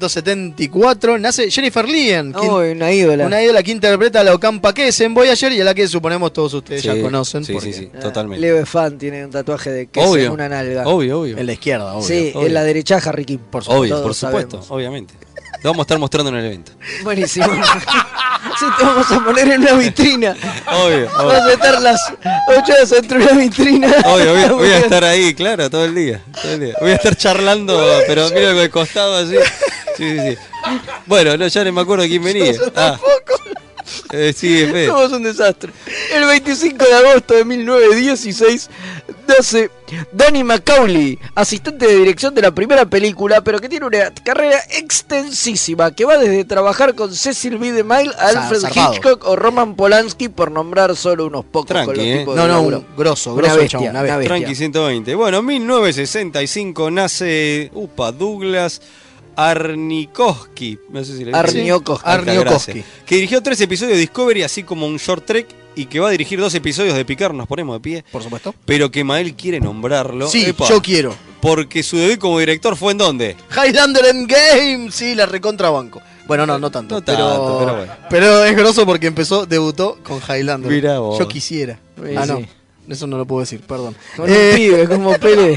[SPEAKER 3] 1974 nace Jennifer Lien, quien-
[SPEAKER 4] Oh, una ídola.
[SPEAKER 3] una ídola que interpreta a la Ocampa que es en Voyager y a la que suponemos todos ustedes ya conocen.
[SPEAKER 2] Sí,
[SPEAKER 3] porque-
[SPEAKER 2] sí, sí, totalmente.
[SPEAKER 4] Ah, Leo Fan tiene un tatuaje de que
[SPEAKER 2] Obvio.
[SPEAKER 4] es en una nalga.
[SPEAKER 2] Obvio, obvio.
[SPEAKER 3] En la izquierda, obvio.
[SPEAKER 4] sí,
[SPEAKER 2] obvio.
[SPEAKER 4] en la derecha Harry por supuesto.
[SPEAKER 2] Obvio, por
[SPEAKER 4] todos
[SPEAKER 2] supuesto, obviamente. Lo vamos a estar mostrando en el evento.
[SPEAKER 4] sabemos. Buenísimo. sí, te vamos a poner en una vitrina.
[SPEAKER 2] Obvio,
[SPEAKER 4] Vamos a
[SPEAKER 2] obvio.
[SPEAKER 4] estar las 8 horas dentro de una vitrina.
[SPEAKER 2] Obvio, voy, a- voy a estar ahí, claro, todo el día. todo el día. Voy a estar charlando, pero mira con el costado así. Sí, sí, sí. Bueno, no, ya no me acuerdo quién venía. Ah. Eh, sí, es Fede.
[SPEAKER 4] Somos un desastre. El 25 de agosto de 1916 nace Danny McCauley, asistente de dirección de la primera película, pero que tiene una carrera extensísima, que va desde trabajar con Cecil B. DeMille a
[SPEAKER 3] Zar-
[SPEAKER 4] Alfred
[SPEAKER 3] zarpado.
[SPEAKER 4] Hitchcock o Roman Polanski, por nombrar solo unos pocos con los
[SPEAKER 2] Tranqui, eh.
[SPEAKER 4] tipos de
[SPEAKER 3] No, no,
[SPEAKER 4] laburo.
[SPEAKER 3] un grosso,
[SPEAKER 4] Una
[SPEAKER 3] grosso
[SPEAKER 4] bestia,
[SPEAKER 3] chabón, una
[SPEAKER 4] una
[SPEAKER 3] bestia.
[SPEAKER 2] Tranqui 120. Bueno, 1965 nace Upa Douglas Arnikoski. No sé si le dije.
[SPEAKER 4] Arniokoski.
[SPEAKER 2] Ahí está,
[SPEAKER 4] Arniokoski.
[SPEAKER 2] gracias. Que dirigió tres episodios de Discovery, así como un short trek. Y que va a dirigir dos episodios de Picar, nos ponemos de pie.
[SPEAKER 3] Por supuesto.
[SPEAKER 2] Pero que Mael quiere nombrarlo.
[SPEAKER 3] Sí,
[SPEAKER 2] Epa.
[SPEAKER 3] yo quiero.
[SPEAKER 2] Porque su debut como director fue en dónde?
[SPEAKER 3] Highlander Endgame, sí, la recontrabanco. Bueno, no, no tanto.
[SPEAKER 2] No
[SPEAKER 3] pero,
[SPEAKER 2] tanto, pero bueno.
[SPEAKER 3] pero es grosso porque empezó, debutó con Highlander.
[SPEAKER 2] Mirá vos.
[SPEAKER 3] Yo quisiera.
[SPEAKER 4] Sí,
[SPEAKER 3] ah, no.
[SPEAKER 4] sí.
[SPEAKER 3] Eso no lo puedo decir, perdón. Eh,
[SPEAKER 4] Con un pibe como Pele.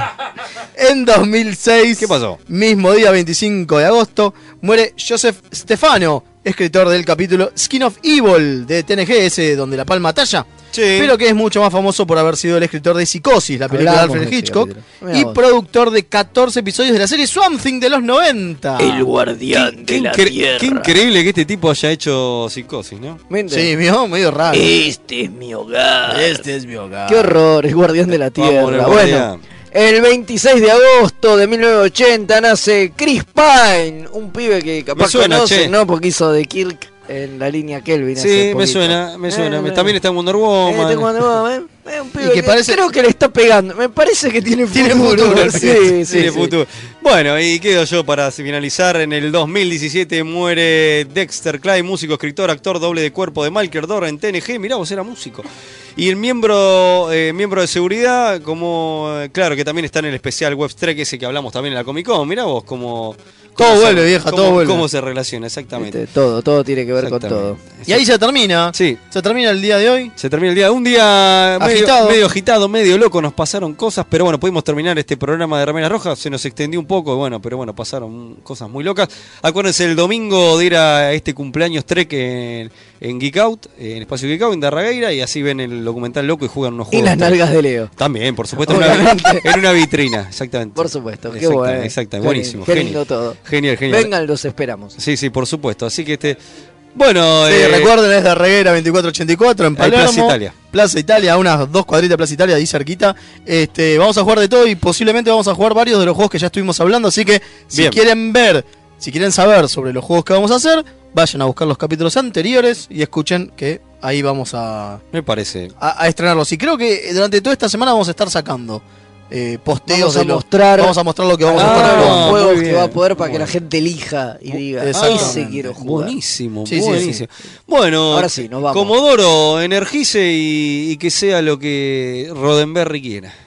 [SPEAKER 3] En 2006,
[SPEAKER 2] ¿Qué pasó?
[SPEAKER 3] mismo día 25 de agosto, muere Joseph Stefano, escritor del capítulo Skin of Evil de TNG, ese donde la palma talla. Pero que es mucho más famoso por haber sido el escritor de Psicosis, la película
[SPEAKER 4] Hablábamos
[SPEAKER 3] de
[SPEAKER 4] de
[SPEAKER 3] Alfred
[SPEAKER 4] ese
[SPEAKER 3] Hitchcock,
[SPEAKER 4] capítulo. Mirá
[SPEAKER 3] y
[SPEAKER 4] vos.
[SPEAKER 3] productor de 14 episodios de la serie Something de los 90.
[SPEAKER 4] El guardián de la
[SPEAKER 2] Incre-
[SPEAKER 4] tierra.
[SPEAKER 2] Qué increíble que este tipo haya hecho psicosis, ¿no?
[SPEAKER 3] Sí, mío, medio raro.
[SPEAKER 2] Eh,
[SPEAKER 4] Este es mi hogar.
[SPEAKER 3] Este es mi hogar.
[SPEAKER 4] Qué horror, el guardián de la tierra.
[SPEAKER 2] Vamos, el
[SPEAKER 4] bueno,
[SPEAKER 2] guardián.
[SPEAKER 4] el 26 de agosto de 1980 nace Chris Pine, un pibe que capaz
[SPEAKER 2] Me suena,
[SPEAKER 4] conocen,
[SPEAKER 2] che.
[SPEAKER 4] ¿no? Porque hizo de Kirk en la línea Kelvin.
[SPEAKER 2] Sí, me suena, me suena. Me- También está en Wonder
[SPEAKER 4] Eh,
[SPEAKER 2] Woman.
[SPEAKER 4] tengo una nueva, eh. Es un pibe
[SPEAKER 3] que
[SPEAKER 4] que
[SPEAKER 3] parece-
[SPEAKER 4] Creo que le está pegando. Me parece que tiene futuro.
[SPEAKER 3] Tiene futuro, el
[SPEAKER 4] Sí,
[SPEAKER 3] pibe.
[SPEAKER 4] sí,
[SPEAKER 2] Tiene
[SPEAKER 4] sí.
[SPEAKER 2] futuro. Bueno, y quedo yo para finalizar. En el 2017 muere Dexter Clay, músico, escritor, actor doble de cuerpo de Malker Dor en TNG. Mirá, vos era músico. Y el miembro, eh, miembro de seguridad, como eh, claro, que también está en el especial Web Trek ese que hablamos también en la Comic Con. Mirá vos como
[SPEAKER 3] Todo vuelve, vieja, todo vuelve.
[SPEAKER 2] Cómo se relaciona, exactamente.
[SPEAKER 4] Este, Todo, todo tiene que ver con todo.
[SPEAKER 3] Y ahí se termina.
[SPEAKER 2] Sí.
[SPEAKER 3] Se termina el día de hoy.
[SPEAKER 2] Se termina el día. Un día
[SPEAKER 3] Agitado.
[SPEAKER 2] medio agitado. medio agitado, medio loco, nos pasaron cosas, pero bueno, pudimos terminar este programa de Rameras Rojas. Se nos extendió un poco, bueno, pero bueno, pasaron cosas muy locas. Acuérdense el domingo de ir a este cumpleaños Trek en, en Geek Out, en Espacio Geek Out, en Darragueira, y así ven el documental loco y juegan unos
[SPEAKER 4] Y
[SPEAKER 2] juegos.
[SPEAKER 4] las nalgas de Leo.
[SPEAKER 2] También, por supuesto, en una, en una vitrina, exactamente.
[SPEAKER 4] Por supuesto, qué
[SPEAKER 2] Exactamente,
[SPEAKER 4] bueno.
[SPEAKER 2] exactamente,
[SPEAKER 4] Qué
[SPEAKER 2] buenísimo,
[SPEAKER 4] Qué
[SPEAKER 2] genio.
[SPEAKER 4] lindo todo.
[SPEAKER 2] Genial, genial.
[SPEAKER 4] Vengan, los esperamos.
[SPEAKER 2] Sí, sí, por supuesto. Así que este. Bueno,
[SPEAKER 3] Sí,
[SPEAKER 2] eh,
[SPEAKER 3] recuerden, es de Reguera 2484 en
[SPEAKER 2] Ahí,
[SPEAKER 3] Palermo.
[SPEAKER 2] Plaza Italia.
[SPEAKER 3] Plaza Italia, a unas dos cuadritas de Plaza Italia, ahí cerquita. Este, vamos a jugar de todo y posiblemente vamos a jugar varios de los juegos que ya estuvimos hablando. Así que si
[SPEAKER 2] Bien.
[SPEAKER 3] quieren ver, si quieren saber sobre los juegos que vamos a hacer, vayan a buscar los capítulos anteriores y escuchen que ahí vamos a,
[SPEAKER 2] me parece.
[SPEAKER 3] a- a estrenarlos. Y creo que durante toda esta semana vamos a estar sacando eh, posteos
[SPEAKER 4] Vamos a
[SPEAKER 3] de los-
[SPEAKER 4] mostrar-
[SPEAKER 3] vamos a mostrar lo que vamos a
[SPEAKER 2] Ah,
[SPEAKER 3] estar
[SPEAKER 4] los
[SPEAKER 3] probando.
[SPEAKER 4] juegos
[SPEAKER 2] muy
[SPEAKER 4] que
[SPEAKER 2] bien,
[SPEAKER 4] va a poder para
[SPEAKER 2] muy
[SPEAKER 4] que la
[SPEAKER 2] bueno.
[SPEAKER 4] gente elija y diga,
[SPEAKER 3] Exactamente.
[SPEAKER 4] ese quiero jugar.
[SPEAKER 2] Buenísimo,
[SPEAKER 3] Sí, sí, sí.
[SPEAKER 2] buenísimo. Bueno,
[SPEAKER 4] Ahora sí, nos vamos.
[SPEAKER 2] Comodoro, energice y, y que sea lo que Rodenberry quiera.